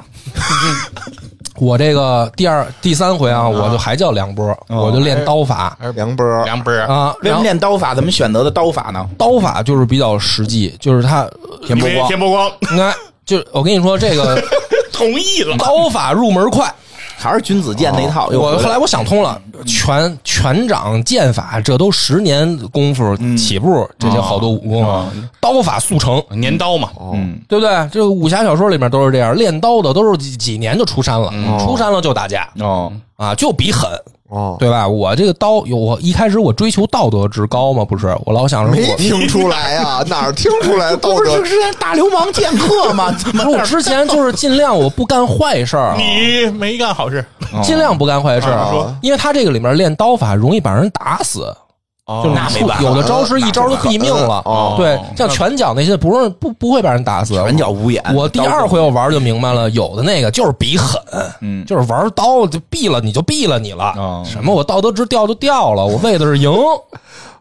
[SPEAKER 1] 我这个第二、第三回啊，我就还叫梁波，我就练刀法
[SPEAKER 4] 梁波儿
[SPEAKER 3] 梁波儿，
[SPEAKER 1] 啊。
[SPEAKER 2] 为什
[SPEAKER 1] 然
[SPEAKER 2] 么
[SPEAKER 1] 后
[SPEAKER 2] 练刀法？怎么选择的刀法呢？
[SPEAKER 1] 刀法就是比较实际，就是他
[SPEAKER 2] 田
[SPEAKER 3] 因
[SPEAKER 2] 伯
[SPEAKER 3] 为
[SPEAKER 2] 光
[SPEAKER 3] 田伯光
[SPEAKER 1] 应该就是我跟你说，这个
[SPEAKER 3] 同意了，
[SPEAKER 1] 刀法入门快。
[SPEAKER 2] 还是君子剑那一套？又
[SPEAKER 1] 啊我
[SPEAKER 2] 回
[SPEAKER 1] 后来我想通了，拳拳掌剑法这都十年功夫起步，这些好多武功，刀法速成，
[SPEAKER 3] 年刀嘛，
[SPEAKER 1] 哦
[SPEAKER 3] 嗯
[SPEAKER 1] 对不对？这个武侠小说里面都是这样，练刀的都是几几年就出山了，出山了就打架
[SPEAKER 2] 哦
[SPEAKER 1] 啊，就比狠。
[SPEAKER 4] 哦，
[SPEAKER 1] 对吧？我这个刀有我一开始我追求道德至高嘛，不是？我老想着
[SPEAKER 4] 没
[SPEAKER 1] 我。
[SPEAKER 4] 听出来呀、哪儿听出来道
[SPEAKER 5] 不
[SPEAKER 4] 德
[SPEAKER 5] 是？之前大流氓剑客 吗？怎么
[SPEAKER 1] 不是我之前就是尽量我不干坏事儿，啊
[SPEAKER 3] 你没干好事，
[SPEAKER 2] 哦
[SPEAKER 1] 尽量不干坏事
[SPEAKER 3] 啊
[SPEAKER 1] 儿
[SPEAKER 3] 说，
[SPEAKER 1] 因为他这个里面练刀法容易把人打死，就
[SPEAKER 2] 哦那没
[SPEAKER 1] 出
[SPEAKER 2] 办法
[SPEAKER 1] 有的招式一招就毙命了。
[SPEAKER 4] 哦
[SPEAKER 1] 对，像拳脚那些不是不不会把人打死，
[SPEAKER 2] 拳脚无眼
[SPEAKER 1] 我第二回我玩就明白了，有的那个就是比狠，
[SPEAKER 2] 嗯
[SPEAKER 1] 就是玩刀就毙了你就毙了你了
[SPEAKER 2] 哦，
[SPEAKER 1] 嗯什么我道德值掉就掉了，我为的是 赢。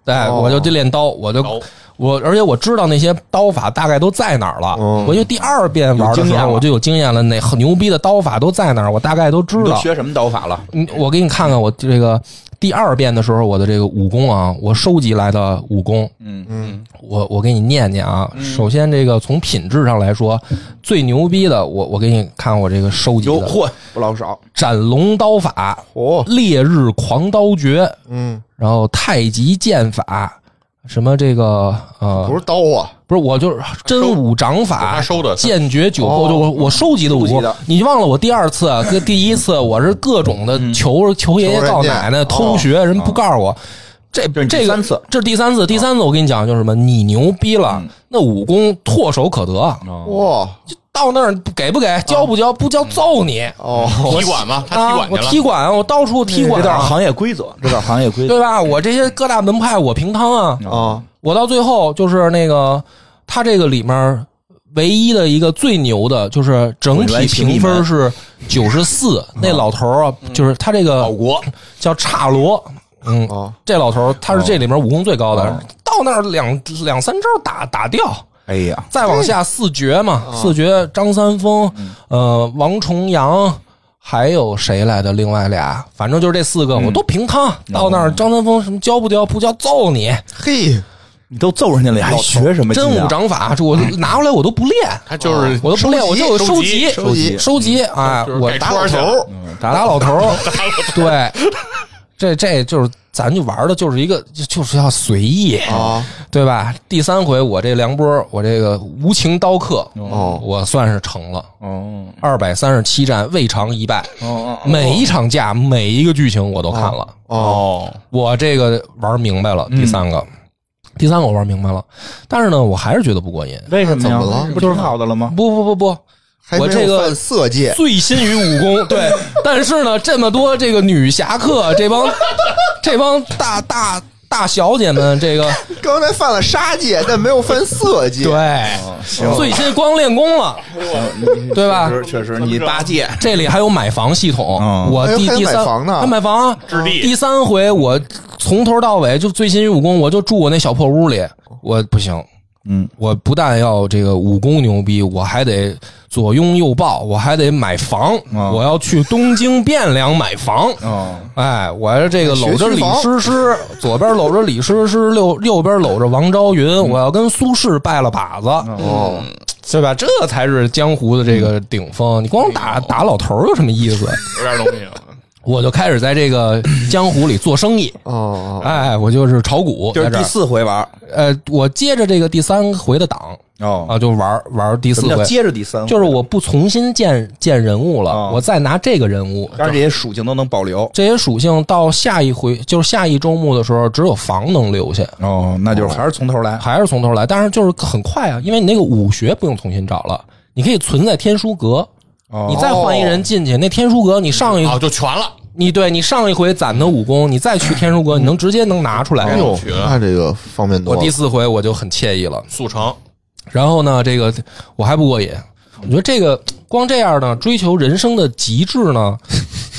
[SPEAKER 1] 对，
[SPEAKER 2] 哦
[SPEAKER 1] 我就得练刀，我就
[SPEAKER 3] 刀
[SPEAKER 1] 我，而且我知道那些刀法大概都在哪儿了。
[SPEAKER 4] 嗯
[SPEAKER 1] 我就第二遍玩的
[SPEAKER 2] 有经
[SPEAKER 1] 时
[SPEAKER 2] 验
[SPEAKER 1] 候
[SPEAKER 2] 了
[SPEAKER 1] 我就有经验了，哪很牛逼的刀法都在哪儿，我大概都知
[SPEAKER 2] 你都
[SPEAKER 1] 道。
[SPEAKER 2] 学什么刀法了？
[SPEAKER 1] 嗯，我给你看看我这个第二遍的时候，我的这个武功啊，我收集来的武功，
[SPEAKER 2] 嗯
[SPEAKER 1] 嗯，我我给你念念啊。首先，这个从品质上来说，最牛逼的，我我给你看我这个收集
[SPEAKER 2] 有
[SPEAKER 1] 的
[SPEAKER 2] 嚯，
[SPEAKER 4] 不老少。
[SPEAKER 1] 斩龙刀法、
[SPEAKER 4] 哦，
[SPEAKER 1] 烈日狂刀诀，
[SPEAKER 4] 嗯，
[SPEAKER 1] 然后太极剑法，什么这个呃，
[SPEAKER 4] 不是刀啊，
[SPEAKER 1] 不是，我就是真武掌法，
[SPEAKER 3] 他收的
[SPEAKER 1] 剑诀九
[SPEAKER 4] 哦
[SPEAKER 1] 后，就我我收集的武
[SPEAKER 2] 收集
[SPEAKER 1] 功
[SPEAKER 2] 的。
[SPEAKER 1] 你忘了我第二次啊跟第一次，我是各种的求求爷爷告奶奶，偷学，人不告诉我。这
[SPEAKER 2] 这是第
[SPEAKER 1] 这个
[SPEAKER 2] 三次，
[SPEAKER 1] 这是第三次，第三次我跟你讲就是什么，你牛逼了
[SPEAKER 2] 嗯，
[SPEAKER 1] 那武功唾手可得，
[SPEAKER 4] 哇
[SPEAKER 1] 到那儿给不给，教不教，不教揍你
[SPEAKER 4] 哦，
[SPEAKER 3] 踢馆嘛，他踢
[SPEAKER 1] 啊！
[SPEAKER 3] 馆
[SPEAKER 1] 我
[SPEAKER 3] 去
[SPEAKER 1] 踢
[SPEAKER 3] 了。
[SPEAKER 1] 馆，我到处踢馆
[SPEAKER 2] 嗯这
[SPEAKER 1] 啊，
[SPEAKER 2] 点行业规则，这点行业规则
[SPEAKER 1] 对吧？我这些各大门派我平摊啊，
[SPEAKER 4] 啊，
[SPEAKER 1] 我到最后就是那个，他这个里面唯一的一个最牛的，就是整体评分是九十四。那老头儿啊，就是他这个
[SPEAKER 2] 国
[SPEAKER 1] 叫差罗，嗯
[SPEAKER 4] 哦，
[SPEAKER 1] 这老头儿他是这里面武功最高的，到那儿两两三招打打掉。
[SPEAKER 2] 哎呀，
[SPEAKER 1] 再往下四绝嘛，四绝张三丰，呃，王重阳，还有谁来的？另外俩，反正就是这四个，我都平摊。到那儿，张三丰什么教不教？不教揍你！
[SPEAKER 4] 嘿，
[SPEAKER 2] 你都揍人家了，还学什么劲啊？
[SPEAKER 1] 真武掌法，这我都拿过来我都不练，啊
[SPEAKER 3] 他就是
[SPEAKER 1] 我都不练，我就
[SPEAKER 3] 收
[SPEAKER 1] 收
[SPEAKER 3] 集
[SPEAKER 1] 收
[SPEAKER 4] 集
[SPEAKER 1] 收集，哎，
[SPEAKER 3] 就是
[SPEAKER 1] 我
[SPEAKER 3] 盖
[SPEAKER 1] 打
[SPEAKER 3] 戳
[SPEAKER 1] 老
[SPEAKER 3] 儿去
[SPEAKER 1] 头儿，
[SPEAKER 2] 嗯打
[SPEAKER 1] 打老头 儿，对，这这就是咱就玩的就是一个就就是要随意
[SPEAKER 4] 啊，
[SPEAKER 1] 对吧？第三回我这梁波，我这个无情刀客，
[SPEAKER 4] 哦
[SPEAKER 1] 我算是成了。
[SPEAKER 2] 哦
[SPEAKER 1] 二百三十七战未尝一败，
[SPEAKER 2] 哦哦
[SPEAKER 1] 每一场架每一个剧情我都看了，
[SPEAKER 4] 哦，
[SPEAKER 2] 哦，
[SPEAKER 1] 我这个玩明白了。第三个，第三个我玩明白了，但是呢，我还是觉得不过瘾。
[SPEAKER 2] 为什么呀？
[SPEAKER 4] 怎么了
[SPEAKER 2] 不挺好的了吗？
[SPEAKER 1] 不不不不，
[SPEAKER 4] 还
[SPEAKER 1] 我
[SPEAKER 4] 真
[SPEAKER 1] 这
[SPEAKER 4] 有
[SPEAKER 1] 个
[SPEAKER 4] 犯色戒，
[SPEAKER 1] 醉心于武 功，对。但是呢，这么多这个女侠客，这帮 这帮大大大小姐们，这 个
[SPEAKER 4] 刚才犯了杀戒，但没有犯色戒。哦
[SPEAKER 1] 对，醉心光练功了，对吧？
[SPEAKER 2] 确实，你八戒
[SPEAKER 1] 这里还有买房系统，
[SPEAKER 2] 嗯
[SPEAKER 1] 我第
[SPEAKER 4] 哎呦还有
[SPEAKER 1] 第
[SPEAKER 4] 买
[SPEAKER 1] 三
[SPEAKER 4] 房呢
[SPEAKER 1] 还买房啊
[SPEAKER 3] 置地
[SPEAKER 1] 第三回我从头到尾就醉心于武功，我就住我那小破屋里，我不行，
[SPEAKER 2] 嗯，
[SPEAKER 1] 我不但要这个武功牛逼，我还得左拥右抱，我还得买房，
[SPEAKER 2] 嗯
[SPEAKER 1] 我要去东京汴梁买房。
[SPEAKER 2] 哦，
[SPEAKER 1] 哎，我这这个
[SPEAKER 4] 学
[SPEAKER 1] 搂
[SPEAKER 4] 区
[SPEAKER 1] 着李
[SPEAKER 4] 房
[SPEAKER 1] 师 师，左边搂着李师师，右右边搂着王昭云，我要跟苏轼拜了把子，
[SPEAKER 4] 哦，
[SPEAKER 1] 对吧？这才是江湖的这个顶峰。你光打打老头儿有什么意 思？
[SPEAKER 3] 有点东西啊，
[SPEAKER 1] 我就开始在这个江湖里做生意。
[SPEAKER 4] 哦，
[SPEAKER 1] 哎，我就是炒股，
[SPEAKER 2] 就
[SPEAKER 1] 在
[SPEAKER 2] 是
[SPEAKER 1] 这
[SPEAKER 2] 第
[SPEAKER 1] 儿
[SPEAKER 2] 四回玩
[SPEAKER 1] 呃，我接着这个第三回的档
[SPEAKER 2] 哦，
[SPEAKER 1] 啊，就玩玩第
[SPEAKER 2] 怎
[SPEAKER 1] 四
[SPEAKER 2] 么叫
[SPEAKER 1] 回，
[SPEAKER 2] 接着第三回？
[SPEAKER 1] 就是我不重新建建人物了
[SPEAKER 2] 哦，
[SPEAKER 1] 我再拿这个人物，
[SPEAKER 2] 但是这些属性都能保留。
[SPEAKER 1] 这些属性到下一回，就是下一周末的时候，只有房能留下，
[SPEAKER 2] 哦，那就是还是从头来。
[SPEAKER 1] 还是从头来，但是就是很快啊，因为你那个武学不用重新找了，你可以存在天书阁。
[SPEAKER 2] 哦
[SPEAKER 1] 你再换一人进去，那天书阁你上一
[SPEAKER 3] 啊就全了，
[SPEAKER 1] 你对你上一回攒的武功，你再去天书阁，你能直接能拿出来
[SPEAKER 4] 哎。呦，
[SPEAKER 3] 取了
[SPEAKER 4] 那这个方便多
[SPEAKER 1] 我
[SPEAKER 4] 了
[SPEAKER 1] 第。四回我就很惬意了。
[SPEAKER 3] 速成
[SPEAKER 1] 然后呢，这个我还不过瘾，我觉得这个光这样呢，追求人生的极致呢，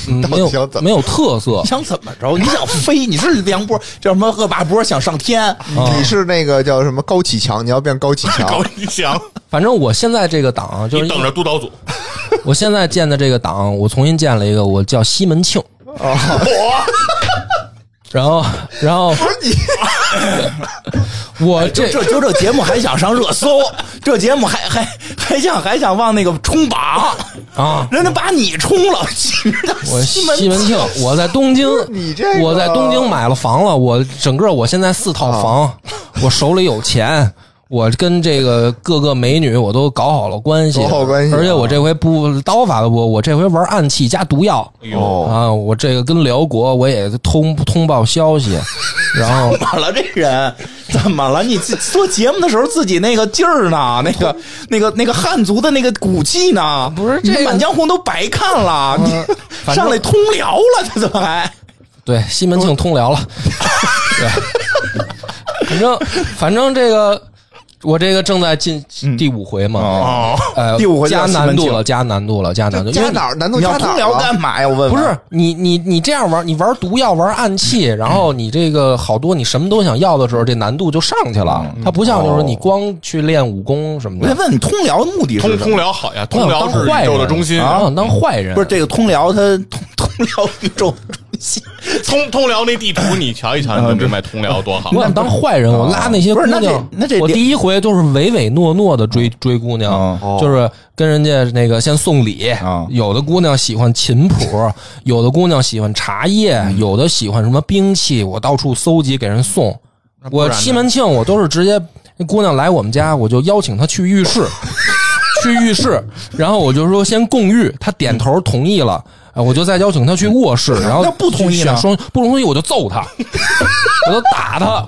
[SPEAKER 1] 嗯、
[SPEAKER 4] 到底
[SPEAKER 1] 没有
[SPEAKER 4] 想怎么
[SPEAKER 1] 没有特 色
[SPEAKER 2] 你。想怎么着？你想飞？你是梁波，叫什么恶霸波想上天？
[SPEAKER 1] 啊
[SPEAKER 4] 你是那个叫什么高启强？你要变高启 强
[SPEAKER 3] 高一翔，
[SPEAKER 1] 反正我现在这个档啊，就是
[SPEAKER 3] 你等着督导组，
[SPEAKER 1] 我现在建的这个档，我重新建了一个，我叫西门庆。然后，然后
[SPEAKER 4] 不是你，哎
[SPEAKER 1] 我这
[SPEAKER 2] 这就这节目还想上热搜，这节目还还还想还想往那个冲榜，
[SPEAKER 1] 啊，
[SPEAKER 2] 人家把你冲了，去
[SPEAKER 1] 我
[SPEAKER 2] 西门
[SPEAKER 1] 西门庆，我在东京，
[SPEAKER 4] 你这个啊
[SPEAKER 1] 我在东京买了房了，我整个我现在四套房，我手里有钱，我跟这个各个美女我都搞好了关系，
[SPEAKER 4] 搞好关系啊
[SPEAKER 1] 而且我这回不刀法都不，我这回玩暗器加毒药。
[SPEAKER 3] 哎
[SPEAKER 4] 哦，
[SPEAKER 1] 啊，我这个跟辽国我也通通报消息，然 后
[SPEAKER 2] 怎么了？这人怎么了？你自做节目的时候自己那个劲儿呢？那个、那个、那个汉族的那个骨气呢？
[SPEAKER 1] 不是
[SPEAKER 2] 你
[SPEAKER 1] 这个
[SPEAKER 2] 满江红》都白看了，你
[SPEAKER 1] 反正
[SPEAKER 2] 上来通辽了，这怎么还？
[SPEAKER 1] 对西门庆通辽了，对，反正反正这个我这个正在进第五回嘛，
[SPEAKER 3] 哦，
[SPEAKER 1] 呃，
[SPEAKER 2] 第五回
[SPEAKER 1] 加
[SPEAKER 2] 叫西门
[SPEAKER 1] 难度
[SPEAKER 2] 庆
[SPEAKER 1] 了，加难度了，加难度，因
[SPEAKER 4] 加
[SPEAKER 1] 为嗯你
[SPEAKER 4] 哪儿？难度
[SPEAKER 2] 你
[SPEAKER 4] 加
[SPEAKER 2] 要
[SPEAKER 4] 哪
[SPEAKER 2] 通
[SPEAKER 4] 儿啊
[SPEAKER 2] 辽
[SPEAKER 4] 了？
[SPEAKER 2] 干嘛呀？我问问
[SPEAKER 1] 不是你你你这样玩，你玩毒药玩暗器，然后你这个好多你什么都想要的时候，这难度就上去了。它不像就是你光去练武功什么
[SPEAKER 2] 我
[SPEAKER 1] 的
[SPEAKER 2] 先，问你通辽的目的是
[SPEAKER 3] 通
[SPEAKER 2] 什么？
[SPEAKER 3] 通辽好呀，
[SPEAKER 1] 我
[SPEAKER 3] 通
[SPEAKER 1] 想
[SPEAKER 3] 辽
[SPEAKER 1] 当
[SPEAKER 3] 是
[SPEAKER 1] 坏
[SPEAKER 3] 宇宙的
[SPEAKER 1] 人啊
[SPEAKER 3] 中心
[SPEAKER 1] 我想当坏人
[SPEAKER 2] 不是这个通辽，它通通辽宇宙中心。
[SPEAKER 3] 通通辽那地图你瞧一瞧，你就明白通辽多好。
[SPEAKER 1] 我想当坏人，我拉那些
[SPEAKER 2] 不
[SPEAKER 1] 姑
[SPEAKER 2] 是那这
[SPEAKER 1] 娘。
[SPEAKER 2] 那这嗯
[SPEAKER 1] 我第一回都是唯唯诺诺的追追姑娘，
[SPEAKER 2] 哦
[SPEAKER 1] 就是跟人家那个先送礼。
[SPEAKER 2] 嗯
[SPEAKER 1] 有的姑娘喜欢琴谱，有的姑娘喜欢茶叶，
[SPEAKER 2] 嗯
[SPEAKER 1] 有的喜欢什么兵器，我到处搜集给人送。我西门庆，我都是直接那姑娘来我们家，我就邀请她去浴室，去浴室，然后我就说先共浴，她点头同意了。啊我就再邀请她去卧室，然后
[SPEAKER 2] 那不同意呢
[SPEAKER 1] 选双不同意我就揍她。我都打他，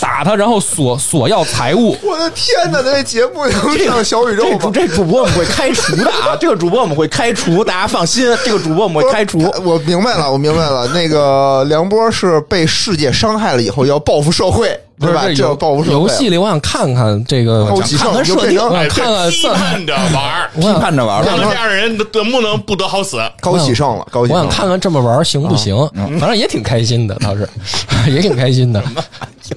[SPEAKER 1] 打他，然后索索要财物。
[SPEAKER 4] 我的天哪！这节目能上小宇宙
[SPEAKER 2] 这主
[SPEAKER 4] 吗？
[SPEAKER 2] 这主播我们会开除的啊！这个主播我们会开除，大家放心，这个主播我们会开除。
[SPEAKER 4] 我明白了，我明白了。那个梁波是被世界伤害了以后要报复社会，对吧？
[SPEAKER 1] 这
[SPEAKER 4] 就要
[SPEAKER 1] 游
[SPEAKER 4] 报复社会。啊
[SPEAKER 1] 游戏里，我想看看这个，
[SPEAKER 4] 后期
[SPEAKER 2] 看
[SPEAKER 4] 上
[SPEAKER 2] 看
[SPEAKER 4] 就
[SPEAKER 2] 设
[SPEAKER 4] 变
[SPEAKER 2] 定
[SPEAKER 4] 成
[SPEAKER 1] 哎
[SPEAKER 3] 哎，
[SPEAKER 1] 看看
[SPEAKER 3] 这批判着玩儿，
[SPEAKER 1] 我想
[SPEAKER 2] 看着玩
[SPEAKER 3] 像
[SPEAKER 2] 吧。
[SPEAKER 3] 这样的人能不能不得好死？
[SPEAKER 4] 高喜胜了，高
[SPEAKER 1] 我
[SPEAKER 4] 喜胜
[SPEAKER 1] 想
[SPEAKER 4] 了。啊
[SPEAKER 1] 看看这么玩儿行不行？嗯反正也挺开心的， 倒是也挺开心的。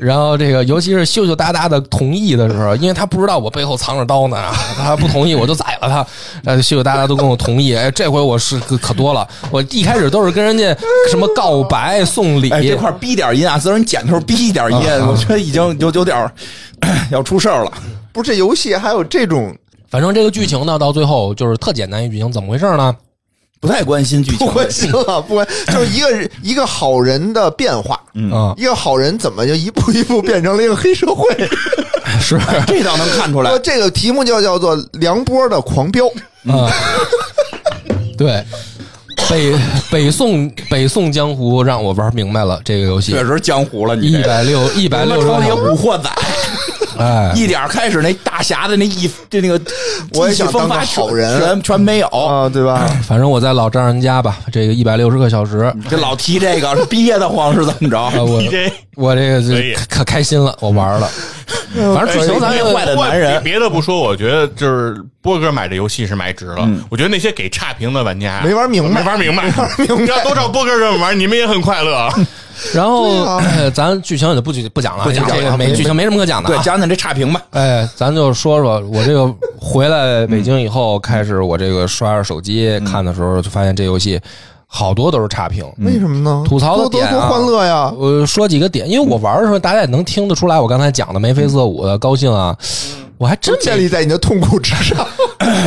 [SPEAKER 1] 然后这个，尤其是羞羞答答的同意的时候，因为他不知道我背后藏着刀呢，啊他不同意我就宰了他。呃，羞羞答答都跟我同意，哎，这回我是可可多了。我一开始都是跟人家什么告白、送礼，
[SPEAKER 2] 哎，这块儿逼点音啊！虽然剪头逼一点音，我觉得已经有有点儿 要出事儿了。
[SPEAKER 4] 不是这游戏还有这种
[SPEAKER 1] 反正这个剧情呢，到最后就是特简单一剧情，怎么回事呢？
[SPEAKER 2] 不太关心剧情，
[SPEAKER 4] 不 关心了，不关就是一个人一个好人的变化，
[SPEAKER 1] 啊，
[SPEAKER 4] 一个好人怎么就一步一步变成了一个黑社 会？
[SPEAKER 1] 是。
[SPEAKER 2] 这倒能看出来
[SPEAKER 4] 那。这个题目就叫做梁波的狂飙，
[SPEAKER 1] 啊， 对，北北宋北宋江湖让我玩明白了这个游戏
[SPEAKER 2] 确，实江湖了，你
[SPEAKER 1] 一
[SPEAKER 2] 这个
[SPEAKER 1] 百六一百
[SPEAKER 2] 他妈
[SPEAKER 1] 六十
[SPEAKER 2] 成
[SPEAKER 1] 个
[SPEAKER 2] 了一个
[SPEAKER 1] 小
[SPEAKER 2] 古
[SPEAKER 1] 时，
[SPEAKER 2] 惑仔。
[SPEAKER 1] 哎，
[SPEAKER 2] 一点儿开始那大侠的那一就那个
[SPEAKER 4] 我也
[SPEAKER 2] 意气
[SPEAKER 4] 想当
[SPEAKER 2] 风
[SPEAKER 4] 个
[SPEAKER 2] 发
[SPEAKER 4] 好
[SPEAKER 2] 全
[SPEAKER 4] 人
[SPEAKER 2] 全全没有。
[SPEAKER 1] 哦
[SPEAKER 4] 啊，对 吧？
[SPEAKER 1] 反正我在老丈人家吧，这个一百六十个小时，
[SPEAKER 2] 这老提这个憋得慌是怎么
[SPEAKER 1] 啊，
[SPEAKER 2] 着？
[SPEAKER 1] 我
[SPEAKER 3] DJ
[SPEAKER 1] 我这个
[SPEAKER 3] 可以
[SPEAKER 1] 就可开心了，我玩了，反正剧情咱
[SPEAKER 2] 哎
[SPEAKER 1] 就
[SPEAKER 2] 坏的男人
[SPEAKER 3] 别别的不说，我觉得就是波哥买这游戏是买值了。我觉得那些给差评的玩家
[SPEAKER 4] 没玩明白
[SPEAKER 3] 没玩明白，你要都照波哥这么玩，你们也很快乐。啊
[SPEAKER 1] 然后
[SPEAKER 4] 对啊
[SPEAKER 1] 哎 咱剧情也就不举不讲了，不
[SPEAKER 4] 讲了
[SPEAKER 1] 这个没
[SPEAKER 4] 没
[SPEAKER 1] 剧情没什么可讲的
[SPEAKER 2] 对，
[SPEAKER 1] 啊。
[SPEAKER 2] 讲讲这差评吧。
[SPEAKER 1] 哎，咱就说说我这个回来北京以后，开始我这个刷着手机看的时候，就发现这游戏好多都是差评，
[SPEAKER 4] 为什么呢？
[SPEAKER 1] 吐槽的
[SPEAKER 4] 多多
[SPEAKER 1] 点
[SPEAKER 4] 多
[SPEAKER 1] 啊
[SPEAKER 4] 欢乐呀！
[SPEAKER 1] 我说几个点，因为我玩的时候，大家也能听得出来，我刚才讲的眉飞色舞的高兴啊，我还真
[SPEAKER 4] 建立
[SPEAKER 1] 没，
[SPEAKER 4] 在你的痛苦之上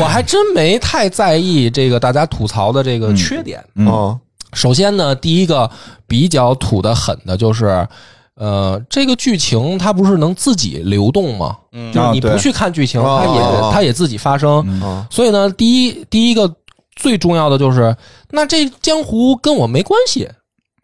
[SPEAKER 1] 我还真没太在意这个大家吐槽的这
[SPEAKER 4] 嗯
[SPEAKER 1] 个缺点。
[SPEAKER 4] 啊！
[SPEAKER 1] 首先呢，第一个比较土的狠的就是。呃，这个剧情它不是能自己流动吗？嗯、就是你
[SPEAKER 2] 啊嗯
[SPEAKER 1] 不
[SPEAKER 2] 对
[SPEAKER 1] 去看剧情，
[SPEAKER 4] 哦
[SPEAKER 1] 它也、
[SPEAKER 4] 哦哦
[SPEAKER 1] 它也自己发生。
[SPEAKER 4] 哦
[SPEAKER 1] 所以呢，第一第一个最重要的就是，那这江湖跟我没关系，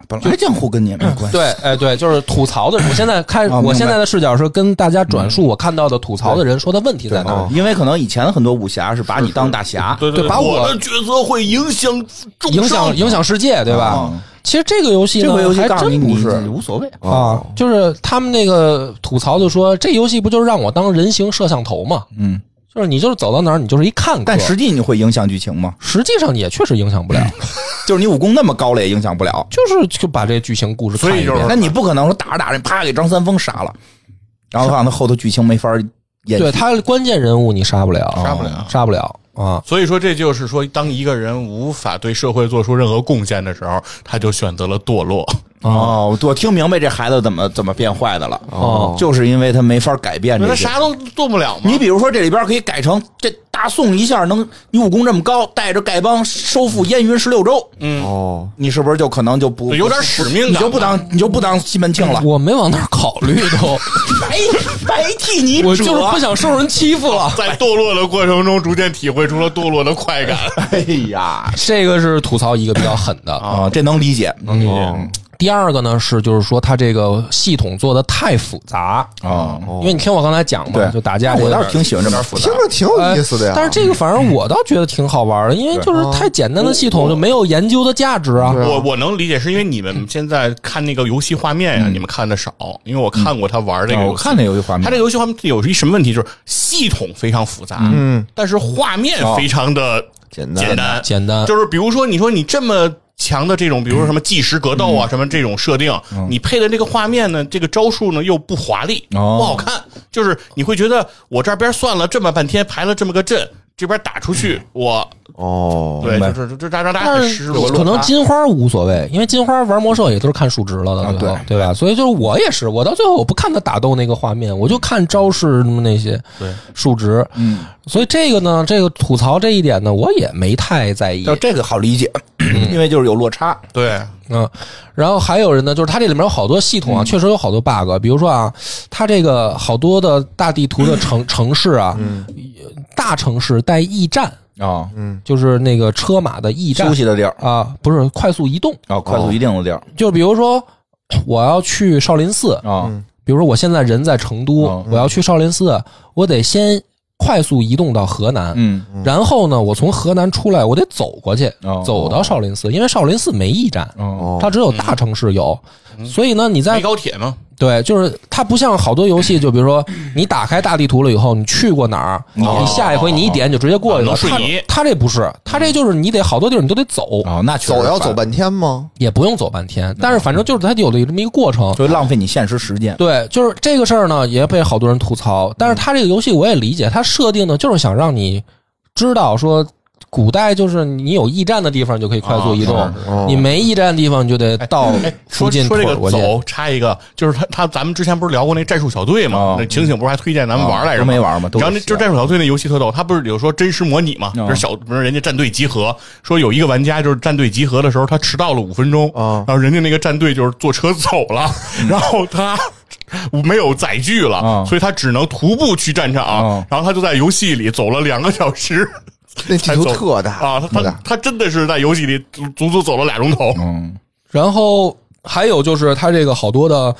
[SPEAKER 2] 本来江湖跟你也没关系，
[SPEAKER 1] 对，哎，对，就是吐槽 的。我现在看，
[SPEAKER 2] 啊
[SPEAKER 1] 我
[SPEAKER 2] 明白嗯
[SPEAKER 1] 现在的视角是跟大家转述我看到的吐槽的人说的问题在哪儿。
[SPEAKER 2] 因为可能以前很多武侠是把你当大侠，
[SPEAKER 3] 对
[SPEAKER 1] 对把我
[SPEAKER 3] 我的角色会影响众
[SPEAKER 1] 影
[SPEAKER 3] 生
[SPEAKER 1] 响影响世界，对吧？其实这个游戏呢，
[SPEAKER 2] 这回游戏
[SPEAKER 1] 还
[SPEAKER 2] 告诉你
[SPEAKER 1] 真
[SPEAKER 2] 你
[SPEAKER 1] 不是
[SPEAKER 2] 你无所谓。
[SPEAKER 1] 啊，就是他们那个吐槽就说，这游戏不就是让我当人形摄像头吗？
[SPEAKER 2] 嗯，
[SPEAKER 1] 就是你就是走到哪儿，你就是一看客。
[SPEAKER 2] 但实际你会影响剧情吗？
[SPEAKER 1] 实际上你也确实影响不了，
[SPEAKER 2] 就是你武功那么高了也影响不了。
[SPEAKER 1] 就是就把这剧情故事
[SPEAKER 3] 所以
[SPEAKER 1] 看一
[SPEAKER 3] 就是
[SPEAKER 1] 遍。
[SPEAKER 2] 那你不可能说打着打着啪给张三丰杀了，然后让他后头剧情没法演。
[SPEAKER 1] 对，他关键人物你杀不了，
[SPEAKER 3] 杀不了
[SPEAKER 1] 杀不了啊！
[SPEAKER 3] 所以说，这就是说，当一个人无法对社会做出任何贡献的时候，他就选择了堕落。
[SPEAKER 2] 哦，我听明白这孩子怎么怎么变坏的了，
[SPEAKER 1] 哦
[SPEAKER 2] 就是因为他没法改变
[SPEAKER 3] 那
[SPEAKER 2] 这
[SPEAKER 3] 他
[SPEAKER 2] 些。
[SPEAKER 3] 啥都做不了嘛。
[SPEAKER 2] 你比如说这里边可以改成这大宋一下能武功这么高，带着丐帮收复燕云十六州，
[SPEAKER 4] 哦，
[SPEAKER 2] 你是不是就可能就不
[SPEAKER 3] 嗯有点使命感
[SPEAKER 2] 你就不当你就不当西门庆 了，
[SPEAKER 1] 我没往那儿考虑都，
[SPEAKER 2] 白白替你
[SPEAKER 1] 我
[SPEAKER 2] 折
[SPEAKER 1] 就是不想受人欺负了。
[SPEAKER 3] 在堕落的过程中，逐渐体会出了堕落的快 感。
[SPEAKER 2] 哎呀
[SPEAKER 1] 这个是吐槽一个比较狠的。
[SPEAKER 2] 啊，这能理解，能理解
[SPEAKER 1] 第二个呢是，就是说它这个系统做的太复杂，
[SPEAKER 2] 啊。
[SPEAKER 1] 因为你听我刚才讲嘛，
[SPEAKER 2] 对，哦
[SPEAKER 1] 就打架这
[SPEAKER 2] 我
[SPEAKER 1] 个呃
[SPEAKER 2] 倒是挺喜欢这么复杂
[SPEAKER 4] 听，着挺有意思的呀。
[SPEAKER 1] 但是这个反正我倒觉得挺好玩的，因为就是太简单的系统就没有研究的价值啊。
[SPEAKER 3] 我我能理解，是因为你们现在看那个游戏画面呀、你们看的少，因为我嗯看过他玩这个
[SPEAKER 2] 啊
[SPEAKER 3] 游戏。
[SPEAKER 2] 我看那游戏画
[SPEAKER 3] 他
[SPEAKER 2] 面
[SPEAKER 3] 这个游戏画面有一什么问题，就是系统非常复杂，嗯，哦但是画面非常的
[SPEAKER 4] 简单
[SPEAKER 3] 简单，
[SPEAKER 1] 简单
[SPEAKER 3] 就是比如说，你说你这么。强的这种，比如说什么计时格斗
[SPEAKER 2] 嗯
[SPEAKER 3] 啊，什么这种设定，你配的这个画面呢，这个招数呢又不华丽，
[SPEAKER 2] 哦
[SPEAKER 3] 不好看，就是你会觉得我这边算了这么半天，排了这么个阵，这边打出去，我
[SPEAKER 4] 哦，
[SPEAKER 3] 对，
[SPEAKER 2] 白
[SPEAKER 3] 就是这这喳喳喳
[SPEAKER 1] 但
[SPEAKER 3] 很失
[SPEAKER 1] 是
[SPEAKER 3] 落。
[SPEAKER 1] 可能金花无所谓，因为金花玩魔兽也都是看数值了的，最后
[SPEAKER 2] 啊
[SPEAKER 1] 对吧？所以就是我也是，我到最后我不看他打斗那个画面，我就看招式什么那些
[SPEAKER 3] 对
[SPEAKER 1] 数值。嗯，所以这个呢，这个吐槽这一点呢，我也没太在意
[SPEAKER 2] 就。嗯这个好理解， 因为就是有落差。
[SPEAKER 3] 对，
[SPEAKER 1] 嗯，然后还有人呢，就是它这里面有好多系
[SPEAKER 2] 嗯
[SPEAKER 1] 统啊，确实有好多 bug，比如说啊，它这个好多的大地图的 城城市啊，
[SPEAKER 2] 嗯
[SPEAKER 1] 大城市带驿站，
[SPEAKER 2] 啊，
[SPEAKER 1] 就是那个车马的驿站
[SPEAKER 2] 休息的地儿
[SPEAKER 1] 啊，不是快速移动，
[SPEAKER 2] 啊，快速一定的地儿
[SPEAKER 1] 就比如说我要去少林寺，
[SPEAKER 2] 啊，
[SPEAKER 1] 比如说我现在人在成都，
[SPEAKER 2] 嗯
[SPEAKER 1] 我要去少林寺，我得先快速移动到河南，
[SPEAKER 2] 嗯
[SPEAKER 1] 然后呢，我从河南出来，我得走过去，
[SPEAKER 2] 哦
[SPEAKER 1] 走到少林寺，因为少林寺没驿站，
[SPEAKER 2] 哦
[SPEAKER 1] 它只有大城市有，所以呢，你在
[SPEAKER 3] 嗯没高铁吗？
[SPEAKER 1] 对，就是它不像好多游 戏，就比如说你打开大地图了以后，你去过哪儿，你下一回你一点就直接过去了。
[SPEAKER 3] 哦能瞬
[SPEAKER 1] 它
[SPEAKER 3] 移
[SPEAKER 1] 它这不是，它这就是你得好多地儿你都得走，
[SPEAKER 3] 嗯
[SPEAKER 2] 哦，那确实
[SPEAKER 4] 走要
[SPEAKER 2] 烦
[SPEAKER 4] 走半天吗？
[SPEAKER 1] 也不用走半天，但是反正就是它有的这么一个过程。
[SPEAKER 3] 哦
[SPEAKER 2] 就浪费你现实时间。
[SPEAKER 1] 对，就是这个事儿呢，也被好多人吐槽。但是它这个游戏我也理解，它设定呢就是想让你知道说，古代就是你有驿站的地方就可以快速移
[SPEAKER 3] 哦
[SPEAKER 1] 动，你没驿站的地方你就得到附
[SPEAKER 3] 哎说
[SPEAKER 1] 近
[SPEAKER 3] 说
[SPEAKER 1] 腿
[SPEAKER 3] 这
[SPEAKER 1] 儿
[SPEAKER 3] 个
[SPEAKER 1] 过去。
[SPEAKER 3] 走，插一个，就是他他咱们之前不是聊过那战术小队吗
[SPEAKER 2] 哦？
[SPEAKER 3] 那情景不是还推荐咱们玩来着
[SPEAKER 2] 哦都没玩吗都有
[SPEAKER 3] 然后那
[SPEAKER 2] 戏啊
[SPEAKER 3] 就战术小队那游戏特逗，他不是有说真实模拟嘛？
[SPEAKER 2] 哦
[SPEAKER 3] 就是小不是人家战队集合，说有一个玩家就是战队集合的时候他迟到了五分钟，
[SPEAKER 4] 哦
[SPEAKER 3] 然后人家那个战队就是坐车走了， 然后他。没有载具了，
[SPEAKER 2] 嗯哦
[SPEAKER 3] 所以他只能徒步去战场，
[SPEAKER 2] 哦
[SPEAKER 3] 然后他就在游戏里走了两个小时，
[SPEAKER 4] 那地
[SPEAKER 3] 才
[SPEAKER 4] 图
[SPEAKER 3] 走
[SPEAKER 4] 特大
[SPEAKER 3] 啊！他
[SPEAKER 4] 特
[SPEAKER 3] 他
[SPEAKER 4] 大
[SPEAKER 3] 他真的是在游戏里足足足走了俩钟头，
[SPEAKER 2] 嗯
[SPEAKER 1] 然后还有就是它这个好多的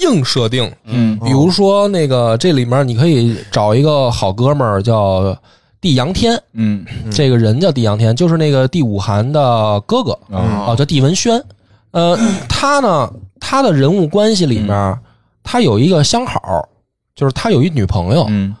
[SPEAKER 1] 硬设定，
[SPEAKER 2] 嗯，
[SPEAKER 1] 比如说那个这里面你可以找一个好哥们儿叫帝阳天，
[SPEAKER 2] 嗯
[SPEAKER 1] 这个人叫帝阳天，就是那个帝武寒的哥哥啊、叫帝文轩。呃，他呢，他的人物关系里面，他有一个相好，就是他有一女朋友。
[SPEAKER 2] 嗯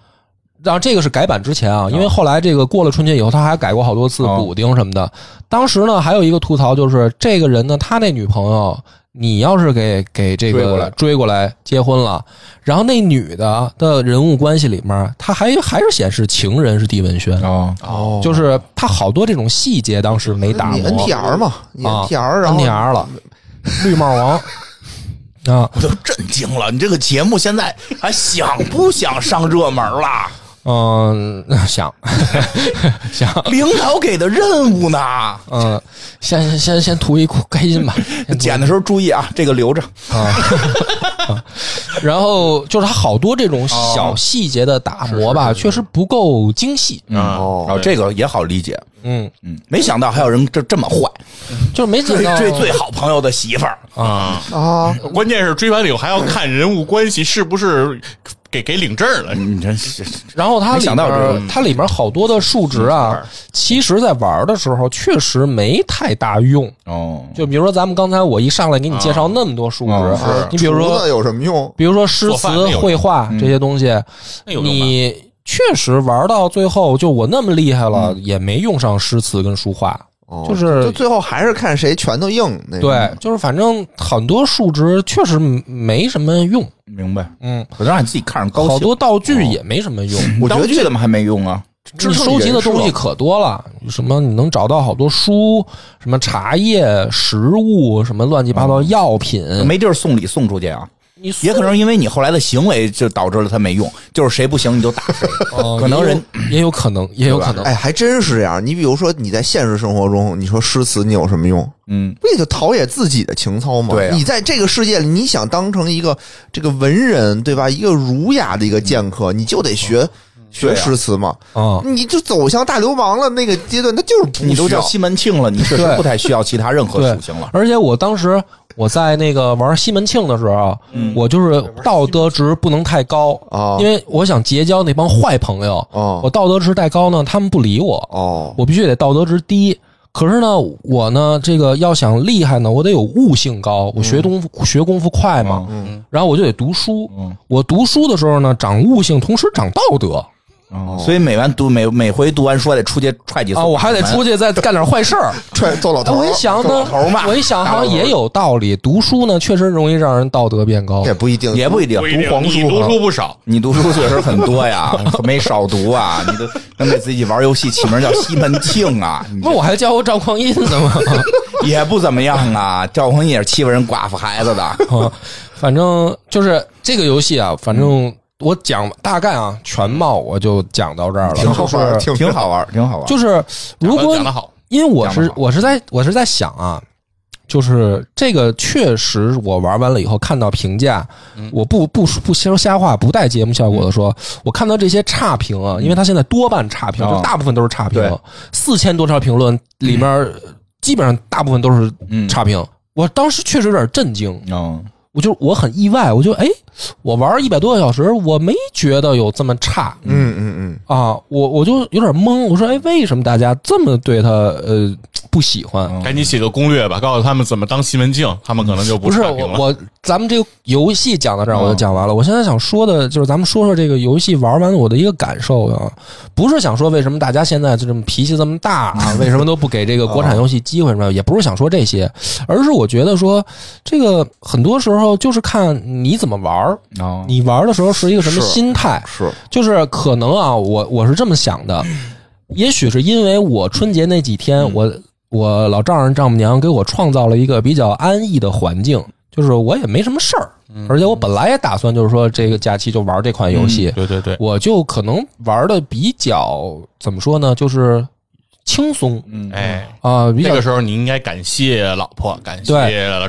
[SPEAKER 1] 然后这个是改版之前啊，因为后来这个过了春节以后，他还改过好多次
[SPEAKER 2] 哦
[SPEAKER 1] 补丁什么的。当时呢，还有一个吐槽就是，这个人呢，他那女朋友，你要是给给这个
[SPEAKER 2] 追过来
[SPEAKER 1] 追过来结婚了，然后那女的的人物关系里面，他还还是显示情人是帝文轩，
[SPEAKER 2] 哦
[SPEAKER 4] 哦
[SPEAKER 1] 就是他好多这种细节当时没打
[SPEAKER 4] 你
[SPEAKER 1] 磨
[SPEAKER 4] NTR 嘛，你
[SPEAKER 1] 啊
[SPEAKER 4] NTR，然后
[SPEAKER 1] NTR 了，绿帽 王啊
[SPEAKER 2] 我都震惊了，你这个节目现在还想不想上热门了？
[SPEAKER 1] 嗯 想想
[SPEAKER 2] 领导给的任务呢？
[SPEAKER 1] 嗯先先先图一开 心吧，先图一
[SPEAKER 2] 剪的时候注意啊，这个留着。
[SPEAKER 1] 然后就是它好多这
[SPEAKER 2] 哦
[SPEAKER 1] 种小细节的打磨吧，确实不够精细。
[SPEAKER 2] 嗯
[SPEAKER 4] 哦
[SPEAKER 3] 啊
[SPEAKER 2] 然后这个也好理解。
[SPEAKER 1] 嗯，
[SPEAKER 2] 嗯，没想到还有人这这么坏，
[SPEAKER 1] 就是没
[SPEAKER 2] 追
[SPEAKER 1] 想到
[SPEAKER 2] 追最好朋友的媳妇儿。
[SPEAKER 3] 啊！
[SPEAKER 4] 啊，
[SPEAKER 3] 关键是追完了以后还要看人物关系是不是给给领证了。
[SPEAKER 1] 嗯
[SPEAKER 2] 你真是
[SPEAKER 1] 然后它
[SPEAKER 2] 没
[SPEAKER 1] 里
[SPEAKER 2] 想到这个嗯
[SPEAKER 1] 面它里面好多的数值啊，其实在玩的时候确实没太大用。
[SPEAKER 2] 哦，
[SPEAKER 1] 就比如说咱们刚才我一上来给你介绍那么多数
[SPEAKER 2] 啊
[SPEAKER 1] 值，你比如
[SPEAKER 4] 竹
[SPEAKER 1] 说
[SPEAKER 4] 子有什么用？
[SPEAKER 1] 比如说诗
[SPEAKER 3] 做饭
[SPEAKER 1] 词
[SPEAKER 3] 那、有
[SPEAKER 1] 绘画
[SPEAKER 2] 嗯
[SPEAKER 1] 这些东西，
[SPEAKER 3] 那有用吗
[SPEAKER 1] 你确实玩到最后，就我那么厉害
[SPEAKER 2] 嗯
[SPEAKER 1] 了，也没用上诗词跟书画，
[SPEAKER 4] 哦
[SPEAKER 1] 就是
[SPEAKER 4] 就最后还是看谁拳头硬那种
[SPEAKER 2] 嗯
[SPEAKER 1] 对，就是反正很多数值确实没什么用，
[SPEAKER 2] 明白。
[SPEAKER 1] 嗯，
[SPEAKER 2] 我让你自己看着高兴。嗯
[SPEAKER 1] 好多道具也没什么用。
[SPEAKER 2] 我觉得这怎么还没用啊？
[SPEAKER 1] 你收集的东西可多了，什么你能找到好多书，什么茶叶、食物，什么乱七八糟药品，
[SPEAKER 2] 嗯没地儿送礼送出去啊。
[SPEAKER 1] 你
[SPEAKER 2] 也可能是因为你后来的行为就导致了他没用，就是谁不行你就打 谁，
[SPEAKER 1] 呃
[SPEAKER 2] 可能人
[SPEAKER 1] 也有也有可能，也有可能
[SPEAKER 4] 哎，。还真是这样。你比如说你在现实生活中，你说诗词你有什么用？
[SPEAKER 2] 嗯，
[SPEAKER 4] 不也就陶冶自己的情操吗？
[SPEAKER 2] 对啊
[SPEAKER 4] 你在这个世界里，你想当成一个这个文人，对吧？一个儒雅的一个剑客，你就得学、
[SPEAKER 1] 嗯
[SPEAKER 4] 学诗词嘛。
[SPEAKER 1] 啊，
[SPEAKER 4] 你就走向大流氓了那个阶段，他就是不
[SPEAKER 2] 你都
[SPEAKER 4] 需要
[SPEAKER 2] 叫西门庆了，你确实
[SPEAKER 1] 对
[SPEAKER 2] 不太需要其他任何
[SPEAKER 1] 对
[SPEAKER 2] 属性了，。
[SPEAKER 1] 而且我当时我在那个玩西门庆的时候，啊
[SPEAKER 2] 嗯
[SPEAKER 1] 我就是道德值不能太高
[SPEAKER 4] 哦
[SPEAKER 1] 因为我想结交那帮坏朋友。
[SPEAKER 4] 哦
[SPEAKER 1] 我道德值太高呢，他们不理我，
[SPEAKER 4] 哦，
[SPEAKER 1] 我必须得道德值低。可是呢，我呢，这个要想厉害呢，我得有悟性高，
[SPEAKER 4] 嗯
[SPEAKER 1] 我学东学功夫快嘛，
[SPEAKER 3] 嗯
[SPEAKER 1] 然后我就得读书。
[SPEAKER 4] 嗯
[SPEAKER 1] 我读书的时候呢，长悟性，同时长道德啊
[SPEAKER 2] 所以每完读每每回读完书还得出去踹几次
[SPEAKER 1] 哦啊，我还得
[SPEAKER 2] 门
[SPEAKER 1] 出去再干点坏事儿。
[SPEAKER 4] 踹揍老嗯 头儿，
[SPEAKER 1] 哎我一想
[SPEAKER 4] 揍老
[SPEAKER 1] 呢
[SPEAKER 4] 头儿，
[SPEAKER 1] 我一想好像也有道理，读书呢确实容易让人道德变高
[SPEAKER 4] 也。不一定，
[SPEAKER 2] 也不一定
[SPEAKER 3] 不。一定
[SPEAKER 4] 读黄
[SPEAKER 3] 你
[SPEAKER 4] 书
[SPEAKER 3] 读
[SPEAKER 4] 啊
[SPEAKER 3] 书不少，
[SPEAKER 2] 你读书确实很多呀，没少读啊！你都跟每次一起玩游戏，起名叫西门庆啊，你
[SPEAKER 1] 不，我还教过赵匡胤呢嘛。
[SPEAKER 2] 也不怎么样啊。赵匡胤也是欺负人寡妇孩子的，
[SPEAKER 1] 啊 反正就是这个游戏啊，反正
[SPEAKER 4] 嗯
[SPEAKER 1] 我讲大概啊全貌我就讲到这儿了，
[SPEAKER 4] 挺好
[SPEAKER 1] 就
[SPEAKER 4] 玩儿，
[SPEAKER 1] 是
[SPEAKER 4] 挺
[SPEAKER 2] 挺好玩，挺好玩。
[SPEAKER 1] 就是如果嗯
[SPEAKER 3] 讲的好，
[SPEAKER 1] 因为我
[SPEAKER 2] 讲
[SPEAKER 1] 是
[SPEAKER 2] 得好
[SPEAKER 1] 我是在我是在想啊，就是这个确实我玩完了以后看到评价，
[SPEAKER 2] 嗯
[SPEAKER 1] 我不不不说瞎话，不带节目效果的说，我看到这些差评啊，因为它现在多半差评，
[SPEAKER 2] 啊
[SPEAKER 1] 就大部分都是差评
[SPEAKER 2] 嗯对，
[SPEAKER 1] 四千多条评论里面，呃基本上大部分都是
[SPEAKER 2] 嗯
[SPEAKER 1] 差评。我当时确实有点震惊，
[SPEAKER 2] 嗯，
[SPEAKER 1] 我就我很意外，我就哎，我玩一百多个小时，我没觉得有这么差，
[SPEAKER 4] 嗯嗯嗯，
[SPEAKER 1] 啊，我我就有点懵，我说哎，为什么大家这么对他呃不喜欢？
[SPEAKER 2] 嗯
[SPEAKER 3] 赶紧写个攻略吧，告诉他们怎么当西门庆，他们可能就
[SPEAKER 1] 不是
[SPEAKER 3] 差
[SPEAKER 1] 我
[SPEAKER 3] 评了。嗯
[SPEAKER 1] 我咱们这个游戏讲到这儿我就讲完了，我现在想说的就是咱们说说这个游戏玩完我的一个感受啊，不是想说为什么大家现在就这么脾气这么大啊，为什么都不给这个国
[SPEAKER 3] 哦
[SPEAKER 1] 产游戏机会什么的，也不是想说这些，而是我觉得说这个很多时候就是看你怎么玩儿，
[SPEAKER 3] 嗯
[SPEAKER 2] 哦
[SPEAKER 1] 你玩儿的时候是一个什么
[SPEAKER 4] 是
[SPEAKER 1] 心态，
[SPEAKER 4] 是
[SPEAKER 1] 就是可能啊，我我是这么想的，
[SPEAKER 3] 嗯
[SPEAKER 1] 也许是因为我春节那几天，我我老丈人丈母娘给我创造了一个比较安逸的环境，就是我也没什么事儿，
[SPEAKER 3] 嗯
[SPEAKER 1] 而且我本来也打算就是说这个假期就玩这款游戏，
[SPEAKER 3] 对对对，
[SPEAKER 1] 我就可能玩的比较怎么说呢，就是轻松
[SPEAKER 3] 哎，
[SPEAKER 1] 啊、比
[SPEAKER 3] 那
[SPEAKER 1] 较
[SPEAKER 3] 个时候你应该感谢老婆，感谢老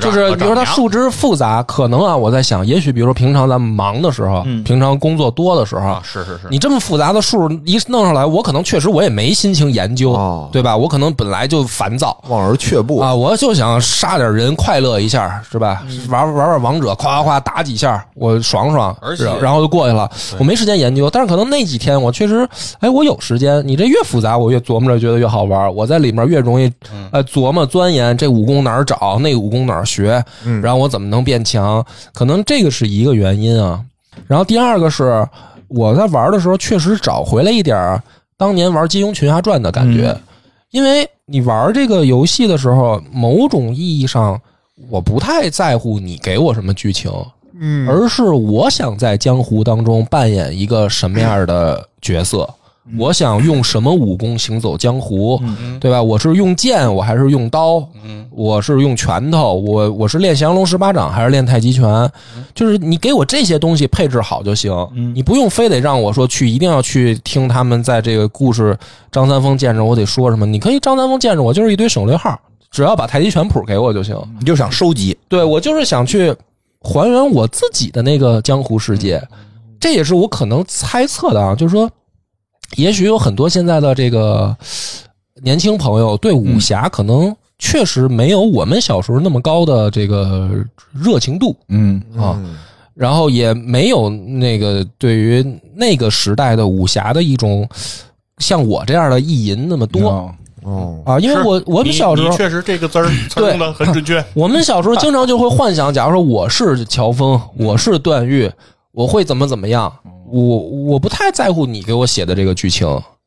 [SPEAKER 1] 对，
[SPEAKER 3] 丈
[SPEAKER 1] 就
[SPEAKER 3] 人
[SPEAKER 1] 是比如说它
[SPEAKER 3] 老丈
[SPEAKER 1] 树枝复杂，可能啊，我在想，也许比如说平常咱们忙的时候，平常工作多的时候
[SPEAKER 3] 嗯娘啊，，是是是，
[SPEAKER 1] 你这么复杂的数一弄上来，我可能确实我也没心情研究，
[SPEAKER 4] 哦
[SPEAKER 1] 对吧？我可能本来就烦躁。
[SPEAKER 4] 望而却步
[SPEAKER 1] 啊，我就想杀点人，快乐一下，是吧？玩玩玩王者，夸夸夸打几下，我爽爽，
[SPEAKER 3] 而且
[SPEAKER 1] 啊然后就过去了。我没时间研究，但是可能那几天我确实，哎，我有时间。你这越复杂，我越琢磨着觉得越好玩，我在里面越容易，
[SPEAKER 3] 嗯
[SPEAKER 1] 呃，琢磨钻研这武功哪儿找，那个武功哪儿学，
[SPEAKER 3] 嗯
[SPEAKER 1] 然后我怎么能变强？可能这个是一个原因啊。然后第二个是我在玩的时候，确实找回了一点儿当年玩《金庸群侠传》的感觉，
[SPEAKER 3] 嗯
[SPEAKER 1] 因为你玩这个游戏的时候，某种意义上我不太在乎你给我什么剧情，嗯，而是我想在江湖当中扮演一个什么样的角色。我想用什么武功行走江湖，对吧？我是用剑，我还是用刀？我是用拳头，我我是练降龙十八掌还是练太极拳？就是你给我这些东西配置好就行，你不用非得让我说去，一定要去听他们在这个故事张三丰见着我得说什么。你可以张三丰见着我就是一堆省略号，只要把太极拳谱给我就行。
[SPEAKER 2] 你就想收集，
[SPEAKER 1] 对我就是想去还原我自己的那个江湖世界，
[SPEAKER 3] 嗯
[SPEAKER 1] 这也是我可能猜测的啊，就是说，也许有很多现在的这个年轻朋友对
[SPEAKER 3] 嗯
[SPEAKER 1] 武侠可能确实没有我们小时候那么高的这个热情度
[SPEAKER 2] 嗯，
[SPEAKER 1] 啊。然后也没有那个对于那个时代的武侠的一种像我这样的意淫那么多
[SPEAKER 2] 多
[SPEAKER 4] 哦，
[SPEAKER 1] 啊，因为我我们
[SPEAKER 3] 你
[SPEAKER 1] 小时候
[SPEAKER 3] 你确实这个 字儿词儿用的很 准确，
[SPEAKER 1] 我们小时候经常就会幻想，假如说我是乔峰，我是段誉，我会怎么怎么样？我我不太在乎你给我写的这个剧情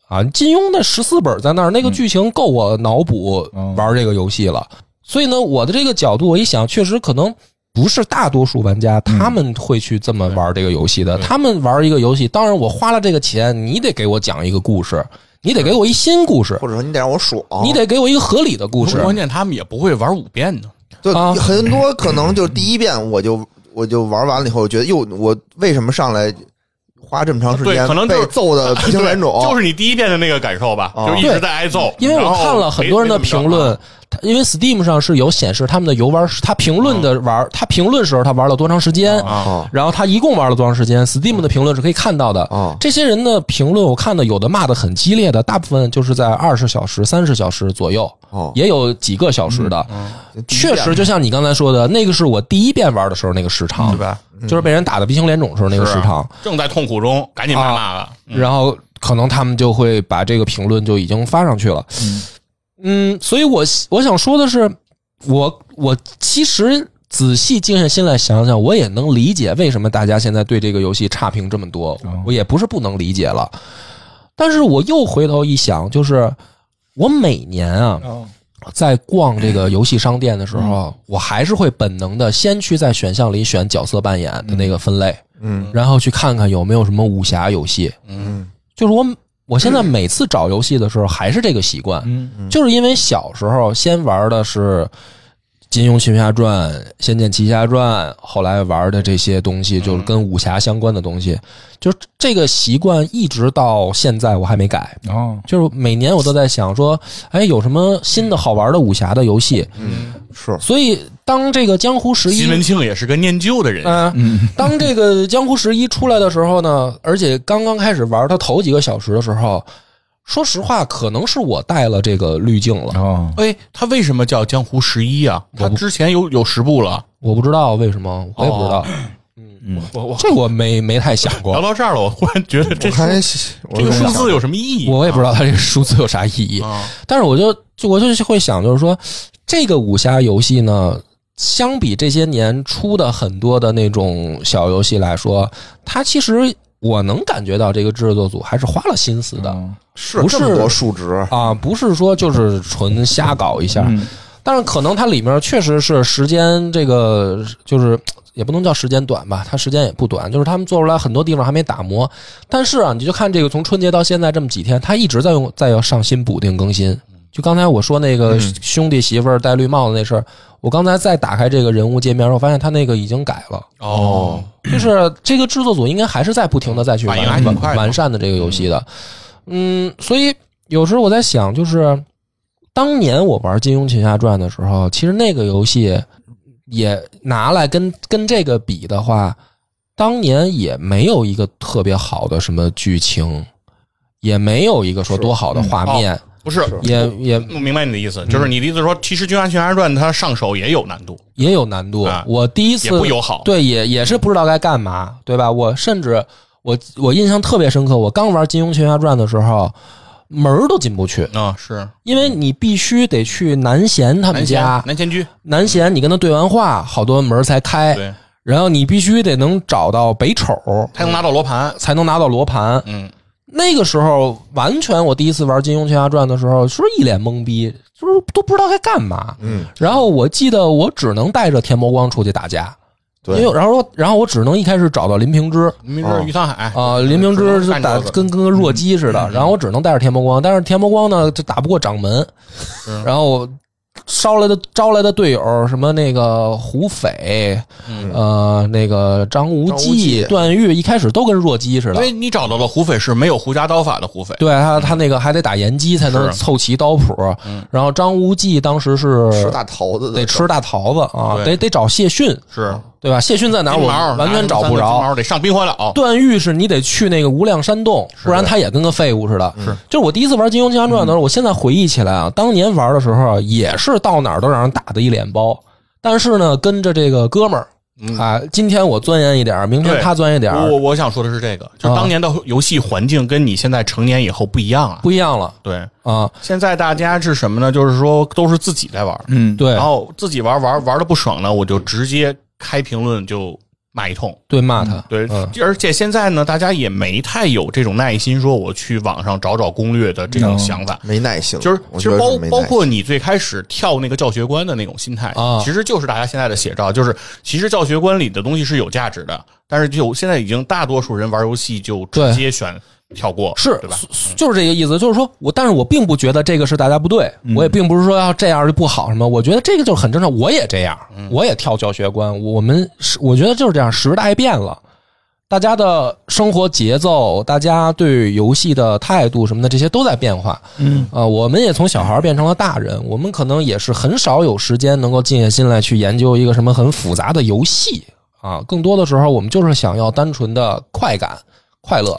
[SPEAKER 1] 啊。金庸的十四本在那儿，那个剧情够我脑补玩这个游戏了。所以呢，我的这个角度，我一想，确实可能不是大多数玩家他们会去这么玩这个游戏的。他们玩一个游戏，当然我花了这个钱，你得给我讲一个故事，你得给我一新故事
[SPEAKER 4] 或，者说你得让我爽，
[SPEAKER 1] 你得给我一个合理的故事。
[SPEAKER 3] 关键他们也不会玩五遍呢。
[SPEAKER 4] 就
[SPEAKER 1] 啊
[SPEAKER 4] 很多可能就是第一遍我就我就玩完了以后，我觉得哟，我为什么上来花这么长时
[SPEAKER 3] 对
[SPEAKER 4] 间，
[SPEAKER 3] 可能就
[SPEAKER 4] 被
[SPEAKER 3] 是
[SPEAKER 4] 揍的鼻 青脸肿，
[SPEAKER 3] 就是你第一遍的那个感受吧，
[SPEAKER 4] 哦
[SPEAKER 3] 就一直在挨揍。
[SPEAKER 1] 因为我
[SPEAKER 3] 然后
[SPEAKER 1] 看了很多人的评论，他
[SPEAKER 4] 啊
[SPEAKER 1] 因为 Steam 上是有显示他们的游玩，他评论的玩，他评论时候他玩了多长时间，
[SPEAKER 4] 哦
[SPEAKER 1] 然后他一共玩了多长时间，Steam 的评论是可以看到的。
[SPEAKER 4] 哦
[SPEAKER 1] 这些人的评论我看的有的骂的很激烈的，大部分就是在二十小时、三十小时左右，
[SPEAKER 4] 哦嗯
[SPEAKER 1] 也有几个小时的。
[SPEAKER 4] 第一
[SPEAKER 1] 确
[SPEAKER 4] 遍
[SPEAKER 1] 实，就像你刚才说的，那个是我第一遍玩的时候那个时
[SPEAKER 4] 嗯
[SPEAKER 1] 长，对吧？就是被人打的鼻青脸肿的时候那个时
[SPEAKER 4] 啊
[SPEAKER 1] 长。
[SPEAKER 3] 啊正在痛苦中，赶紧骂骂嗯吧。
[SPEAKER 1] 然后可能他们就会把这个评论就已经发上去了。嗯，所以我我想说的是，我我其实仔细静下心来想想，我也能理解为什么大家现在对这个游戏差评这么多，我也不是不能理解了。但是我又回头一想，就是我每年啊。
[SPEAKER 2] 哦
[SPEAKER 1] 在逛这个游戏商店的时候，我还是会本能的先去在选项里选角色扮演的那个分类，
[SPEAKER 4] 嗯，
[SPEAKER 1] 然后去看看有没有什么武侠游戏。
[SPEAKER 4] 嗯，
[SPEAKER 1] 就是我我现 在每次找游戏的时候还是这个习惯，
[SPEAKER 2] 嗯
[SPEAKER 1] 就是因为小时候先玩的是《金庸群侠传》《仙剑奇侠传》，后来玩的这些东
[SPEAKER 4] 嗯
[SPEAKER 1] 西就是跟武侠相关的东西，就是这个习惯一直到现在我还没改。
[SPEAKER 2] 哦，
[SPEAKER 1] 就是每年我都在想说，哎，有什么新的好玩的武侠的游戏？
[SPEAKER 4] 嗯是
[SPEAKER 1] 所以当这个《江湖十一
[SPEAKER 3] 西》门庆也是个念旧的人，
[SPEAKER 1] 嗯，当这个《江湖十一》出来的时候呢，而且刚刚开始玩它头几个小时的时候，说实话，可能是我带了这个滤镜了，
[SPEAKER 2] 哦，
[SPEAKER 3] 哎，他为什么叫江湖十一啊？他之前有有十部了。
[SPEAKER 1] 我不知道为什么，我也不知道，哦嗯，我我这我没没太想
[SPEAKER 3] 聊
[SPEAKER 1] 过，
[SPEAKER 3] 到这儿了，我忽然觉得这
[SPEAKER 4] 我
[SPEAKER 3] 数
[SPEAKER 4] 还
[SPEAKER 3] 这个
[SPEAKER 4] 我
[SPEAKER 3] 数字有什么意义？
[SPEAKER 1] 我也不知道它这个数字有啥意义，
[SPEAKER 3] 啊，
[SPEAKER 1] 但是我就就我就会想，就是说这个武侠游戏呢。相比这些年出的很多的那种小游戏来说，它其实我能感觉到这个制作组还是花了心思的，
[SPEAKER 4] 是
[SPEAKER 1] 不
[SPEAKER 4] 这么
[SPEAKER 1] 是
[SPEAKER 4] 多数值，
[SPEAKER 1] 啊，不是说就是纯瞎搞一下，
[SPEAKER 2] 嗯
[SPEAKER 1] 但是可能它里面确实是时间这个就是也不能叫时间短吧，它时间也不短，就是他们做出来很多地方还没打磨。但是啊，你就看这个从春节到现在这么几天，它一直在用在要上新补丁更新。就刚才我说那个兄弟媳妇儿戴绿帽子那事儿，我刚才再打开这个人物界面，我发现他那个已经改了。
[SPEAKER 3] 哦，
[SPEAKER 1] 就是这个制作组应该还是在不停的再去
[SPEAKER 3] 反应还
[SPEAKER 1] 完
[SPEAKER 3] 挺快
[SPEAKER 1] 完
[SPEAKER 3] 的
[SPEAKER 1] 完善的这个游戏的。嗯，所以有时候我在想，就是当年我玩《金庸群侠传》的时候，其实那个游戏也拿来跟跟这个比的话，当年也没有一个特别好的什么剧情，也没有一个说多
[SPEAKER 3] 嗯
[SPEAKER 1] 好的画面，
[SPEAKER 3] 不是，
[SPEAKER 1] 也也
[SPEAKER 3] 我明白你的意思，
[SPEAKER 1] 嗯
[SPEAKER 3] 就是你的意思说，其实《军阀群侠传》它上手也有难度，
[SPEAKER 1] 也有难度。
[SPEAKER 3] 啊
[SPEAKER 1] 我第一次
[SPEAKER 3] 也不友好。
[SPEAKER 1] 对，也也是不知道该干嘛，对吧？我甚至我我印象特别深刻，我刚玩《金庸群侠传》的时候，门儿都进不去，
[SPEAKER 3] 啊，是
[SPEAKER 1] 因为你必须得去南贤他们
[SPEAKER 3] 南贤嗯
[SPEAKER 1] 家，
[SPEAKER 3] 南贤居，
[SPEAKER 1] 南贤你跟他对完话，好多门儿才开，
[SPEAKER 3] 对，
[SPEAKER 1] 然后你必须得能找到北丑，
[SPEAKER 3] 他能拿到罗盘，
[SPEAKER 1] 才能拿到罗盘。
[SPEAKER 3] 嗯，
[SPEAKER 1] 那个时候完全，我第一次玩《金庸群侠传》的时候，是一脸懵逼，就是都不知道该干嘛。
[SPEAKER 4] 嗯，
[SPEAKER 1] 然后我记得我只能带着田伯光出去打架，
[SPEAKER 4] 对
[SPEAKER 1] 因为然后然后我只能一开始找到林平之
[SPEAKER 3] 明知于沧海，
[SPEAKER 1] 啊、林平之就
[SPEAKER 3] 干
[SPEAKER 1] 打
[SPEAKER 3] 这个嗯
[SPEAKER 1] 跟跟个弱鸡似的，然后我只能带着田伯光，但是田伯光呢就打不过掌门，
[SPEAKER 3] 嗯
[SPEAKER 1] 然后招来的招来的队友什么那个胡斐，
[SPEAKER 3] 嗯
[SPEAKER 1] 呃那个张无
[SPEAKER 4] 张无
[SPEAKER 1] 忌、
[SPEAKER 4] 忌
[SPEAKER 1] 段誉，一开始都跟弱鸡似
[SPEAKER 3] 因
[SPEAKER 1] 的。
[SPEAKER 3] 为你找到了胡斐是没有狐家刀法的胡斐，
[SPEAKER 1] 对他，他那个还得打延击才能
[SPEAKER 3] 是嗯
[SPEAKER 1] 凑齐刀谱。然后张无忌当时是
[SPEAKER 4] 吃大桃子的
[SPEAKER 1] 得吃大桃子啊，
[SPEAKER 3] 对
[SPEAKER 1] 得得找谢逊，
[SPEAKER 3] 是
[SPEAKER 1] 对吧？谢逊在哪儿？
[SPEAKER 3] 金
[SPEAKER 1] 我
[SPEAKER 3] 毛
[SPEAKER 1] 完全找不
[SPEAKER 3] 拿金
[SPEAKER 1] 着。
[SPEAKER 3] 毛得上冰火岛，
[SPEAKER 1] 段誉是你得去那个无量山洞，不然他也跟个废物似的。是，就是我第一次玩《金庸群侠传》的时
[SPEAKER 3] 嗯
[SPEAKER 1] 候，我现在回忆起来啊，当年玩的时候也是到哪儿都让人打的一脸包，但是呢，跟着这个哥们儿啊，今天我钻研一点儿，明天
[SPEAKER 3] 嗯对哦
[SPEAKER 1] 他钻研一点儿
[SPEAKER 3] 我，我我想说的是这个，就
[SPEAKER 1] 啊
[SPEAKER 3] 当年的游戏环境跟你现在成年以后不一样啊。
[SPEAKER 1] 不一样了
[SPEAKER 3] 对，
[SPEAKER 1] 啊。
[SPEAKER 3] 现在大家是什么呢？就是说都是自己在玩，
[SPEAKER 2] 嗯，
[SPEAKER 1] 对
[SPEAKER 3] 然，后自己玩玩玩的不爽呢，我就直接开评论就骂一通。
[SPEAKER 1] 对，骂他，
[SPEAKER 3] 对，
[SPEAKER 1] 嗯
[SPEAKER 3] 而且现在呢，大家也没太有这种耐心，说我去网上找找攻略的这
[SPEAKER 1] 嗯
[SPEAKER 3] 种想法。
[SPEAKER 4] 没耐性，
[SPEAKER 3] 就是，
[SPEAKER 4] 我
[SPEAKER 3] 其
[SPEAKER 4] 觉
[SPEAKER 3] 实
[SPEAKER 4] 得
[SPEAKER 3] 包
[SPEAKER 4] 是没耐
[SPEAKER 3] 包
[SPEAKER 4] 性
[SPEAKER 3] 括你最开始跳那个教学关的那种心态
[SPEAKER 1] 啊
[SPEAKER 3] 其实就是大家现在的写照，就是其实教学关里的东西是有价值的，但是就现在已经大多数人玩游戏就直接选跳过，
[SPEAKER 1] 是
[SPEAKER 3] 对吧？
[SPEAKER 1] 是就是这个意思，就是说我，但是我并不觉得这个是大家不对，
[SPEAKER 3] 嗯
[SPEAKER 1] 我也并不是说要这样就不好什么，我觉得这个就是很正常，我也这样，
[SPEAKER 3] 嗯
[SPEAKER 1] 我也跳教学观，我我们是我觉得就是这样，时代变了。大家的生活节奏，大家对游戏的态度什么的，这些都在变化。嗯，呃，我们也从小孩变成了大人，我们可能也是很少有时间能够静下心来去研究一个什么很复杂的游戏啊。更多的时候，我们就是想要单纯的快感、快乐。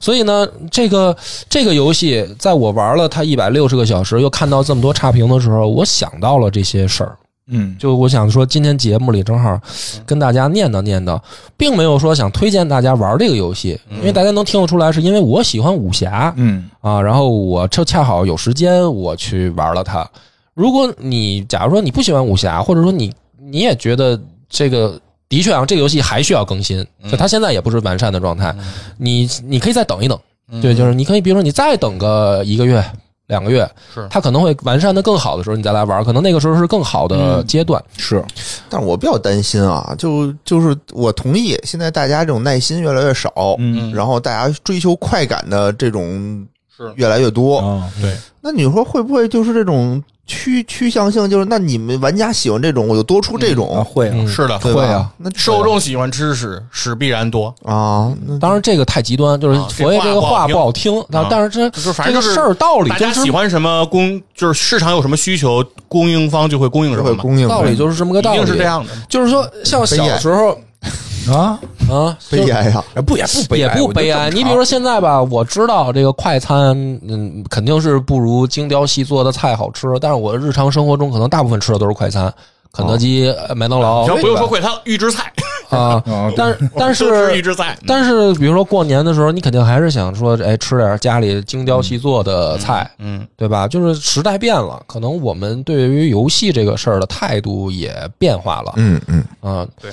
[SPEAKER 1] 所以呢，这个这个游戏，在我玩了它一百六十个小时，又看到这么多差评的时候，我想到了这些事儿。
[SPEAKER 2] 嗯，
[SPEAKER 1] 就我想说，今天节目里正好跟大家念叨念叨，并没有说想推荐大家玩这个游戏，因为大家能听得出来，是因为我喜欢武侠，
[SPEAKER 2] 嗯
[SPEAKER 1] 啊，然后我就恰好有时间，我去玩了它。如果你假如说你不喜欢武侠，或者说你你也觉得这个的确啊，这个游戏还需要更新，
[SPEAKER 3] 嗯
[SPEAKER 1] 就它现在也不是完善的状态，你你可以再等一等，
[SPEAKER 3] 嗯
[SPEAKER 1] 对，就是你可以比如说你再等个一个月。两个月，
[SPEAKER 3] 是
[SPEAKER 1] 它可能会完善的更好的时候，你再来玩，可能那个时候是更好
[SPEAKER 3] 嗯
[SPEAKER 1] 的阶段。
[SPEAKER 2] 是
[SPEAKER 4] 但是我比较担心啊，就就是我同意，现在大家这种耐心越来越少，
[SPEAKER 2] 嗯
[SPEAKER 4] 然后大家追求快感的这种
[SPEAKER 3] 是
[SPEAKER 4] 越来越多。
[SPEAKER 2] 啊对
[SPEAKER 4] 那你说会不会就是这种趋趋向性？就是那你们玩家喜欢这种，我就多出这种，
[SPEAKER 2] 啊会啊
[SPEAKER 1] 嗯
[SPEAKER 3] 是的，
[SPEAKER 4] 对吧？
[SPEAKER 2] 会啊，
[SPEAKER 4] 那
[SPEAKER 3] 受众喜欢吃屎，屎必然多，
[SPEAKER 4] 啊，那
[SPEAKER 1] 当然，这个太极端，就是
[SPEAKER 3] 啊
[SPEAKER 1] 佛爷这个话不好听。
[SPEAKER 3] 啊
[SPEAKER 1] 但但是这
[SPEAKER 3] 就是反
[SPEAKER 1] 这
[SPEAKER 3] 正就
[SPEAKER 1] 个
[SPEAKER 3] 是
[SPEAKER 1] 事儿道理
[SPEAKER 3] 大
[SPEAKER 1] 就
[SPEAKER 3] 家喜
[SPEAKER 1] 是
[SPEAKER 3] 欢什么供，就是市场有什么需求，供应方就会供应什
[SPEAKER 4] 就
[SPEAKER 3] 么
[SPEAKER 4] 会
[SPEAKER 3] 嘛，
[SPEAKER 4] 供应
[SPEAKER 1] 道理就是这么个道
[SPEAKER 3] 一
[SPEAKER 1] 理。
[SPEAKER 3] 定是这，样的。
[SPEAKER 1] 就是说，像小时候
[SPEAKER 2] 啊
[SPEAKER 1] 啊，
[SPEAKER 4] 悲
[SPEAKER 1] 就
[SPEAKER 4] 哀呀、
[SPEAKER 2] 哎不也不悲
[SPEAKER 1] 也
[SPEAKER 2] 哀
[SPEAKER 1] 不
[SPEAKER 2] 我觉得
[SPEAKER 1] 悲哀。
[SPEAKER 2] 正
[SPEAKER 1] 你
[SPEAKER 2] 常
[SPEAKER 1] 比如说现在吧，我知道这个快餐，嗯，肯定是不如精雕细做的菜好吃。但是我日常生活中可能大部分吃的都是快餐，肯德基、呃麦当劳
[SPEAKER 3] 行，不用说快餐了，预制菜，
[SPEAKER 1] 啊。
[SPEAKER 2] 啊
[SPEAKER 1] 但但
[SPEAKER 3] 我 们都吃
[SPEAKER 1] 是
[SPEAKER 3] 预制菜，
[SPEAKER 1] 但是，比如说过年的时候，你肯定还是想说，哎，吃点家里精雕细做的菜，
[SPEAKER 3] 嗯，
[SPEAKER 1] 对吧？就是时代变了，可能我们对于游戏这个事儿的态度也变化了。
[SPEAKER 4] 嗯嗯，
[SPEAKER 1] 嗯，
[SPEAKER 3] 对，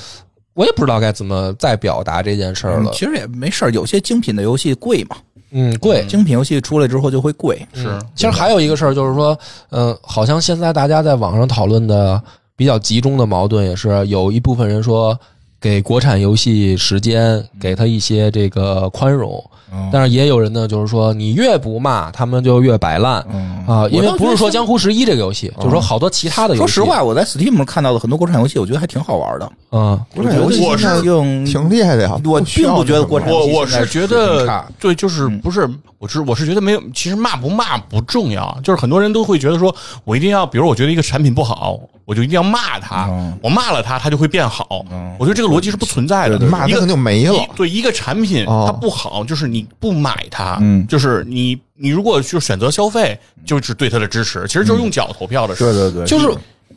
[SPEAKER 1] 我也不知道该怎么再表达这件事儿了
[SPEAKER 2] 嗯。其实也没事儿，有些精品的游戏贵嘛，
[SPEAKER 1] 嗯，贵。
[SPEAKER 2] 精品游戏出来之后就会贵。
[SPEAKER 3] 是
[SPEAKER 1] 其实还有一个事儿就是说，嗯、好像现在大家在网上讨论的比较集中的矛盾，也是有一部分人说给国产游戏时间，给他一些这个宽容。但是也有人呢，就是说你越不骂，他们就越摆烂
[SPEAKER 2] 嗯
[SPEAKER 1] 啊，因为
[SPEAKER 2] 我倒觉得
[SPEAKER 1] 不是说《
[SPEAKER 2] 现
[SPEAKER 1] 江湖十一》这个游戏，就是说好多其他的游戏。
[SPEAKER 2] 说实，话，我在 Steam 上看到的很多国产游戏，我觉得还挺好玩的。
[SPEAKER 1] 嗯，
[SPEAKER 4] 国产游戏
[SPEAKER 3] 我是
[SPEAKER 4] 现在
[SPEAKER 2] 挺
[SPEAKER 4] 挺厉害的呀，
[SPEAKER 2] 我
[SPEAKER 4] 需
[SPEAKER 2] 并
[SPEAKER 4] 要
[SPEAKER 2] 不觉得
[SPEAKER 4] 那什么
[SPEAKER 2] 国产游
[SPEAKER 3] 我
[SPEAKER 2] 戏
[SPEAKER 3] 我
[SPEAKER 2] 现在
[SPEAKER 3] 是觉
[SPEAKER 2] 水平
[SPEAKER 3] 得
[SPEAKER 2] 差，
[SPEAKER 3] 对，就是不是，我是我是觉得没有，其实骂不骂不重要，就是很多人都会觉得说，我一定要，比如我觉得一个产品不好，我就一定要骂它，我骂了它，它就会变好。我觉得这个逻辑是不存在的，
[SPEAKER 4] 骂
[SPEAKER 3] 一
[SPEAKER 4] 它
[SPEAKER 3] 个
[SPEAKER 4] 可就没了
[SPEAKER 3] 一。对一个产品
[SPEAKER 4] 哦
[SPEAKER 3] 它不好，就是你不买它，
[SPEAKER 2] 嗯
[SPEAKER 3] 就是你你如果就选择消费，就是对它的支持，其实就是用脚投票的事。
[SPEAKER 2] 对对对，
[SPEAKER 1] 就是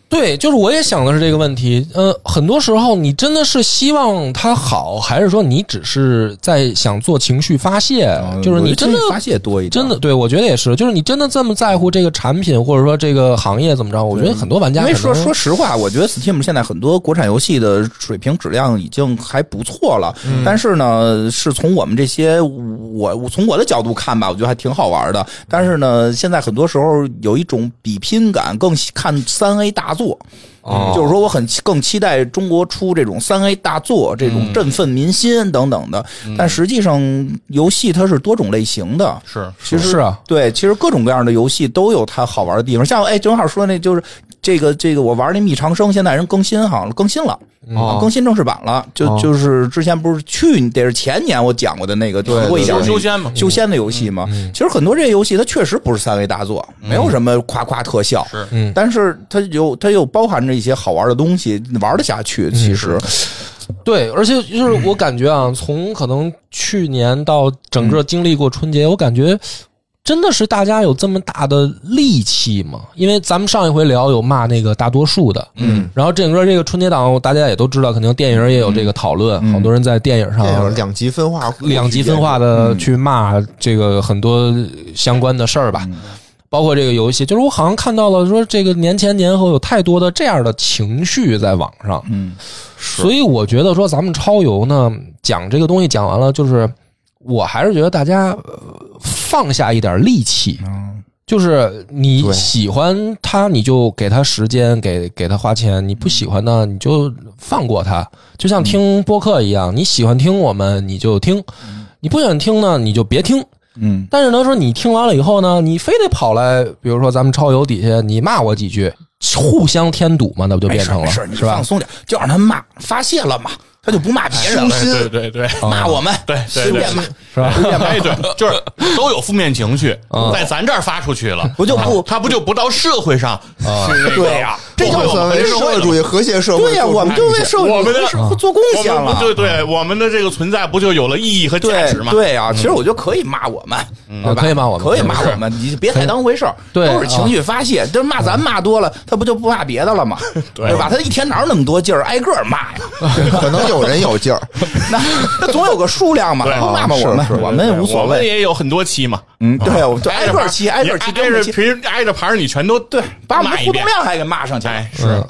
[SPEAKER 1] 对，就是我也想的是这个问题。呃，很多时候你真的是希望它好，还是说你只是在想做情绪发泄？
[SPEAKER 2] 嗯
[SPEAKER 1] 就是
[SPEAKER 2] 我
[SPEAKER 1] 你
[SPEAKER 2] 觉
[SPEAKER 1] 真
[SPEAKER 2] 得
[SPEAKER 1] 的
[SPEAKER 2] 这发泄多一点，
[SPEAKER 1] 真的对我觉得也是，就是你真的这么在乎这个产品，或者说这个行业怎么着？我觉得很多玩家
[SPEAKER 2] 因为说
[SPEAKER 1] 可能
[SPEAKER 2] 说实话，我觉得 Steam 现在很多国产游戏的水平质量已经还不错了，但是呢，是从我们这些我我从我的角度看吧，我觉得还挺好玩的。但是呢，现在很多时候有一种比拼感，更喜看三 A 大作。就是说，我很更期待中国出这种三 A 大作，这种振奋民心等等的。但实际上，游戏它是多种类型的，
[SPEAKER 3] 是
[SPEAKER 2] 其实
[SPEAKER 1] 是啊，
[SPEAKER 2] 对，其实各种各样的游戏都有它好玩的地方。像哎，正好说那就是这个这个，我玩那《密长生》，现在人更新好了，更新了，啊
[SPEAKER 4] 哦
[SPEAKER 2] 更新正式版了。就、
[SPEAKER 4] 哦
[SPEAKER 2] 就是之前不是去得是前年我讲过的那个
[SPEAKER 4] 对
[SPEAKER 2] 提过一点
[SPEAKER 3] 修
[SPEAKER 2] 那
[SPEAKER 3] 修仙嘛，
[SPEAKER 2] 修仙的游戏嘛。其实很多这些游戏它确实不是三维大作，没有什么夸夸特效，
[SPEAKER 3] 是
[SPEAKER 1] 嗯
[SPEAKER 2] 但是它有它又包含着一些好玩的东西，玩得下去。其实，
[SPEAKER 1] 对，而且就是我感觉啊，从可能去年到整
[SPEAKER 2] 嗯
[SPEAKER 1] 个经历过春节，我感觉真的是大家有这么大的力气吗？因为咱们上一回聊有骂那个大多数的，嗯，然后整个这个春节档大家也都知道，肯定电影也有
[SPEAKER 2] 嗯
[SPEAKER 1] 这个讨论，好多人在电影上啊
[SPEAKER 4] 这样两极分化，
[SPEAKER 1] 两极分化的去骂这个很多相关的事儿吧，包括这个游戏，就是我好像看到了说这个年前年后有太多的这样的情绪在网上，
[SPEAKER 2] 嗯，
[SPEAKER 1] 所以我觉得说咱们超游呢讲这个东西讲完了，就是我还是觉得大家呃放下一点力气，
[SPEAKER 2] 嗯
[SPEAKER 1] 就是你
[SPEAKER 4] 对
[SPEAKER 1] 喜欢他，你就给他时间，给给他花钱；你不喜欢呢，你就放过他。就像听播客一样，你喜欢听我们你就听，你不喜欢听呢，你就别听。
[SPEAKER 2] 嗯
[SPEAKER 1] 但是呢，说你听完了以后呢，你非得跑来，比如说咱们超游底下，你骂我几句，互相添堵嘛，那不就
[SPEAKER 2] 没
[SPEAKER 1] 变
[SPEAKER 2] 事
[SPEAKER 1] 成了
[SPEAKER 2] 没哎事，你
[SPEAKER 1] 是吧
[SPEAKER 2] 放？松点，就让他骂发泄了嘛，他就不骂别人了，
[SPEAKER 3] 对对对，
[SPEAKER 2] 骂我们，
[SPEAKER 3] 对对对
[SPEAKER 2] 随便骂，
[SPEAKER 1] 是吧？
[SPEAKER 3] 哎， 对，就是都有负面情绪，
[SPEAKER 2] 嗯
[SPEAKER 3] 在咱这儿发出去 了，
[SPEAKER 2] 不就不
[SPEAKER 3] 他不就不到社会上
[SPEAKER 2] 嗯
[SPEAKER 3] 是那个
[SPEAKER 2] 啊
[SPEAKER 4] 对
[SPEAKER 3] 呀？
[SPEAKER 4] 这
[SPEAKER 3] 我们
[SPEAKER 4] 就所
[SPEAKER 3] 为
[SPEAKER 4] 谓
[SPEAKER 3] 社
[SPEAKER 4] 社
[SPEAKER 3] 会
[SPEAKER 4] 会
[SPEAKER 3] 的
[SPEAKER 4] 主义和谐社会。
[SPEAKER 2] 对呀，我们就为社会
[SPEAKER 3] 我们的
[SPEAKER 2] 做做贡献
[SPEAKER 3] 我们
[SPEAKER 2] 了，嗯
[SPEAKER 3] 对对，我们的这个存在不就有了意义和价值
[SPEAKER 2] 对
[SPEAKER 3] 吗？，
[SPEAKER 2] 对啊，其实我觉得可以骂我们，对吧
[SPEAKER 1] 可以骂我们
[SPEAKER 2] 可以骂我们，你别太当回事儿，
[SPEAKER 1] 对
[SPEAKER 2] 都是情绪发泄。就是骂咱骂多了，他不就不骂别的了吗？对吧？他一天哪有那么多劲儿挨个儿骂呀？
[SPEAKER 4] 可能有人有劲儿，
[SPEAKER 2] 那那总有个数量嘛，
[SPEAKER 3] 对
[SPEAKER 2] 不骂骂我
[SPEAKER 4] 是是
[SPEAKER 2] 们，我们也无所
[SPEAKER 3] 哎我们
[SPEAKER 2] 谓。
[SPEAKER 3] 也有很多期嘛，
[SPEAKER 2] 嗯，对，我就 挨
[SPEAKER 3] 着
[SPEAKER 2] 个
[SPEAKER 3] 牌
[SPEAKER 2] 儿气，挨个儿气，
[SPEAKER 3] 挨
[SPEAKER 2] 跟
[SPEAKER 3] 着
[SPEAKER 2] 着气，
[SPEAKER 3] 平挨着牌儿，你全都对
[SPEAKER 2] 把我们的
[SPEAKER 3] 骂一
[SPEAKER 2] 互动
[SPEAKER 3] 遍，
[SPEAKER 2] 量还给骂上去了。
[SPEAKER 3] 哎，是。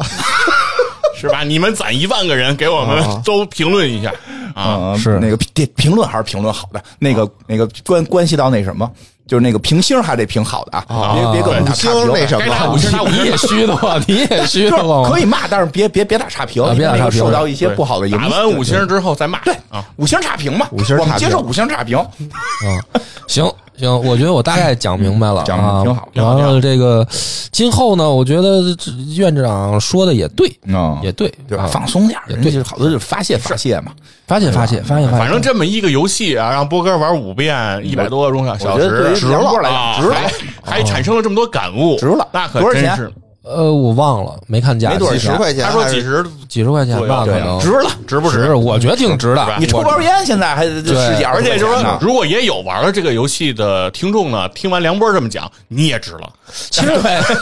[SPEAKER 3] 是吧？你们攒一万个人给我们都评论一下啊！
[SPEAKER 2] 啊，
[SPEAKER 1] 是
[SPEAKER 2] 那个评评论还是评论好的，那个那个关关系到那什么，就是那个评星还得评好的啊，别别给我们打差
[SPEAKER 4] 五星
[SPEAKER 2] 评。
[SPEAKER 4] 那什
[SPEAKER 3] 该打
[SPEAKER 4] 么
[SPEAKER 3] 五星打五
[SPEAKER 1] 你
[SPEAKER 3] 星
[SPEAKER 1] 也，虚的慌，你也虚
[SPEAKER 2] 就
[SPEAKER 1] 的慌。
[SPEAKER 2] 是可以骂，但是别别别打差评，
[SPEAKER 1] 啊别打
[SPEAKER 2] 因为
[SPEAKER 1] 差评
[SPEAKER 2] 受到一些
[SPEAKER 3] 对
[SPEAKER 2] 不好的影
[SPEAKER 3] 打
[SPEAKER 2] 响。
[SPEAKER 3] 完五星之后再骂。对啊，
[SPEAKER 2] 五星差评嘛，
[SPEAKER 4] 五星差评
[SPEAKER 2] 我们接受五星差评。
[SPEAKER 1] 啊，行行，我觉得我大概讲明白了，
[SPEAKER 2] 讲
[SPEAKER 1] 明
[SPEAKER 2] 得挺好
[SPEAKER 1] 然后这个今后呢，我觉得这院长说的也对，
[SPEAKER 2] 嗯
[SPEAKER 1] 也对，
[SPEAKER 2] 对吧？
[SPEAKER 1] 啊
[SPEAKER 2] 放松点儿，
[SPEAKER 1] 也
[SPEAKER 2] 人家就好多就是发泄发泄嘛。
[SPEAKER 1] 发泄发泄发
[SPEAKER 2] 哎
[SPEAKER 1] 泄发泄，
[SPEAKER 3] 反正这么一个游戏啊，让波哥玩五遍，一百多个钟小
[SPEAKER 2] 我
[SPEAKER 3] 小
[SPEAKER 2] 觉得对
[SPEAKER 3] 时
[SPEAKER 2] 于，
[SPEAKER 3] 值
[SPEAKER 2] 梁波来
[SPEAKER 3] 啊
[SPEAKER 2] 讲值了
[SPEAKER 3] 还还产生了这么多感悟，
[SPEAKER 2] 值了
[SPEAKER 3] 那可
[SPEAKER 2] 多少
[SPEAKER 3] 真
[SPEAKER 2] 钱啊
[SPEAKER 3] 是，
[SPEAKER 1] 呃，我忘了，没看价
[SPEAKER 2] 没
[SPEAKER 1] 钱，
[SPEAKER 2] 多少
[SPEAKER 4] 几十块钱
[SPEAKER 3] 他
[SPEAKER 4] 还
[SPEAKER 3] 说
[SPEAKER 4] 是
[SPEAKER 3] 几十
[SPEAKER 1] 几十块钱
[SPEAKER 3] 左右
[SPEAKER 1] 吧，可
[SPEAKER 3] 对
[SPEAKER 1] 能
[SPEAKER 2] 值了。
[SPEAKER 3] 值不值
[SPEAKER 1] 值，？我觉得挺值
[SPEAKER 3] 吧
[SPEAKER 1] 的。
[SPEAKER 2] 你抽包烟现在还十几二
[SPEAKER 3] 而
[SPEAKER 2] 十块钱呢，啊
[SPEAKER 3] 且就是说，如果也有玩了这个游戏的听众呢，听完梁波这么讲，你也值了。
[SPEAKER 1] 其实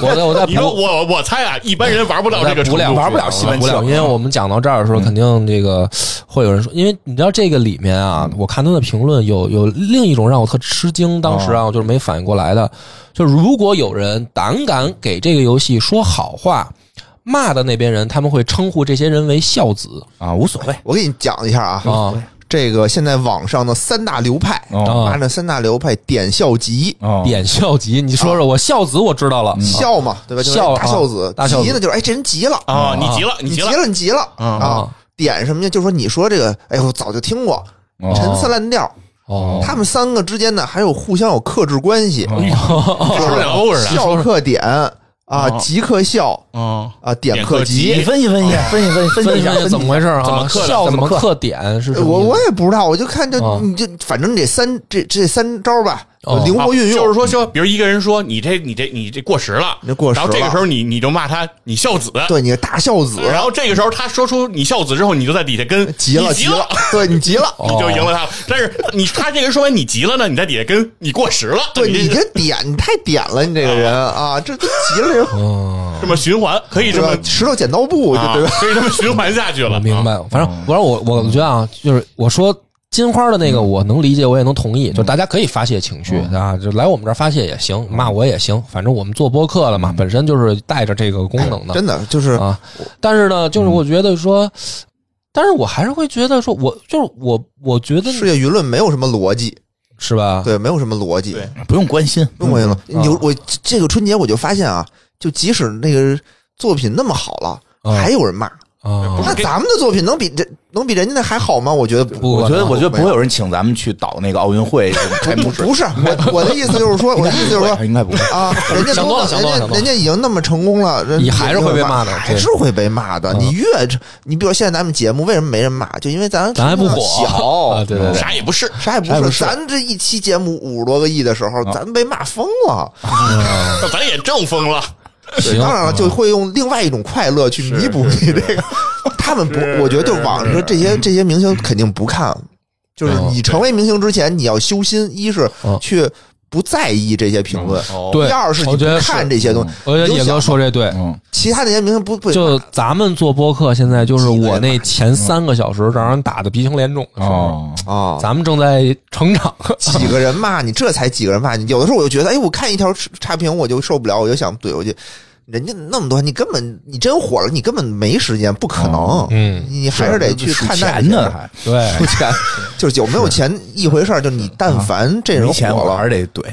[SPEAKER 1] 我在我在
[SPEAKER 3] 你说
[SPEAKER 1] 补
[SPEAKER 3] 我我猜啊，一般人玩不了这个程
[SPEAKER 1] 补两
[SPEAKER 3] 度，
[SPEAKER 2] 玩不了西门庆
[SPEAKER 1] 补两因为我们讲到这儿的时候，肯定这个会有人说，因为你知道这个里面啊，我看他的评论有有另一种让我特吃惊，当时啊，我就是没反应过来的，就如果有人胆敢给这个游戏说好话。骂的那边人，他们会称呼这些人为孝子
[SPEAKER 2] 啊，无所谓。
[SPEAKER 4] 我给你讲一下啊，
[SPEAKER 1] 啊，
[SPEAKER 4] 这个现在网上的三大流派，
[SPEAKER 1] 哦
[SPEAKER 4] 按照三大流派点孝集，
[SPEAKER 2] 哦
[SPEAKER 1] 点孝集。你说说，我孝子我知道了，啊
[SPEAKER 4] 孝嘛，对吧？就是
[SPEAKER 1] 孝
[SPEAKER 4] 大孝子
[SPEAKER 1] 嗯啊，大孝子
[SPEAKER 4] 急呢就是哎，这人急了
[SPEAKER 3] 啊！你急了，你急
[SPEAKER 4] 你急
[SPEAKER 3] 了，
[SPEAKER 4] 了，你急了啊！点什么呀？就说你说这个，哎呦，我早就听过，陈词滥调。
[SPEAKER 1] 哦，
[SPEAKER 4] 他们三个之间呢，还有互相有克制关系，
[SPEAKER 2] 哦
[SPEAKER 3] 这是两欧似的。
[SPEAKER 4] 笑克点啊，即克笑
[SPEAKER 3] 嗯，
[SPEAKER 4] 啊，点
[SPEAKER 3] 克
[SPEAKER 4] 克
[SPEAKER 3] 急
[SPEAKER 2] 你
[SPEAKER 4] 急。
[SPEAKER 2] 分析分析分析分析
[SPEAKER 1] 分
[SPEAKER 2] 析
[SPEAKER 1] 析
[SPEAKER 2] 一下
[SPEAKER 1] 分析怎么回事啊？
[SPEAKER 3] 怎么刻的
[SPEAKER 1] 孝
[SPEAKER 2] 怎
[SPEAKER 1] 怎么
[SPEAKER 2] 么刻
[SPEAKER 1] 刻点是什么意思？
[SPEAKER 4] 我我也不知道，我就看就
[SPEAKER 1] 啊
[SPEAKER 4] 你就反正这三这这三招吧，
[SPEAKER 1] 哦
[SPEAKER 4] 灵
[SPEAKER 3] 啊
[SPEAKER 4] 活运用。
[SPEAKER 3] 就是说，说，比如一个人说你这你这你这过时了，
[SPEAKER 4] 你这过时
[SPEAKER 3] 然后这个
[SPEAKER 4] 了
[SPEAKER 3] 时候你你就骂他你孝子，
[SPEAKER 4] 对，你是大孝 子，
[SPEAKER 3] 然后这个时候他说出你孝子之后，你就在底下跟
[SPEAKER 4] 急了
[SPEAKER 3] 你急
[SPEAKER 4] 急了，哦对你急了，
[SPEAKER 3] 你就赢了他了。但是你他这个人说完你急了呢，你在底下跟你过时了，
[SPEAKER 4] 对你
[SPEAKER 3] 这
[SPEAKER 4] 这点你太点了，你这个人啊，这都急了，
[SPEAKER 3] 这么循环可以
[SPEAKER 4] 这
[SPEAKER 3] 这么
[SPEAKER 4] 个石头剪刀布，就
[SPEAKER 3] 啊
[SPEAKER 4] 对吧？，
[SPEAKER 3] 可以这么循环下去了。
[SPEAKER 1] 我明白
[SPEAKER 3] 啊，，
[SPEAKER 1] 反正我说我我觉得啊，就是我说金花的那
[SPEAKER 4] 嗯
[SPEAKER 1] 个，我能理解，我也能同意，就大家可以发泄情绪啊，就来我们这儿发泄也行，骂我也行，反正我们做播客了嘛，本身就是带着这个功能的
[SPEAKER 4] 嗯真的就是嗯
[SPEAKER 1] 啊。但是呢，就是我觉得说，但是我还是会觉得说，我就是我，我觉得
[SPEAKER 4] 世界舆论没有什么逻辑，
[SPEAKER 1] 是吧？
[SPEAKER 4] 对，没有什么逻辑
[SPEAKER 3] 对，
[SPEAKER 2] 不用关心，嗯
[SPEAKER 4] 不用关系了。
[SPEAKER 1] 啊
[SPEAKER 4] 你就我这个春节我就发现啊，就即使那个作品那么好了，
[SPEAKER 1] 啊
[SPEAKER 4] 还有人骂。
[SPEAKER 1] 啊
[SPEAKER 3] 不，是
[SPEAKER 4] 那
[SPEAKER 3] 给
[SPEAKER 4] 咱们的作品能比这能比人家那还好吗？我觉得
[SPEAKER 1] 不
[SPEAKER 4] 不，
[SPEAKER 2] 我觉得，
[SPEAKER 1] 不
[SPEAKER 2] 我觉得不会有人请咱们去导那个奥运会开幕式，
[SPEAKER 4] 不是我我的意思就是说，我的意思就是说
[SPEAKER 2] 应该不会。
[SPEAKER 4] 啊，人家
[SPEAKER 1] 想
[SPEAKER 4] 都
[SPEAKER 1] 多了想
[SPEAKER 4] 人
[SPEAKER 1] 多了
[SPEAKER 4] 家
[SPEAKER 1] 想多了
[SPEAKER 4] 人家已经那么成功了，人
[SPEAKER 1] 你还是会被骂的嗯
[SPEAKER 4] 还是会被骂的。你越你比如现在咱们节目为什么没人骂，就因为咱
[SPEAKER 1] 咱还不火啊
[SPEAKER 4] 小，
[SPEAKER 1] 对对对
[SPEAKER 3] 啥也不是，
[SPEAKER 4] 啥也
[SPEAKER 2] 啥也不
[SPEAKER 4] 不
[SPEAKER 2] 是
[SPEAKER 4] 是。咱这一期节目五十多个亿的时候，咱被骂疯了。
[SPEAKER 3] 那咱也正疯了。
[SPEAKER 1] 啊
[SPEAKER 4] 对，
[SPEAKER 1] 行啊
[SPEAKER 4] 当然了，就会用另外一种快乐去弥补你这个。 他们不，我觉得就网上这些这些明星肯定不看，就是
[SPEAKER 1] 嗯
[SPEAKER 4] 你成为明星之前，你要修心，一是
[SPEAKER 1] 嗯
[SPEAKER 4] 去不在意这些评论，
[SPEAKER 1] 对
[SPEAKER 4] 第二是你
[SPEAKER 1] 我觉得
[SPEAKER 4] 不
[SPEAKER 1] 是
[SPEAKER 4] 看这些东西。
[SPEAKER 1] 我觉得
[SPEAKER 4] 你就
[SPEAKER 1] 野哥
[SPEAKER 4] 想
[SPEAKER 1] 说这
[SPEAKER 2] 嗯
[SPEAKER 1] 对，
[SPEAKER 4] 其他那些明星不不
[SPEAKER 1] 就咱们做播客现在就是我那
[SPEAKER 4] 嗯
[SPEAKER 1] 前三个小时让人打的鼻青脸肿的时候。
[SPEAKER 2] 哦，
[SPEAKER 4] 啊，
[SPEAKER 1] 咱们正在成长，
[SPEAKER 4] 几个人骂你，这才几个人骂你。有的时候我就觉得，哎，我看一条差评我就受不了，我就想怼回去。人家那么多，你根本你真火了，你根本没时间，不可能。
[SPEAKER 1] 嗯
[SPEAKER 4] 你还是得去
[SPEAKER 2] 数
[SPEAKER 4] 看待
[SPEAKER 2] 钱
[SPEAKER 4] 这些
[SPEAKER 2] 呢，
[SPEAKER 4] 人
[SPEAKER 2] 还
[SPEAKER 1] 对，
[SPEAKER 4] 出钱，就是有没有钱一回事儿。就你但凡这人
[SPEAKER 2] 没钱
[SPEAKER 4] 火
[SPEAKER 2] 我还
[SPEAKER 4] 了，
[SPEAKER 2] 是得怼。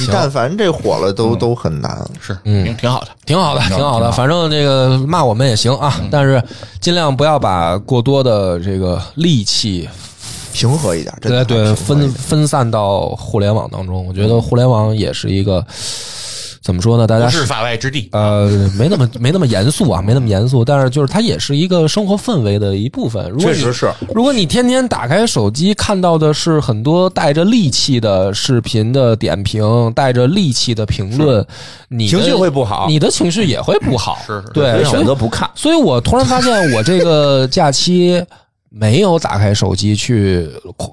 [SPEAKER 4] 你但凡这火了都都很难。
[SPEAKER 3] 是，
[SPEAKER 1] 嗯
[SPEAKER 3] 挺挺好的。
[SPEAKER 1] 挺好的，挺好的。反正这个骂我们也行啊，但是尽量不要把过多的这个戾气
[SPEAKER 4] 平和一点，真
[SPEAKER 1] 对
[SPEAKER 4] 的
[SPEAKER 1] 对，
[SPEAKER 4] 平和一
[SPEAKER 1] 分
[SPEAKER 4] 点
[SPEAKER 1] 分散到互联网当中，我觉得互联网也是一个怎么说呢？大家
[SPEAKER 3] 不是法外之地。
[SPEAKER 1] 呃，没那么没那么严肃啊，没那么严肃，但是就是它也是一个生活氛围的一部分。如果
[SPEAKER 4] 确
[SPEAKER 1] 你
[SPEAKER 4] 实是，
[SPEAKER 1] 如果你天天打开手机看到的是很多带着戾气的视频的点评，带着戾气的评论，你的
[SPEAKER 2] 情绪会不好
[SPEAKER 1] 你的情绪也会不好。
[SPEAKER 3] 是是
[SPEAKER 1] 对，所
[SPEAKER 2] 选
[SPEAKER 1] 以
[SPEAKER 2] 择不看。
[SPEAKER 1] 所以我突然发现，我这个假期没有打开手机去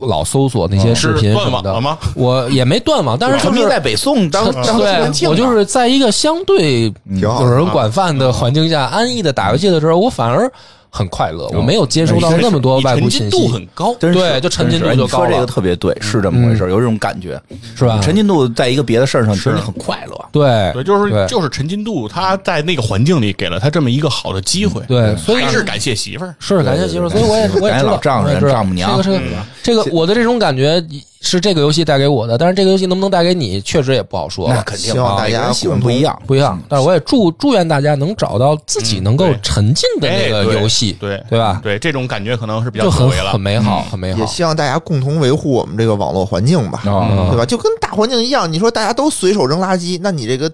[SPEAKER 1] 老搜索那些视频什么
[SPEAKER 3] 啊是断网了
[SPEAKER 1] 的
[SPEAKER 3] 吗
[SPEAKER 1] 我也没断网，但是
[SPEAKER 2] 沉
[SPEAKER 1] 就
[SPEAKER 2] 迷
[SPEAKER 1] 是
[SPEAKER 2] 在北宋 当当啊
[SPEAKER 1] 对，我就是在一个相对
[SPEAKER 4] 挺好
[SPEAKER 1] 有人管饭的环境下，安逸的打游戏的时候，我反而很快乐，我没有接收到那么多外部
[SPEAKER 3] 你
[SPEAKER 1] 信
[SPEAKER 3] 沉浸度
[SPEAKER 1] 息，
[SPEAKER 3] 很高，
[SPEAKER 2] 真是
[SPEAKER 1] 对就沉浸度
[SPEAKER 2] 真是
[SPEAKER 1] 就高
[SPEAKER 2] 你说这
[SPEAKER 1] 了嗯
[SPEAKER 2] 个特别对，是这么回事儿，有这种感觉，
[SPEAKER 1] 是吧？
[SPEAKER 2] 沉浸度在一个别的事儿上，其实你很快乐。
[SPEAKER 1] 对
[SPEAKER 3] 对，就是
[SPEAKER 1] 对
[SPEAKER 3] 就是沉浸度，他在那个环境里给了他这么一个好的机会，
[SPEAKER 1] 对所以
[SPEAKER 3] 还是感谢媳妇儿。
[SPEAKER 1] 是感谢媳妇儿，所以我也我也
[SPEAKER 2] 感
[SPEAKER 1] 知
[SPEAKER 2] 谢
[SPEAKER 1] 道
[SPEAKER 2] 老丈人
[SPEAKER 1] 我也知道
[SPEAKER 2] 丈母娘
[SPEAKER 1] 这个是个
[SPEAKER 3] 嗯
[SPEAKER 1] 这个我的这种感觉是这个游戏带给我的，但是这个游戏能不能带给你，确实也不好说。
[SPEAKER 2] 那肯定啊，
[SPEAKER 4] 希望大家
[SPEAKER 2] 每个人喜欢
[SPEAKER 4] 共
[SPEAKER 2] 不
[SPEAKER 4] 同
[SPEAKER 2] 一样。
[SPEAKER 1] 不一样，但是我也祝祝愿大家能找到自己能够
[SPEAKER 3] 对
[SPEAKER 1] 沉浸的那
[SPEAKER 3] 哎
[SPEAKER 1] 个
[SPEAKER 3] 对
[SPEAKER 1] 游戏，
[SPEAKER 3] 对
[SPEAKER 1] 对吧？
[SPEAKER 3] 对，这种感觉可能是比较
[SPEAKER 1] 就
[SPEAKER 3] 可
[SPEAKER 1] 很
[SPEAKER 3] 为了
[SPEAKER 1] 很。美好，很美好
[SPEAKER 4] 也。希望大家共同维护我们这个网络环境吧，
[SPEAKER 2] 啊
[SPEAKER 1] 嗯
[SPEAKER 4] 对吧？就跟大环境一样，你说大家都随手扔垃圾，那你这个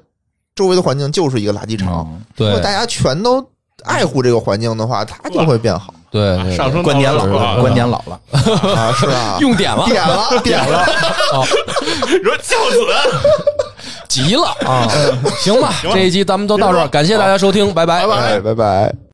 [SPEAKER 4] 周围的环境就是一个垃圾
[SPEAKER 2] 啊
[SPEAKER 4] 场。如
[SPEAKER 1] 对
[SPEAKER 4] 果大家全都爱护这个环境的话，它就会变 好
[SPEAKER 1] 对，对
[SPEAKER 3] 啊上升到
[SPEAKER 2] 观点嗯老
[SPEAKER 3] 了
[SPEAKER 2] 了，观点老了，
[SPEAKER 4] 啊，是吧？
[SPEAKER 1] 用点 了，
[SPEAKER 4] 点了， 点了，
[SPEAKER 3] 你说教子，
[SPEAKER 1] 嗯急了啊！行吧，这一集咱们就到这儿，感谢大家收听，拜拜
[SPEAKER 4] 哎，拜拜。